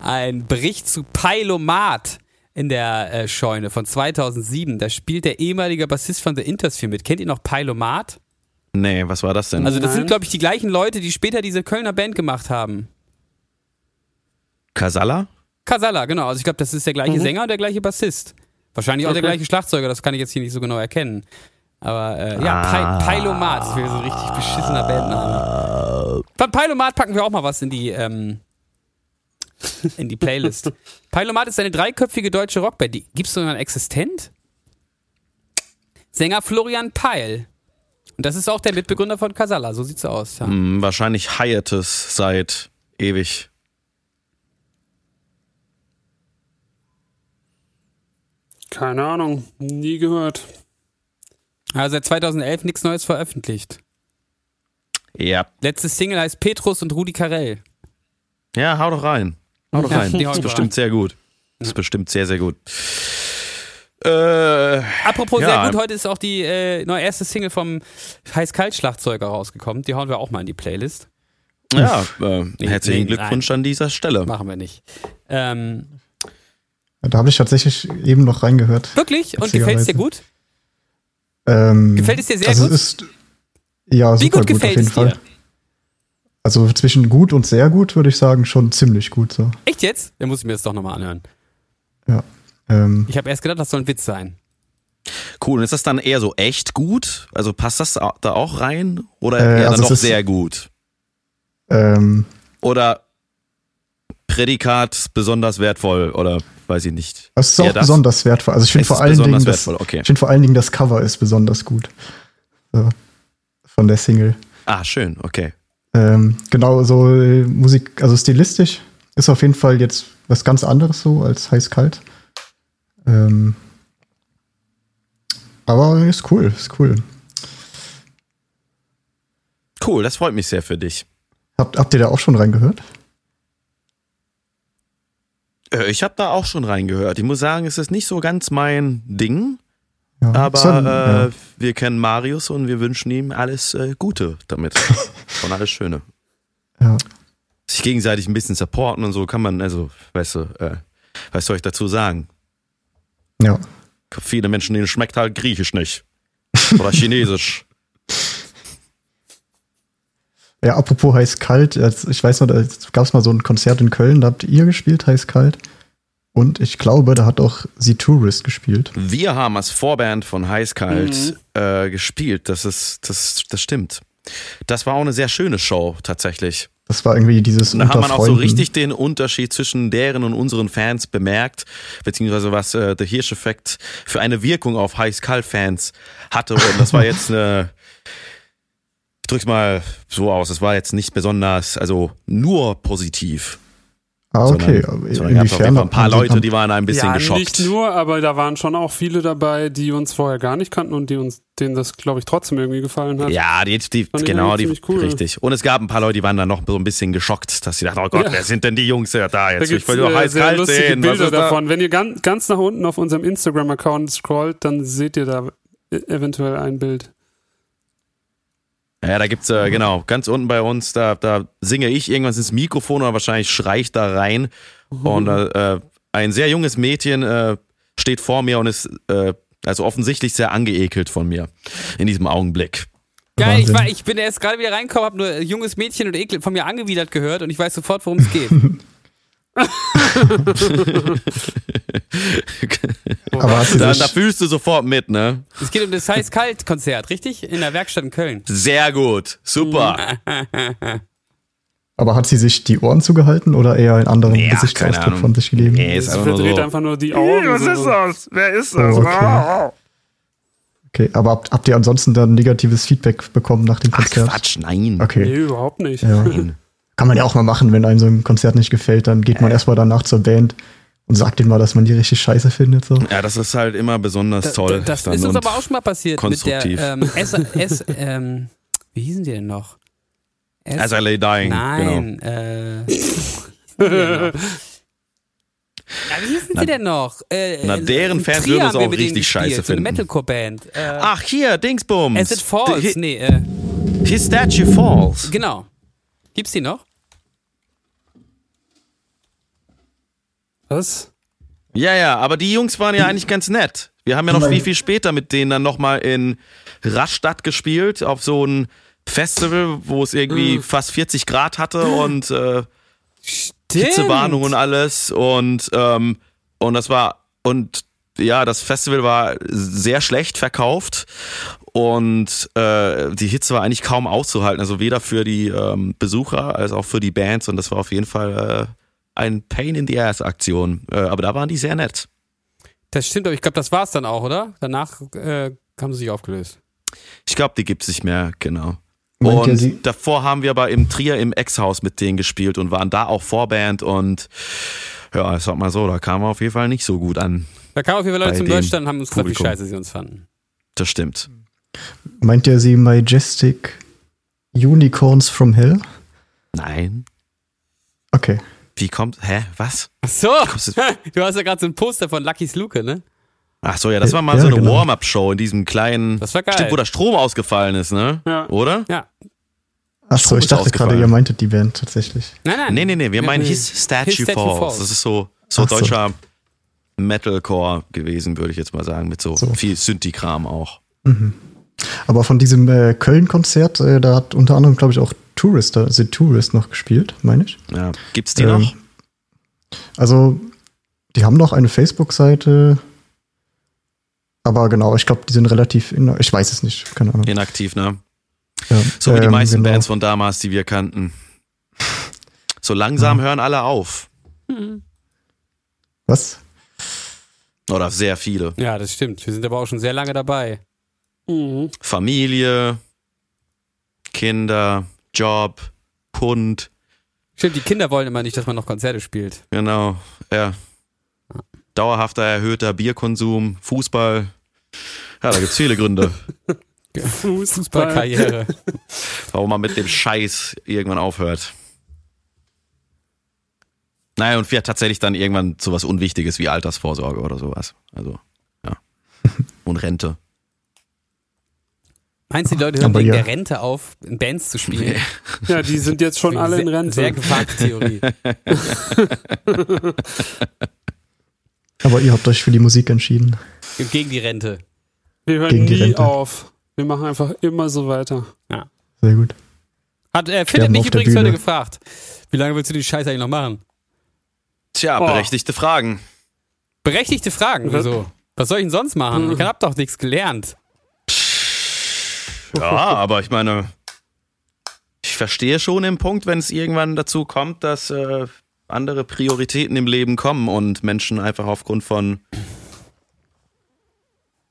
Speaker 1: einen Bericht zu Pilomat in der äh, Scheune von 2007. Da spielt der ehemalige Bassist von The Intersphere mit. Kennt ihr noch Pilomat?
Speaker 3: Nee, was war das denn?
Speaker 1: Also, das sind,
Speaker 2: Nein.
Speaker 1: glaube ich, die gleichen Leute, die später diese Kölner Band gemacht haben.
Speaker 3: Kasala?
Speaker 1: Casala, genau. Also, ich glaube, das ist der gleiche Sänger und der gleiche Bassist. Wahrscheinlich auch der
Speaker 2: Okay.
Speaker 1: gleiche Schlagzeuger, das kann ich jetzt hier nicht so genau erkennen. Aber äh, ja, Pi Pilomat, das wäre so ein richtig beschissener Bandname. Von Pilomat packen wir auch mal was in die, ähm, in die Playlist. Pilomat ist eine dreiköpfige deutsche Rockband. Die gibt's noch einen existent? Sänger Florian Peil. Und das ist auch der Mitbegründer von Casala, so sieht's aus. Ja.
Speaker 3: Hm, Wahrscheinlich Hiatus seit ewig.
Speaker 2: Keine Ahnung, nie gehört.
Speaker 1: Also seit 2011 nichts Neues veröffentlicht.
Speaker 3: Ja.
Speaker 1: Letzte Single heißt Petrus und Rudi Carell.
Speaker 3: Ja, hau doch rein. Hau doch
Speaker 1: Ja,
Speaker 3: rein.
Speaker 1: die hau
Speaker 3: Ist
Speaker 1: ich doch
Speaker 3: bestimmt sehr gut. Ist bestimmt sehr, sehr gut. Äh,
Speaker 1: Apropos
Speaker 3: Ja.
Speaker 1: sehr gut, heute ist auch die äh, neue erste Single vom Heiß-Kalt-Schlagzeuger rausgekommen. Die hauen wir auch mal in die Playlist.
Speaker 3: ja, äh, herzlichen
Speaker 1: nee,
Speaker 3: Glückwunsch an dieser Stelle.
Speaker 1: Machen wir nicht. Ähm,
Speaker 4: Da habe ich tatsächlich eben noch reingehört.
Speaker 1: wirklich? Und
Speaker 4: Witzigerweise.
Speaker 1: gefällt es dir gut?
Speaker 4: Ähm,
Speaker 1: Gefällt es dir sehr
Speaker 4: also
Speaker 1: gut?
Speaker 4: es Ist, ja,
Speaker 1: Wie
Speaker 4: super
Speaker 1: gut
Speaker 4: gut, auf
Speaker 1: gefällt
Speaker 4: jeden
Speaker 1: es dir?
Speaker 4: Fall. Also zwischen gut und sehr gut würde ich sagen, schon ziemlich gut so.
Speaker 1: Echt jetzt? Dann muss ich mir das doch nochmal anhören.
Speaker 4: Ja. Ähm,
Speaker 1: Ich habe erst gedacht, das soll ein Witz sein.
Speaker 3: Cool. Und ist das dann eher so echt gut? Also passt das au- da auch rein? Oder
Speaker 4: Äh,
Speaker 3: eher
Speaker 4: also
Speaker 3: dann
Speaker 4: es
Speaker 3: doch
Speaker 4: ist-
Speaker 3: sehr gut?
Speaker 4: ähm,
Speaker 3: Oder Prädikat besonders wertvoll? Oder weiß ich nicht.
Speaker 4: das ist auch
Speaker 3: Eher das?
Speaker 4: besonders wertvoll. Also ich finde
Speaker 3: Es ist
Speaker 4: vor allen
Speaker 3: besonders
Speaker 4: Dingen das,
Speaker 3: wertvoll, okay.
Speaker 4: ich finde vor allen Dingen das Cover ist besonders gut. So, von der Single.
Speaker 3: Ah, schön. Okay.
Speaker 4: Ähm, genau so äh, Musik, also stilistisch ist auf jeden Fall jetzt was ganz anderes so als heiß kalt. Ähm, aber ist cool, ist cool.
Speaker 3: Cool. Das freut mich sehr für dich.
Speaker 4: Habt, habt ihr da auch schon reingehört?
Speaker 3: Äh, Ich habe da auch schon reingehört. Ich muss sagen, es ist nicht so ganz mein Ding.
Speaker 4: Ja,
Speaker 3: Aber
Speaker 4: ist dann-
Speaker 3: äh,
Speaker 4: ja.
Speaker 3: wir kennen Marius und wir wünschen ihm alles äh, Gute damit. und alles Schöne.
Speaker 4: Ja.
Speaker 3: Sich gegenseitig ein bisschen supporten und so kann man, also, weißt du, äh, was soll ich dazu sagen?
Speaker 4: ja.
Speaker 3: Viele Menschen, denen schmeckt halt Griechisch nicht. Oder Chinesisch.
Speaker 4: Ja, apropos heiß kalt, als- ich weiß noch, da gab es mal so ein Konzert in Köln, da habt ihr gespielt, heiß kalt. Und ich glaube, da hat auch The Tourist gespielt.
Speaker 3: Wir haben als Vorband von Heißkalt äh, gespielt. Das ist, das, das stimmt. Das war auch eine sehr schöne Show tatsächlich.
Speaker 4: Das war irgendwie dieses
Speaker 3: Und da hat
Speaker 4: unter
Speaker 3: man auch so
Speaker 4: Freunden.
Speaker 3: richtig den Unterschied zwischen deren und unseren Fans bemerkt, beziehungsweise was äh, The Hirsch-Effekt für eine Wirkung auf Heiß-Kalt-Fans hatte. Und das war jetzt eine, ich drück's mal so aus, es war jetzt nicht besonders, also nur positiv.
Speaker 4: Ah, okay.
Speaker 3: sondern,
Speaker 4: aber
Speaker 3: sondern gab auf jeden Fall ein paar
Speaker 4: haben sie-
Speaker 3: Leute, die waren ein bisschen
Speaker 2: ja,
Speaker 3: geschockt.
Speaker 2: nicht nur, aber da waren schon auch viele dabei, die uns vorher gar nicht kannten und die uns, denen das, glaube ich, trotzdem irgendwie gefallen hat.
Speaker 3: Ja, die, die
Speaker 2: Fand ich
Speaker 3: genau, die
Speaker 2: irgendwie ziemlich cool.
Speaker 3: richtig. Und es gab ein paar Leute, die waren dann noch so ein bisschen geschockt, dass sie dachten, oh Gott,
Speaker 2: Ja.
Speaker 3: wer sind denn die Jungs ja
Speaker 2: Da
Speaker 3: da jetzt?
Speaker 2: gibt
Speaker 3: ich will doch
Speaker 2: äh,
Speaker 3: heiß
Speaker 2: sehr
Speaker 3: kalt
Speaker 2: lustige
Speaker 3: sehen. Was
Speaker 2: Bilder
Speaker 3: ist da?
Speaker 2: davon. Wenn ihr ganz, ganz nach unten auf unserem Instagram-Account scrollt, dann seht ihr da e- eventuell ein Bild.
Speaker 3: Ja, da gibt's äh, genau, ganz unten bei uns, da, da singe ich irgendwas ins Mikrofon oder wahrscheinlich schrei ich da rein.
Speaker 1: Mhm.
Speaker 3: Und äh, äh, ein sehr junges Mädchen äh, steht vor mir und ist äh, also offensichtlich sehr angeekelt von mir in diesem Augenblick.
Speaker 1: Geil, ich,
Speaker 4: Wahnsinn.
Speaker 1: war, ich bin erst gerade wieder reingekommen, habe nur äh, junges Mädchen und Ekel von mir angewidert gehört und ich weiß sofort, worum es
Speaker 3: <laughs>
Speaker 1: geht.
Speaker 4: Aber hat sie
Speaker 3: Da,
Speaker 4: sich,
Speaker 3: da fühlst du sofort mit, ne?
Speaker 1: es geht um das Heiß-Kalt-Konzert, richtig? In der Werkstatt in Köln.
Speaker 3: Sehr gut, super.
Speaker 1: Mhm.
Speaker 4: aber hat sie sich die Ohren zugehalten oder eher einen anderen
Speaker 3: Ja, keine
Speaker 4: Gesichtsausdruck
Speaker 3: Ahnung.
Speaker 4: von sich gegeben?
Speaker 3: Nee, ist
Speaker 2: Es
Speaker 3: einfach nur
Speaker 2: verdreht
Speaker 3: so.
Speaker 2: einfach nur die Augen. so.
Speaker 3: das? Wer ist
Speaker 4: Oh, okay. okay, aber habt, habt ihr ansonsten dann negatives Feedback bekommen nach dem
Speaker 3: Ach
Speaker 4: Konzert?
Speaker 3: Quatsch, nein.
Speaker 4: Okay.
Speaker 2: Nee, überhaupt nicht.
Speaker 4: Ja. Kann man ja auch mal machen, wenn einem so ein Konzert nicht gefällt, dann geht man erstmal danach zur Band und sagt denen mal, dass man die richtig scheiße findet. So.
Speaker 3: Ja, das ist halt immer besonders toll.
Speaker 1: Das
Speaker 3: dann
Speaker 1: ist uns
Speaker 3: und-
Speaker 1: aber auch schon mal passiert mit der
Speaker 3: konstruktiv.
Speaker 1: ähm, S, S, ähm, wie hießen die denn
Speaker 3: <laughs>
Speaker 1: noch? S-
Speaker 3: As I lay dying, genau.
Speaker 1: Nein, äh, wie hießen die denn noch? Ja, wie hießen sie denn noch? Äh,
Speaker 3: na,
Speaker 1: in-
Speaker 3: deren
Speaker 1: in
Speaker 3: Fans
Speaker 1: Trier
Speaker 3: würden es
Speaker 1: haben wir
Speaker 3: auch
Speaker 1: mit denen
Speaker 3: richtig scheiße
Speaker 1: gespielt, so eine
Speaker 3: finden.
Speaker 1: Metalcore-Band. Äh,
Speaker 3: Ach, hier, Dingsbums.
Speaker 1: Acid Falls,
Speaker 3: Hi-
Speaker 1: nee, äh,
Speaker 3: His statue falls.
Speaker 1: genau. Gibt's die noch?
Speaker 2: Was?
Speaker 3: Ja, ja, aber die Jungs waren ja eigentlich ganz nett. Wir haben ja noch viel, viel später mit denen dann nochmal in Rastatt gespielt, auf so ein Festival, wo es irgendwie fast 40 Grad hatte und äh, Hitzewarnung und alles und ähm, und das war und ja, das Festival war sehr schlecht verkauft Und äh, die Hitze war eigentlich kaum auszuhalten, also weder für die ähm, Besucher als auch für die Bands. Und das war auf jeden Fall äh, ein Pain in the Ass-Aktion. Äh, aber da waren die sehr nett.
Speaker 1: Das stimmt, aber ich glaube, das war's dann auch, oder? Danach äh, haben sie sich aufgelöst.
Speaker 3: Ich glaube, die gibt's nicht mehr, genau.
Speaker 4: Meint ihr sie-
Speaker 3: und davor haben wir aber im Trier im Ex-Haus mit denen gespielt und waren da auch Vorband und ja, ich sag mal so, da kam er auf jeden Fall nicht so gut an.
Speaker 1: Da kamen auf jeden Fall Leute
Speaker 3: Bei
Speaker 1: zum
Speaker 3: dem
Speaker 1: Deutschland und haben uns gesagt, wie
Speaker 3: Publikum.
Speaker 1: scheiße sie uns fanden.
Speaker 3: Das stimmt.
Speaker 4: Meint ihr sie Majestic Unicorns from Hell?
Speaker 3: Nein.
Speaker 4: Okay.
Speaker 3: Wie kommt. Hä? Was?
Speaker 1: Ach so, <laughs>
Speaker 3: Kommst du-
Speaker 1: du hast ja gerade so ein Poster von Lucky's Luke, ne?
Speaker 3: Ach so, ja, das war mal
Speaker 4: Ja,
Speaker 3: so eine
Speaker 4: genau.
Speaker 3: Warm-Up-Show in diesem kleinen.
Speaker 1: Das war geil.
Speaker 3: Stimmt, wo der Strom ausgefallen ist, ne?
Speaker 2: Ja.
Speaker 3: Oder?
Speaker 1: Ja.
Speaker 4: Achso,
Speaker 3: Strom
Speaker 4: ich
Speaker 3: ist
Speaker 4: dachte gerade,
Speaker 3: ausgefallen.
Speaker 4: ihr meintet die Band tatsächlich.
Speaker 1: Nein, nein.
Speaker 3: Nee, nee, nee, wir meinen His Statue,
Speaker 1: His Statue
Speaker 3: Falls.
Speaker 1: Falls.
Speaker 3: Das ist so, so
Speaker 4: Ach so.
Speaker 3: deutscher Metalcore gewesen, würde ich jetzt mal sagen, mit so,
Speaker 4: So.
Speaker 3: viel Synthi-Kram auch.
Speaker 4: Aber von diesem äh, Köln-Konzert, äh, da hat unter anderem, glaube ich, auch Tourist, äh, The Tourist noch gespielt, meine ich.
Speaker 3: Ja. Gibt's die
Speaker 4: Ähm,
Speaker 3: noch?
Speaker 4: Also, die haben noch eine Facebook-Seite. Aber genau, ich glaube, die sind relativ in. Ich weiß es nicht, keine Ahnung.
Speaker 3: Inaktiv, ne?
Speaker 4: Ja,
Speaker 3: So wie die
Speaker 4: ähm,
Speaker 3: meisten
Speaker 4: genau.
Speaker 3: Bands von damals, die wir kannten. So langsam hören alle auf.
Speaker 4: Was?
Speaker 3: Oder sehr viele.
Speaker 1: Ja, das stimmt. Wir sind aber auch schon sehr lange dabei.
Speaker 3: Familie, Kinder, Job, Hund,
Speaker 1: Stimmt, die Kinder wollen immer nicht, dass man noch Konzerte spielt.
Speaker 3: genau. Ja. Dauerhafter erhöhter Bierkonsum, Fußball. Ja, da gibt's viele Gründe,
Speaker 1: Fußballkarriere.
Speaker 3: warum man mit dem Scheiß irgendwann aufhört. Naja, und vielleicht tatsächlich dann irgendwann sowas Unwichtiges wie Altersvorsorge oder sowas. Also, ja. Und Rente.
Speaker 1: Meinst du, die Leute hören
Speaker 4: Aber
Speaker 1: wegen
Speaker 4: ja.
Speaker 1: der Rente auf, in Bands zu spielen?
Speaker 2: Ja, die sind jetzt schon alle in
Speaker 1: sehr,
Speaker 2: Rente.
Speaker 1: Sehr gewagte Theorie. <laughs>
Speaker 4: Aber ihr habt euch für die Musik entschieden.
Speaker 1: Gegen die Rente.
Speaker 2: Wir hören
Speaker 4: Gegen die
Speaker 2: nie
Speaker 4: Rente.
Speaker 2: auf. Wir machen einfach immer so weiter.
Speaker 4: Sehr gut.
Speaker 1: Hat äh,
Speaker 4: Wir
Speaker 1: Philipp
Speaker 4: haben
Speaker 1: mich
Speaker 4: auf der
Speaker 1: übrigens heute
Speaker 4: Bühne.
Speaker 1: gefragt. Wie lange willst du die Scheiße eigentlich noch machen?
Speaker 3: Tja,
Speaker 2: Oh.
Speaker 3: berechtigte Fragen.
Speaker 1: Berechtigte Fragen,
Speaker 2: Ja.
Speaker 1: wieso? Was soll ich denn sonst
Speaker 3: Mhm.
Speaker 1: machen? Ich hab doch nichts gelernt.
Speaker 3: Ja, aber ich meine, ich verstehe schon den Punkt, wenn es irgendwann dazu kommt, dass äh, andere Prioritäten im Leben kommen und Menschen einfach aufgrund von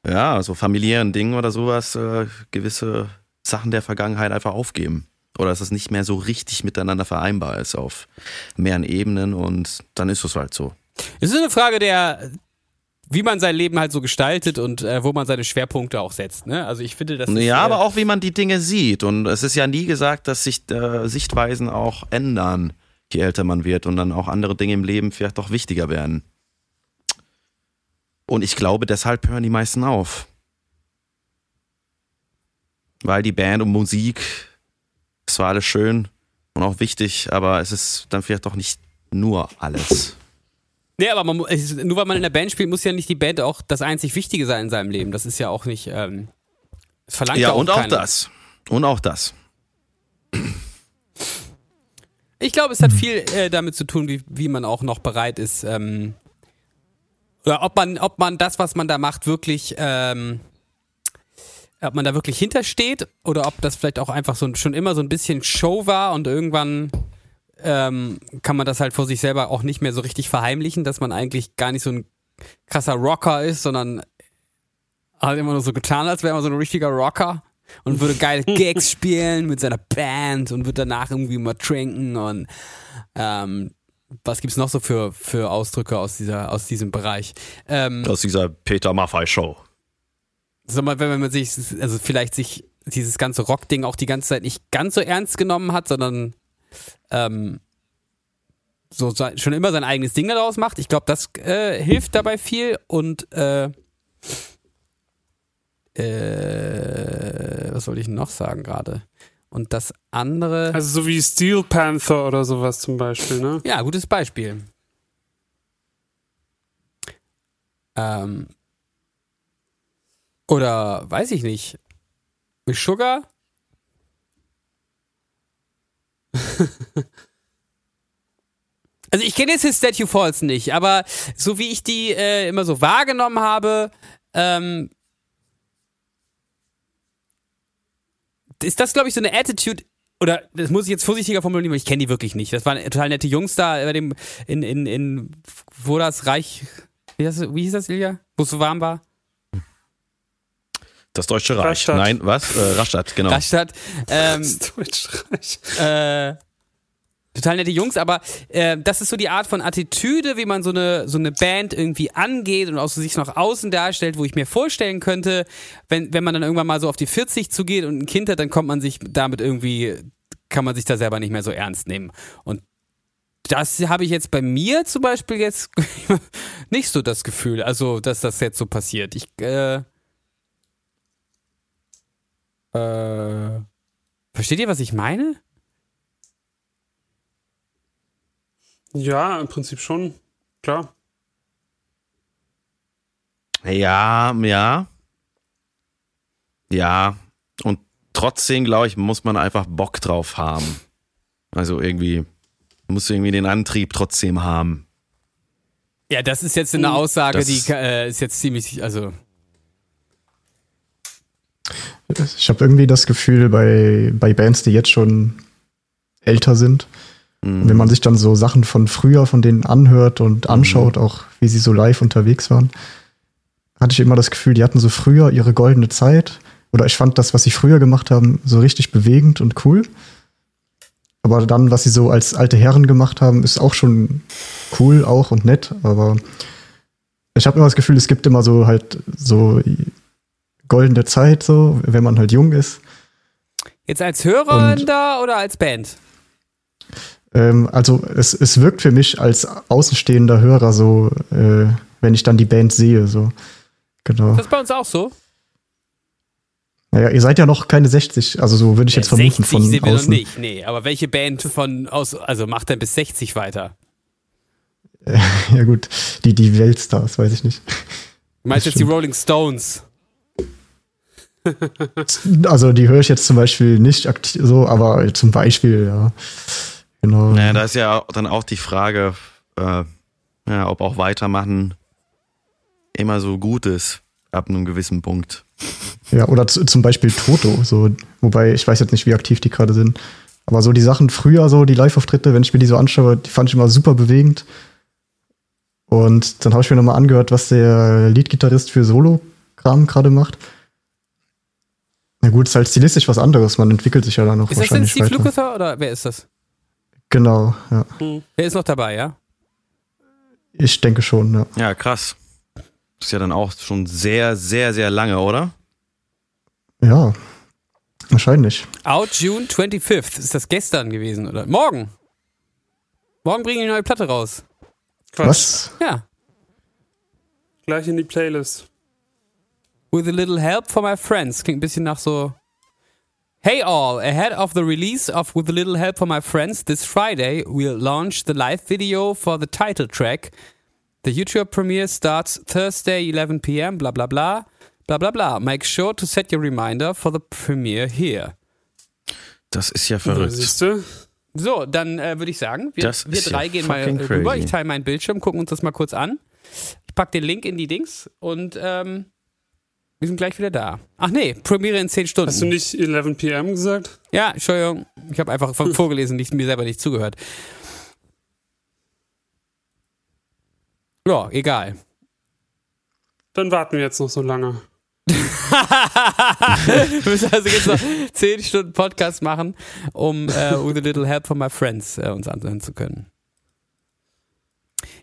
Speaker 3: ja, so familiären Dingen oder sowas äh, gewisse Sachen der Vergangenheit einfach aufgeben. Oder dass es nicht mehr so richtig miteinander vereinbar ist auf mehreren Ebenen und dann ist es halt so.
Speaker 1: Es ist eine Frage der, wie man sein Leben halt so gestaltet und äh, wo man seine Schwerpunkte auch setzt. Ne? Also ich finde, das ist,
Speaker 3: Ja, aber
Speaker 1: äh,
Speaker 3: auch wie man die Dinge sieht. Und es ist ja nie gesagt, dass sich äh, Sichtweisen auch ändern, je älter man wird und dann auch andere Dinge im Leben vielleicht auch wichtiger werden. Und ich glaube, deshalb hören die meisten auf. Weil die Band und Musik, es war alles schön und auch wichtig, aber es ist dann vielleicht doch nicht nur alles.
Speaker 1: Nee, aber man, mu- es ist- nur weil man in der Band spielt, muss ja nicht die Band auch das einzig Wichtige sein in seinem Leben. Das ist ja auch nicht. Ähm, es verlangt
Speaker 3: ja,
Speaker 1: auch
Speaker 3: und auch
Speaker 1: keiner.
Speaker 3: das. Und auch das.
Speaker 1: Ich glaube, es hat viel äh, damit zu tun, wie, wie man auch noch bereit ist. Ähm, oder ob man, ob man das, was man da macht, wirklich. Ähm, ob man da wirklich hintersteht oder ob das vielleicht auch einfach so ein, schon immer so ein bisschen Show war und irgendwann ähm, kann man das halt vor sich selber auch nicht mehr so richtig verheimlichen, dass man eigentlich gar nicht so ein krasser Rocker ist, sondern hat immer nur so getan, als wäre man so ein richtiger Rocker und würde geile Gigs spielen mit seiner Band und wird danach irgendwie mal trinken und ähm, was gibt's noch so für, für Ausdrücke aus dieser aus diesem Bereich? Ähm,
Speaker 3: Aus dieser Peter Maffei Show.
Speaker 1: sag mal, wenn man sich, also vielleicht sich dieses ganze Rock-Ding auch die ganze Zeit nicht ganz so ernst genommen hat, sondern ähm, so sein, schon immer sein eigenes Ding daraus macht. Ich glaube, das äh, hilft dabei viel und äh, äh, was wollte ich noch sagen gerade? Und das andere.
Speaker 2: Also so wie Steel Panther oder sowas zum Beispiel, ne?
Speaker 1: Ja, gutes Beispiel. Ähm, oder weiß ich nicht. Miss Sugar? <laughs> also ich kenne jetzt his Statue Falls nicht, aber so wie ich die äh, immer so wahrgenommen habe, ähm, ist das, glaube ich, so eine Attitude, oder das muss ich jetzt vorsichtiger formulieren, weil ich kenne die wirklich nicht. Das waren total nette Jungs da bei dem, in, in, in, wo das Reich, wie, heißt das, wie hieß das, Ilja? Wo es so warm war?
Speaker 3: Das Deutsche Reich.
Speaker 2: Rastatt.
Speaker 3: Nein, was? Äh, Rastatt, genau.
Speaker 1: Rastatt. Ähm,
Speaker 2: Das Deutschreich.
Speaker 1: äh, total nette Jungs, aber äh, das ist so die Art von Attitüde, wie man so eine, so eine Band irgendwie angeht und auch so sich nach außen darstellt, wo ich mir vorstellen könnte, wenn, wenn man dann irgendwann mal so auf die 40 zugeht und ein Kind hat, dann kommt man sich damit irgendwie, kann man sich da selber nicht mehr so ernst nehmen. Und das habe ich jetzt bei mir zum Beispiel jetzt <laughs> nicht so das Gefühl, also dass das jetzt so passiert. Ich äh, äh, versteht ihr, was ich meine?
Speaker 2: Ja, im Prinzip schon. Klar.
Speaker 3: Ja, ja. Ja. Und trotzdem, glaube ich, muss man einfach Bock drauf haben. Also irgendwie, muss irgendwie den Antrieb trotzdem haben.
Speaker 1: Ja, das ist jetzt eine Aussage,
Speaker 3: Das-
Speaker 1: die äh, Hm, ist jetzt ziemlich, also
Speaker 4: Ich habe irgendwie das Gefühl, bei, bei Bands, die jetzt schon älter sind, wenn man sich dann so Sachen von früher von denen anhört und anschaut, auch wie sie so live unterwegs waren, hatte ich immer das Gefühl, die hatten so früher ihre goldene Zeit. Oder ich fand das, was sie früher gemacht haben, so richtig bewegend und cool. Aber dann, was sie so als alte Herren gemacht haben, ist auch schon cool auch und nett. Aber ich habe immer das Gefühl, es gibt immer so halt so goldene Zeit, so, wenn man halt jung ist.
Speaker 1: jetzt als Hörer
Speaker 4: Und-
Speaker 1: da oder als Band?
Speaker 4: Ähm, also es, es wirkt für mich als außenstehender Hörer so, äh, wenn ich dann die Band sehe, so. Genau.
Speaker 1: Das ist bei uns auch so.
Speaker 4: Naja, ihr seid ja noch keine 60, also so würde ich jetzt vermuten
Speaker 1: 60
Speaker 4: von
Speaker 1: Äh, sind wir noch
Speaker 4: außen.
Speaker 1: nicht, nee, aber welche Band von aus, also macht denn bis 60 weiter?
Speaker 4: <laughs> Ja gut, die, die Weltstars, weiß ich nicht.
Speaker 1: Du meinst
Speaker 4: Das
Speaker 1: jetzt die Rolling Stones?
Speaker 4: Also die höre ich jetzt zum Beispiel nicht aktiv so, aber zum Beispiel, ja. Genau.
Speaker 3: Naja, da ist ja dann auch die Frage, äh, ja, ob auch weitermachen immer so gut ist, ab einem gewissen Punkt.
Speaker 4: Ja, oder zu, zum Beispiel Toto, so, wobei ich weiß jetzt nicht, wie aktiv die gerade sind. Aber so die Sachen früher, so die Live-Auftritte, wenn ich mir die so anschaue, die fand ich immer super bewegend. Und dann habe ich mir nochmal angehört, was der Leadgitarrist für Solo-Kram gerade macht. Na gut, ist halt stilistisch was anderes, man entwickelt sich ja da noch
Speaker 1: Ist das denn
Speaker 4: wahrscheinlich
Speaker 1: Steve
Speaker 4: weiter.
Speaker 1: Lukather oder wer ist das?
Speaker 4: Genau, ja.
Speaker 1: Wer ist noch dabei, ja?
Speaker 4: Ich denke schon, ja.
Speaker 3: Ja, krass. Ist ja dann auch schon sehr, sehr, sehr lange, oder?
Speaker 4: Ja, wahrscheinlich.
Speaker 1: Out June 25th. Ist das gestern gewesen oder? Morgen! Morgen bringen die neue Platte raus.
Speaker 2: Quatsch.
Speaker 4: Was?
Speaker 1: Ja.
Speaker 2: Gleich in die Playlist.
Speaker 1: With a little help from my friends. Klingt ein bisschen nach so. Hey all, ahead of the release of With a little help from my friends this Friday, we'll launch the live video for the title track. The YouTube premiere starts Thursday 11 p.m. blah blah blah. Blah blah blah. Make sure to set your reminder for the premiere here.
Speaker 3: Das ist ja verrückt.
Speaker 2: Siehst du?
Speaker 1: So, dann äh, würde ich sagen, wir,
Speaker 3: Das
Speaker 1: wir
Speaker 3: ist
Speaker 1: drei
Speaker 3: ja
Speaker 1: gehen mal
Speaker 3: fucking
Speaker 1: äh, rüber.
Speaker 3: crazy.
Speaker 1: Ich teile meinen Bildschirm, gucken uns das mal kurz an. Ich packe den Link in die Dings und ähm, wir sind gleich wieder da. Ach nee, Premiere in 10 Stunden.
Speaker 2: Hast du nicht 11 p.m. gesagt?
Speaker 1: Ja, Entschuldigung, ich habe einfach
Speaker 2: Hm.
Speaker 1: von vorgelesen, nicht, mir selber nicht zugehört. Ja,
Speaker 2: <laughs>
Speaker 1: egal.
Speaker 2: Dann warten wir jetzt noch so lange.
Speaker 1: Wir müssen also jetzt noch 10 Stunden Podcast machen, um äh, With a Little Help from My Friends äh, uns anhören zu können.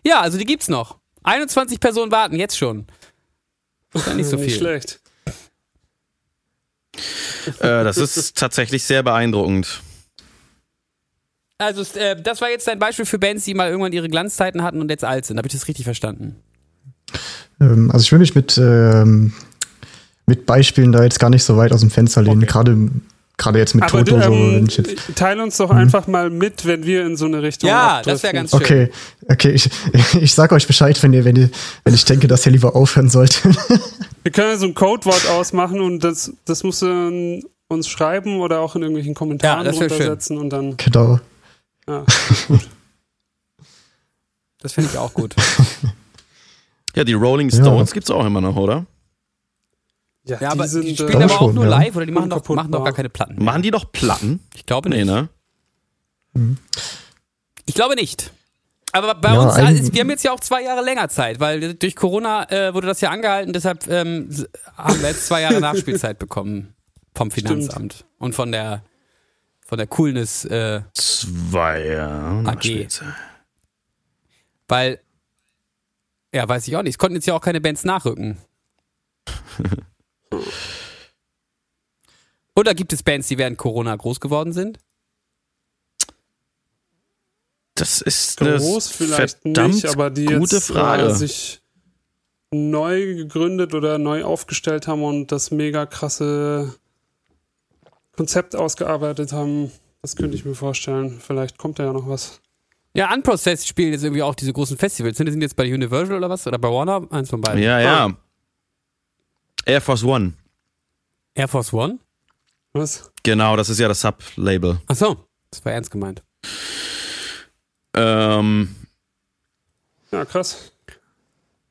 Speaker 1: Ja, also die gibt's noch. 21 Personen warten jetzt schon. Ist ja nicht so
Speaker 2: Nicht
Speaker 1: viel.
Speaker 2: schlecht.
Speaker 3: Äh, das ist tatsächlich sehr beeindruckend.
Speaker 1: Also äh, das war jetzt ein Beispiel für Bands, die mal irgendwann ihre Glanzzeiten hatten und jetzt alt sind. Habe ich das richtig verstanden?
Speaker 4: Ähm, also ich will mich mit, ähm, mit Beispielen da jetzt gar nicht so weit aus dem Fenster lehnen. Gerade gerade jetzt mit
Speaker 2: Aber
Speaker 4: Toto, so Mhm. wenn
Speaker 2: ähm,
Speaker 4: ich jetzt.
Speaker 2: teile uns doch einfach mal mit, wenn wir in so eine Richtung
Speaker 1: Ja, das wär
Speaker 2: abdriften.
Speaker 1: ganz schön.
Speaker 4: Okay, okay, ich, <laughs> ich sag euch Bescheid, wenn ihr, wenn ihr, wenn ich denke, dass ihr lieber aufhören sollt. <laughs>
Speaker 2: Wir können ja so ein Codewort ausmachen und das, das musst du dann uns schreiben oder auch in irgendwelchen Kommentaren
Speaker 1: Ja, das wär schön.
Speaker 2: runtersetzen und dann.
Speaker 4: genau.
Speaker 2: Ja.
Speaker 1: Das finde ich
Speaker 2: <laughs>
Speaker 1: auch gut.
Speaker 3: Ja, die Rolling
Speaker 4: Ja.
Speaker 3: Stones gibt's auch immer noch, oder?
Speaker 1: Ja, aber
Speaker 2: sind,
Speaker 1: die
Speaker 2: äh,
Speaker 1: spielen aber auch
Speaker 4: schon,
Speaker 1: nur
Speaker 4: ja.
Speaker 1: live oder die machen doch, machen doch
Speaker 2: Unkaputtbar.
Speaker 1: gar keine Platten.
Speaker 3: Machen die doch Platten?
Speaker 1: Ich glaube
Speaker 3: Nee,
Speaker 1: nicht.
Speaker 3: ne?
Speaker 1: Ich glaube nicht. Aber bei
Speaker 4: Ja,
Speaker 1: uns,
Speaker 4: ein-
Speaker 1: also, wir haben jetzt ja auch zwei Jahre länger Zeit, weil durch Corona äh, wurde das ja angehalten, deshalb ähm, s- haben wir jetzt zwei
Speaker 4: <laughs>
Speaker 1: Jahre Nachspielzeit bekommen vom Finanzamt und von der von der Coolness, äh,
Speaker 3: Zwei Jahre.
Speaker 1: AG. weil ja, weiß ich auch nicht. Es konnten jetzt ja auch keine Bands
Speaker 4: <laughs>
Speaker 1: nachrücken. Oder gibt es Bands, die während Corona groß geworden sind?
Speaker 3: Das ist
Speaker 2: groß
Speaker 3: eine
Speaker 2: vielleicht
Speaker 3: verdammt
Speaker 2: nicht, aber die
Speaker 3: gute
Speaker 2: jetzt Äh,
Speaker 3: Frage.
Speaker 2: sich neu gegründet oder neu aufgestellt haben und das mega krasse Konzept ausgearbeitet haben. Das könnte ich mir vorstellen. Vielleicht kommt da ja noch was.
Speaker 1: Ja, Unprocessed spielen jetzt irgendwie auch diese großen Festivals. Sind die sind jetzt bei Universal oder was? Oder bei Warner? Eins von beiden.
Speaker 3: ja,
Speaker 2: Ah.
Speaker 3: ja. Air Force One.
Speaker 1: Air Force One?
Speaker 2: Was?
Speaker 3: Genau, das ist ja das Sub-Label.
Speaker 1: Ach so, das war ernst gemeint.
Speaker 3: Ähm,
Speaker 2: Ja, krass.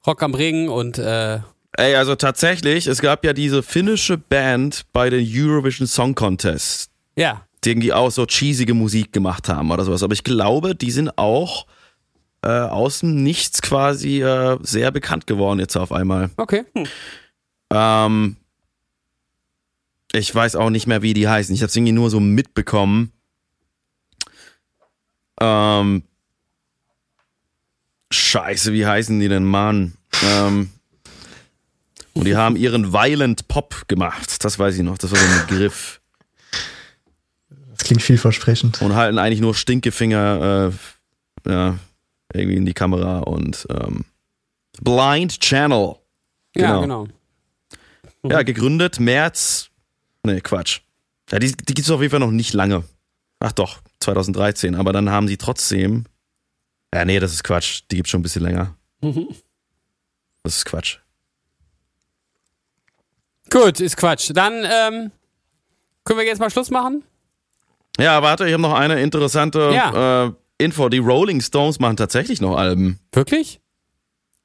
Speaker 1: Rock am Ring und äh,
Speaker 3: ey, also tatsächlich, es gab ja diese finnische Band bei den Eurovision Song Contest.
Speaker 1: ja,
Speaker 3: Denen, die auch so cheesige Musik gemacht haben oder sowas. Aber ich glaube, die sind auch äh, aus dem Nichts quasi äh, sehr bekannt geworden jetzt auf einmal.
Speaker 1: okay.
Speaker 3: Ähm, ich weiß auch nicht mehr, wie die heißen. Ich habe es irgendwie nur so mitbekommen. Ähm, Scheiße, wie heißen die denn, Mann? Ähm, und die haben ihren Violent Pop gemacht. Das weiß ich noch. Das war so ein Begriff.
Speaker 4: Das klingt vielversprechend.
Speaker 3: und halten eigentlich nur Stinkefinger äh, ja, irgendwie in die Kamera und ähm, Blind Channel.
Speaker 1: Ja,
Speaker 3: Genau.
Speaker 1: genau.
Speaker 3: Ja, gegründet März. Nee, Quatsch. Ja, die, die gibt es auf jeden Fall noch nicht lange. Ach doch, 2013. Aber dann haben sie trotzdem. Ja, nee, das ist Quatsch. Die gibt schon ein bisschen länger. Das ist Quatsch.
Speaker 1: Gut, ist Quatsch. Dann ähm, können wir jetzt mal Schluss machen?
Speaker 3: Ja, warte, ich habe noch eine interessante
Speaker 1: Ja.
Speaker 3: äh, Info. Die Rolling Stones machen tatsächlich noch Alben.
Speaker 1: Wirklich?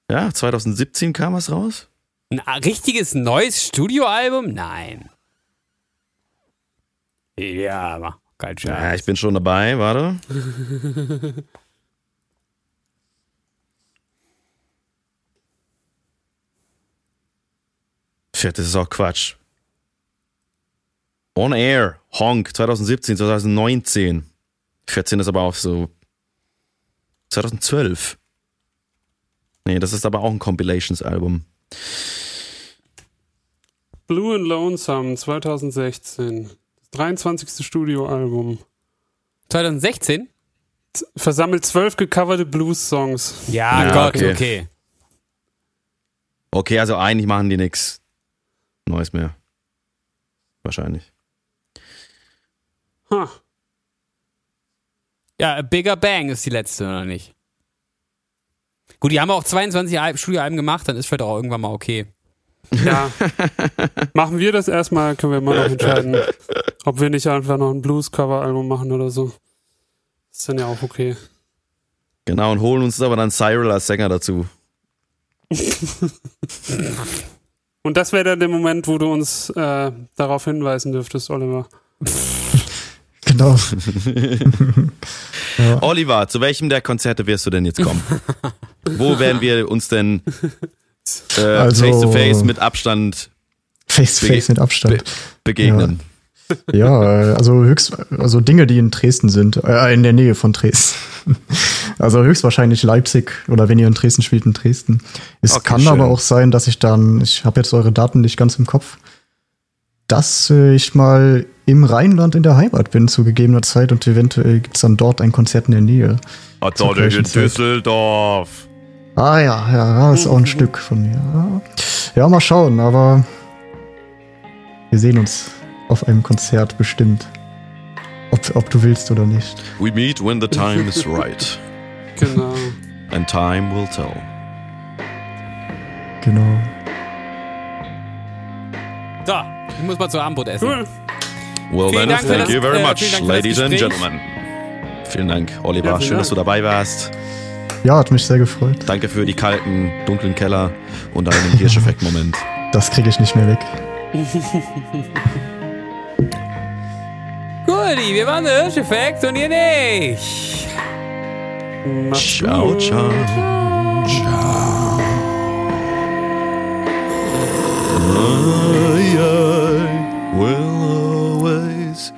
Speaker 3: Ja, 2017 kam was raus.
Speaker 1: Ein a- richtiges neues Studioalbum? Nein. Ja, aber kein
Speaker 3: Ja,
Speaker 1: Scheiß.
Speaker 3: ich bin schon dabei, warte. Shit, das ist auch Quatsch. On Air, Honk, 2017, 2019. 14 ist aber auch so. 2012. Nee, das ist aber auch ein Compilations-Album.
Speaker 2: Blue and Lonesome 2016. Das 23. Studioalbum.
Speaker 1: 2016?
Speaker 2: Z- Versammelt zwölf gecoverte Blues-Songs.
Speaker 1: Ja,
Speaker 3: Ja,
Speaker 1: Gott, okay.
Speaker 3: okay. Okay, also eigentlich machen die nichts Neues mehr. Wahrscheinlich.
Speaker 2: Ha.
Speaker 1: Ja, A Bigger Bang ist die letzte, oder nicht? Gut, die haben auch 22 Al- Studioalben gemacht, dann ist vielleicht auch irgendwann mal okay.
Speaker 2: Ja. machen wir das erstmal, können wir mal noch entscheiden, ob wir nicht einfach noch ein Blues-Cover-Album machen oder so. Ist dann ja auch okay.
Speaker 3: Genau, und holen uns aber dann Cyril als Sänger dazu.
Speaker 2: Und das wäre dann der Moment, wo du uns äh, darauf hinweisen dürftest, Oliver.
Speaker 4: Genau.
Speaker 3: Oliver, zu welchem der Konzerte wirst du denn jetzt
Speaker 4: <laughs>
Speaker 3: kommen? Wo werden wir uns denn äh,
Speaker 4: Also-
Speaker 3: face to face mit Abstand
Speaker 4: Face to face mit Abstand.
Speaker 3: begegnen?
Speaker 4: Ja, äh, also höchst, also Dinge, die in Dresden sind, äh, in der Nähe von Dresden. Also höchstwahrscheinlich Leipzig oder wenn ihr in Dresden spielt, in Dresden. Es
Speaker 3: Okay,
Speaker 4: kann
Speaker 3: schön.
Speaker 4: aber auch sein, dass ich dann, ich habe jetzt eure Daten nicht ganz im Kopf, dass äh, ich mal im Rheinland in der Heimat bin zu gegebener Zeit und eventuell gibt's dann dort ein Konzert in der Nähe.
Speaker 3: Ja.
Speaker 4: Zur gleichen Zeit.
Speaker 3: Düsseldorf.
Speaker 4: Ah ja, ja, ist auch ein Stück von mir. Ja. Ja, mal schauen, aber wir sehen uns auf einem Konzert bestimmt. Ob, ob du willst oder nicht.
Speaker 3: We meet when the time is right.
Speaker 2: Genau.
Speaker 3: And time will tell.
Speaker 4: Genau.
Speaker 1: So, ich muss mal zu Abendbrot essen.
Speaker 2: Cool.
Speaker 3: Well
Speaker 1: Vielen
Speaker 3: then,
Speaker 1: Dank für
Speaker 3: thank
Speaker 1: das-
Speaker 3: you very
Speaker 1: äh,
Speaker 3: much,
Speaker 1: vielen Dank für das
Speaker 3: ladies and
Speaker 1: Gespräch.
Speaker 3: gentlemen. Vielen Dank, Oliver.
Speaker 2: Ja, vielen
Speaker 3: Schön, dass du
Speaker 2: Dank.
Speaker 3: dabei warst.
Speaker 4: Ja, hat mich sehr gefreut.
Speaker 1: <laughs>
Speaker 3: Danke für die kalten, dunklen Keller und deinen Hirscheffekt-Moment.
Speaker 4: Das kriege ich nicht mehr weg.
Speaker 1: Guti, wir waren der Hirscheffekt und ihr nicht.
Speaker 3: Ciao, ciao. I, I will always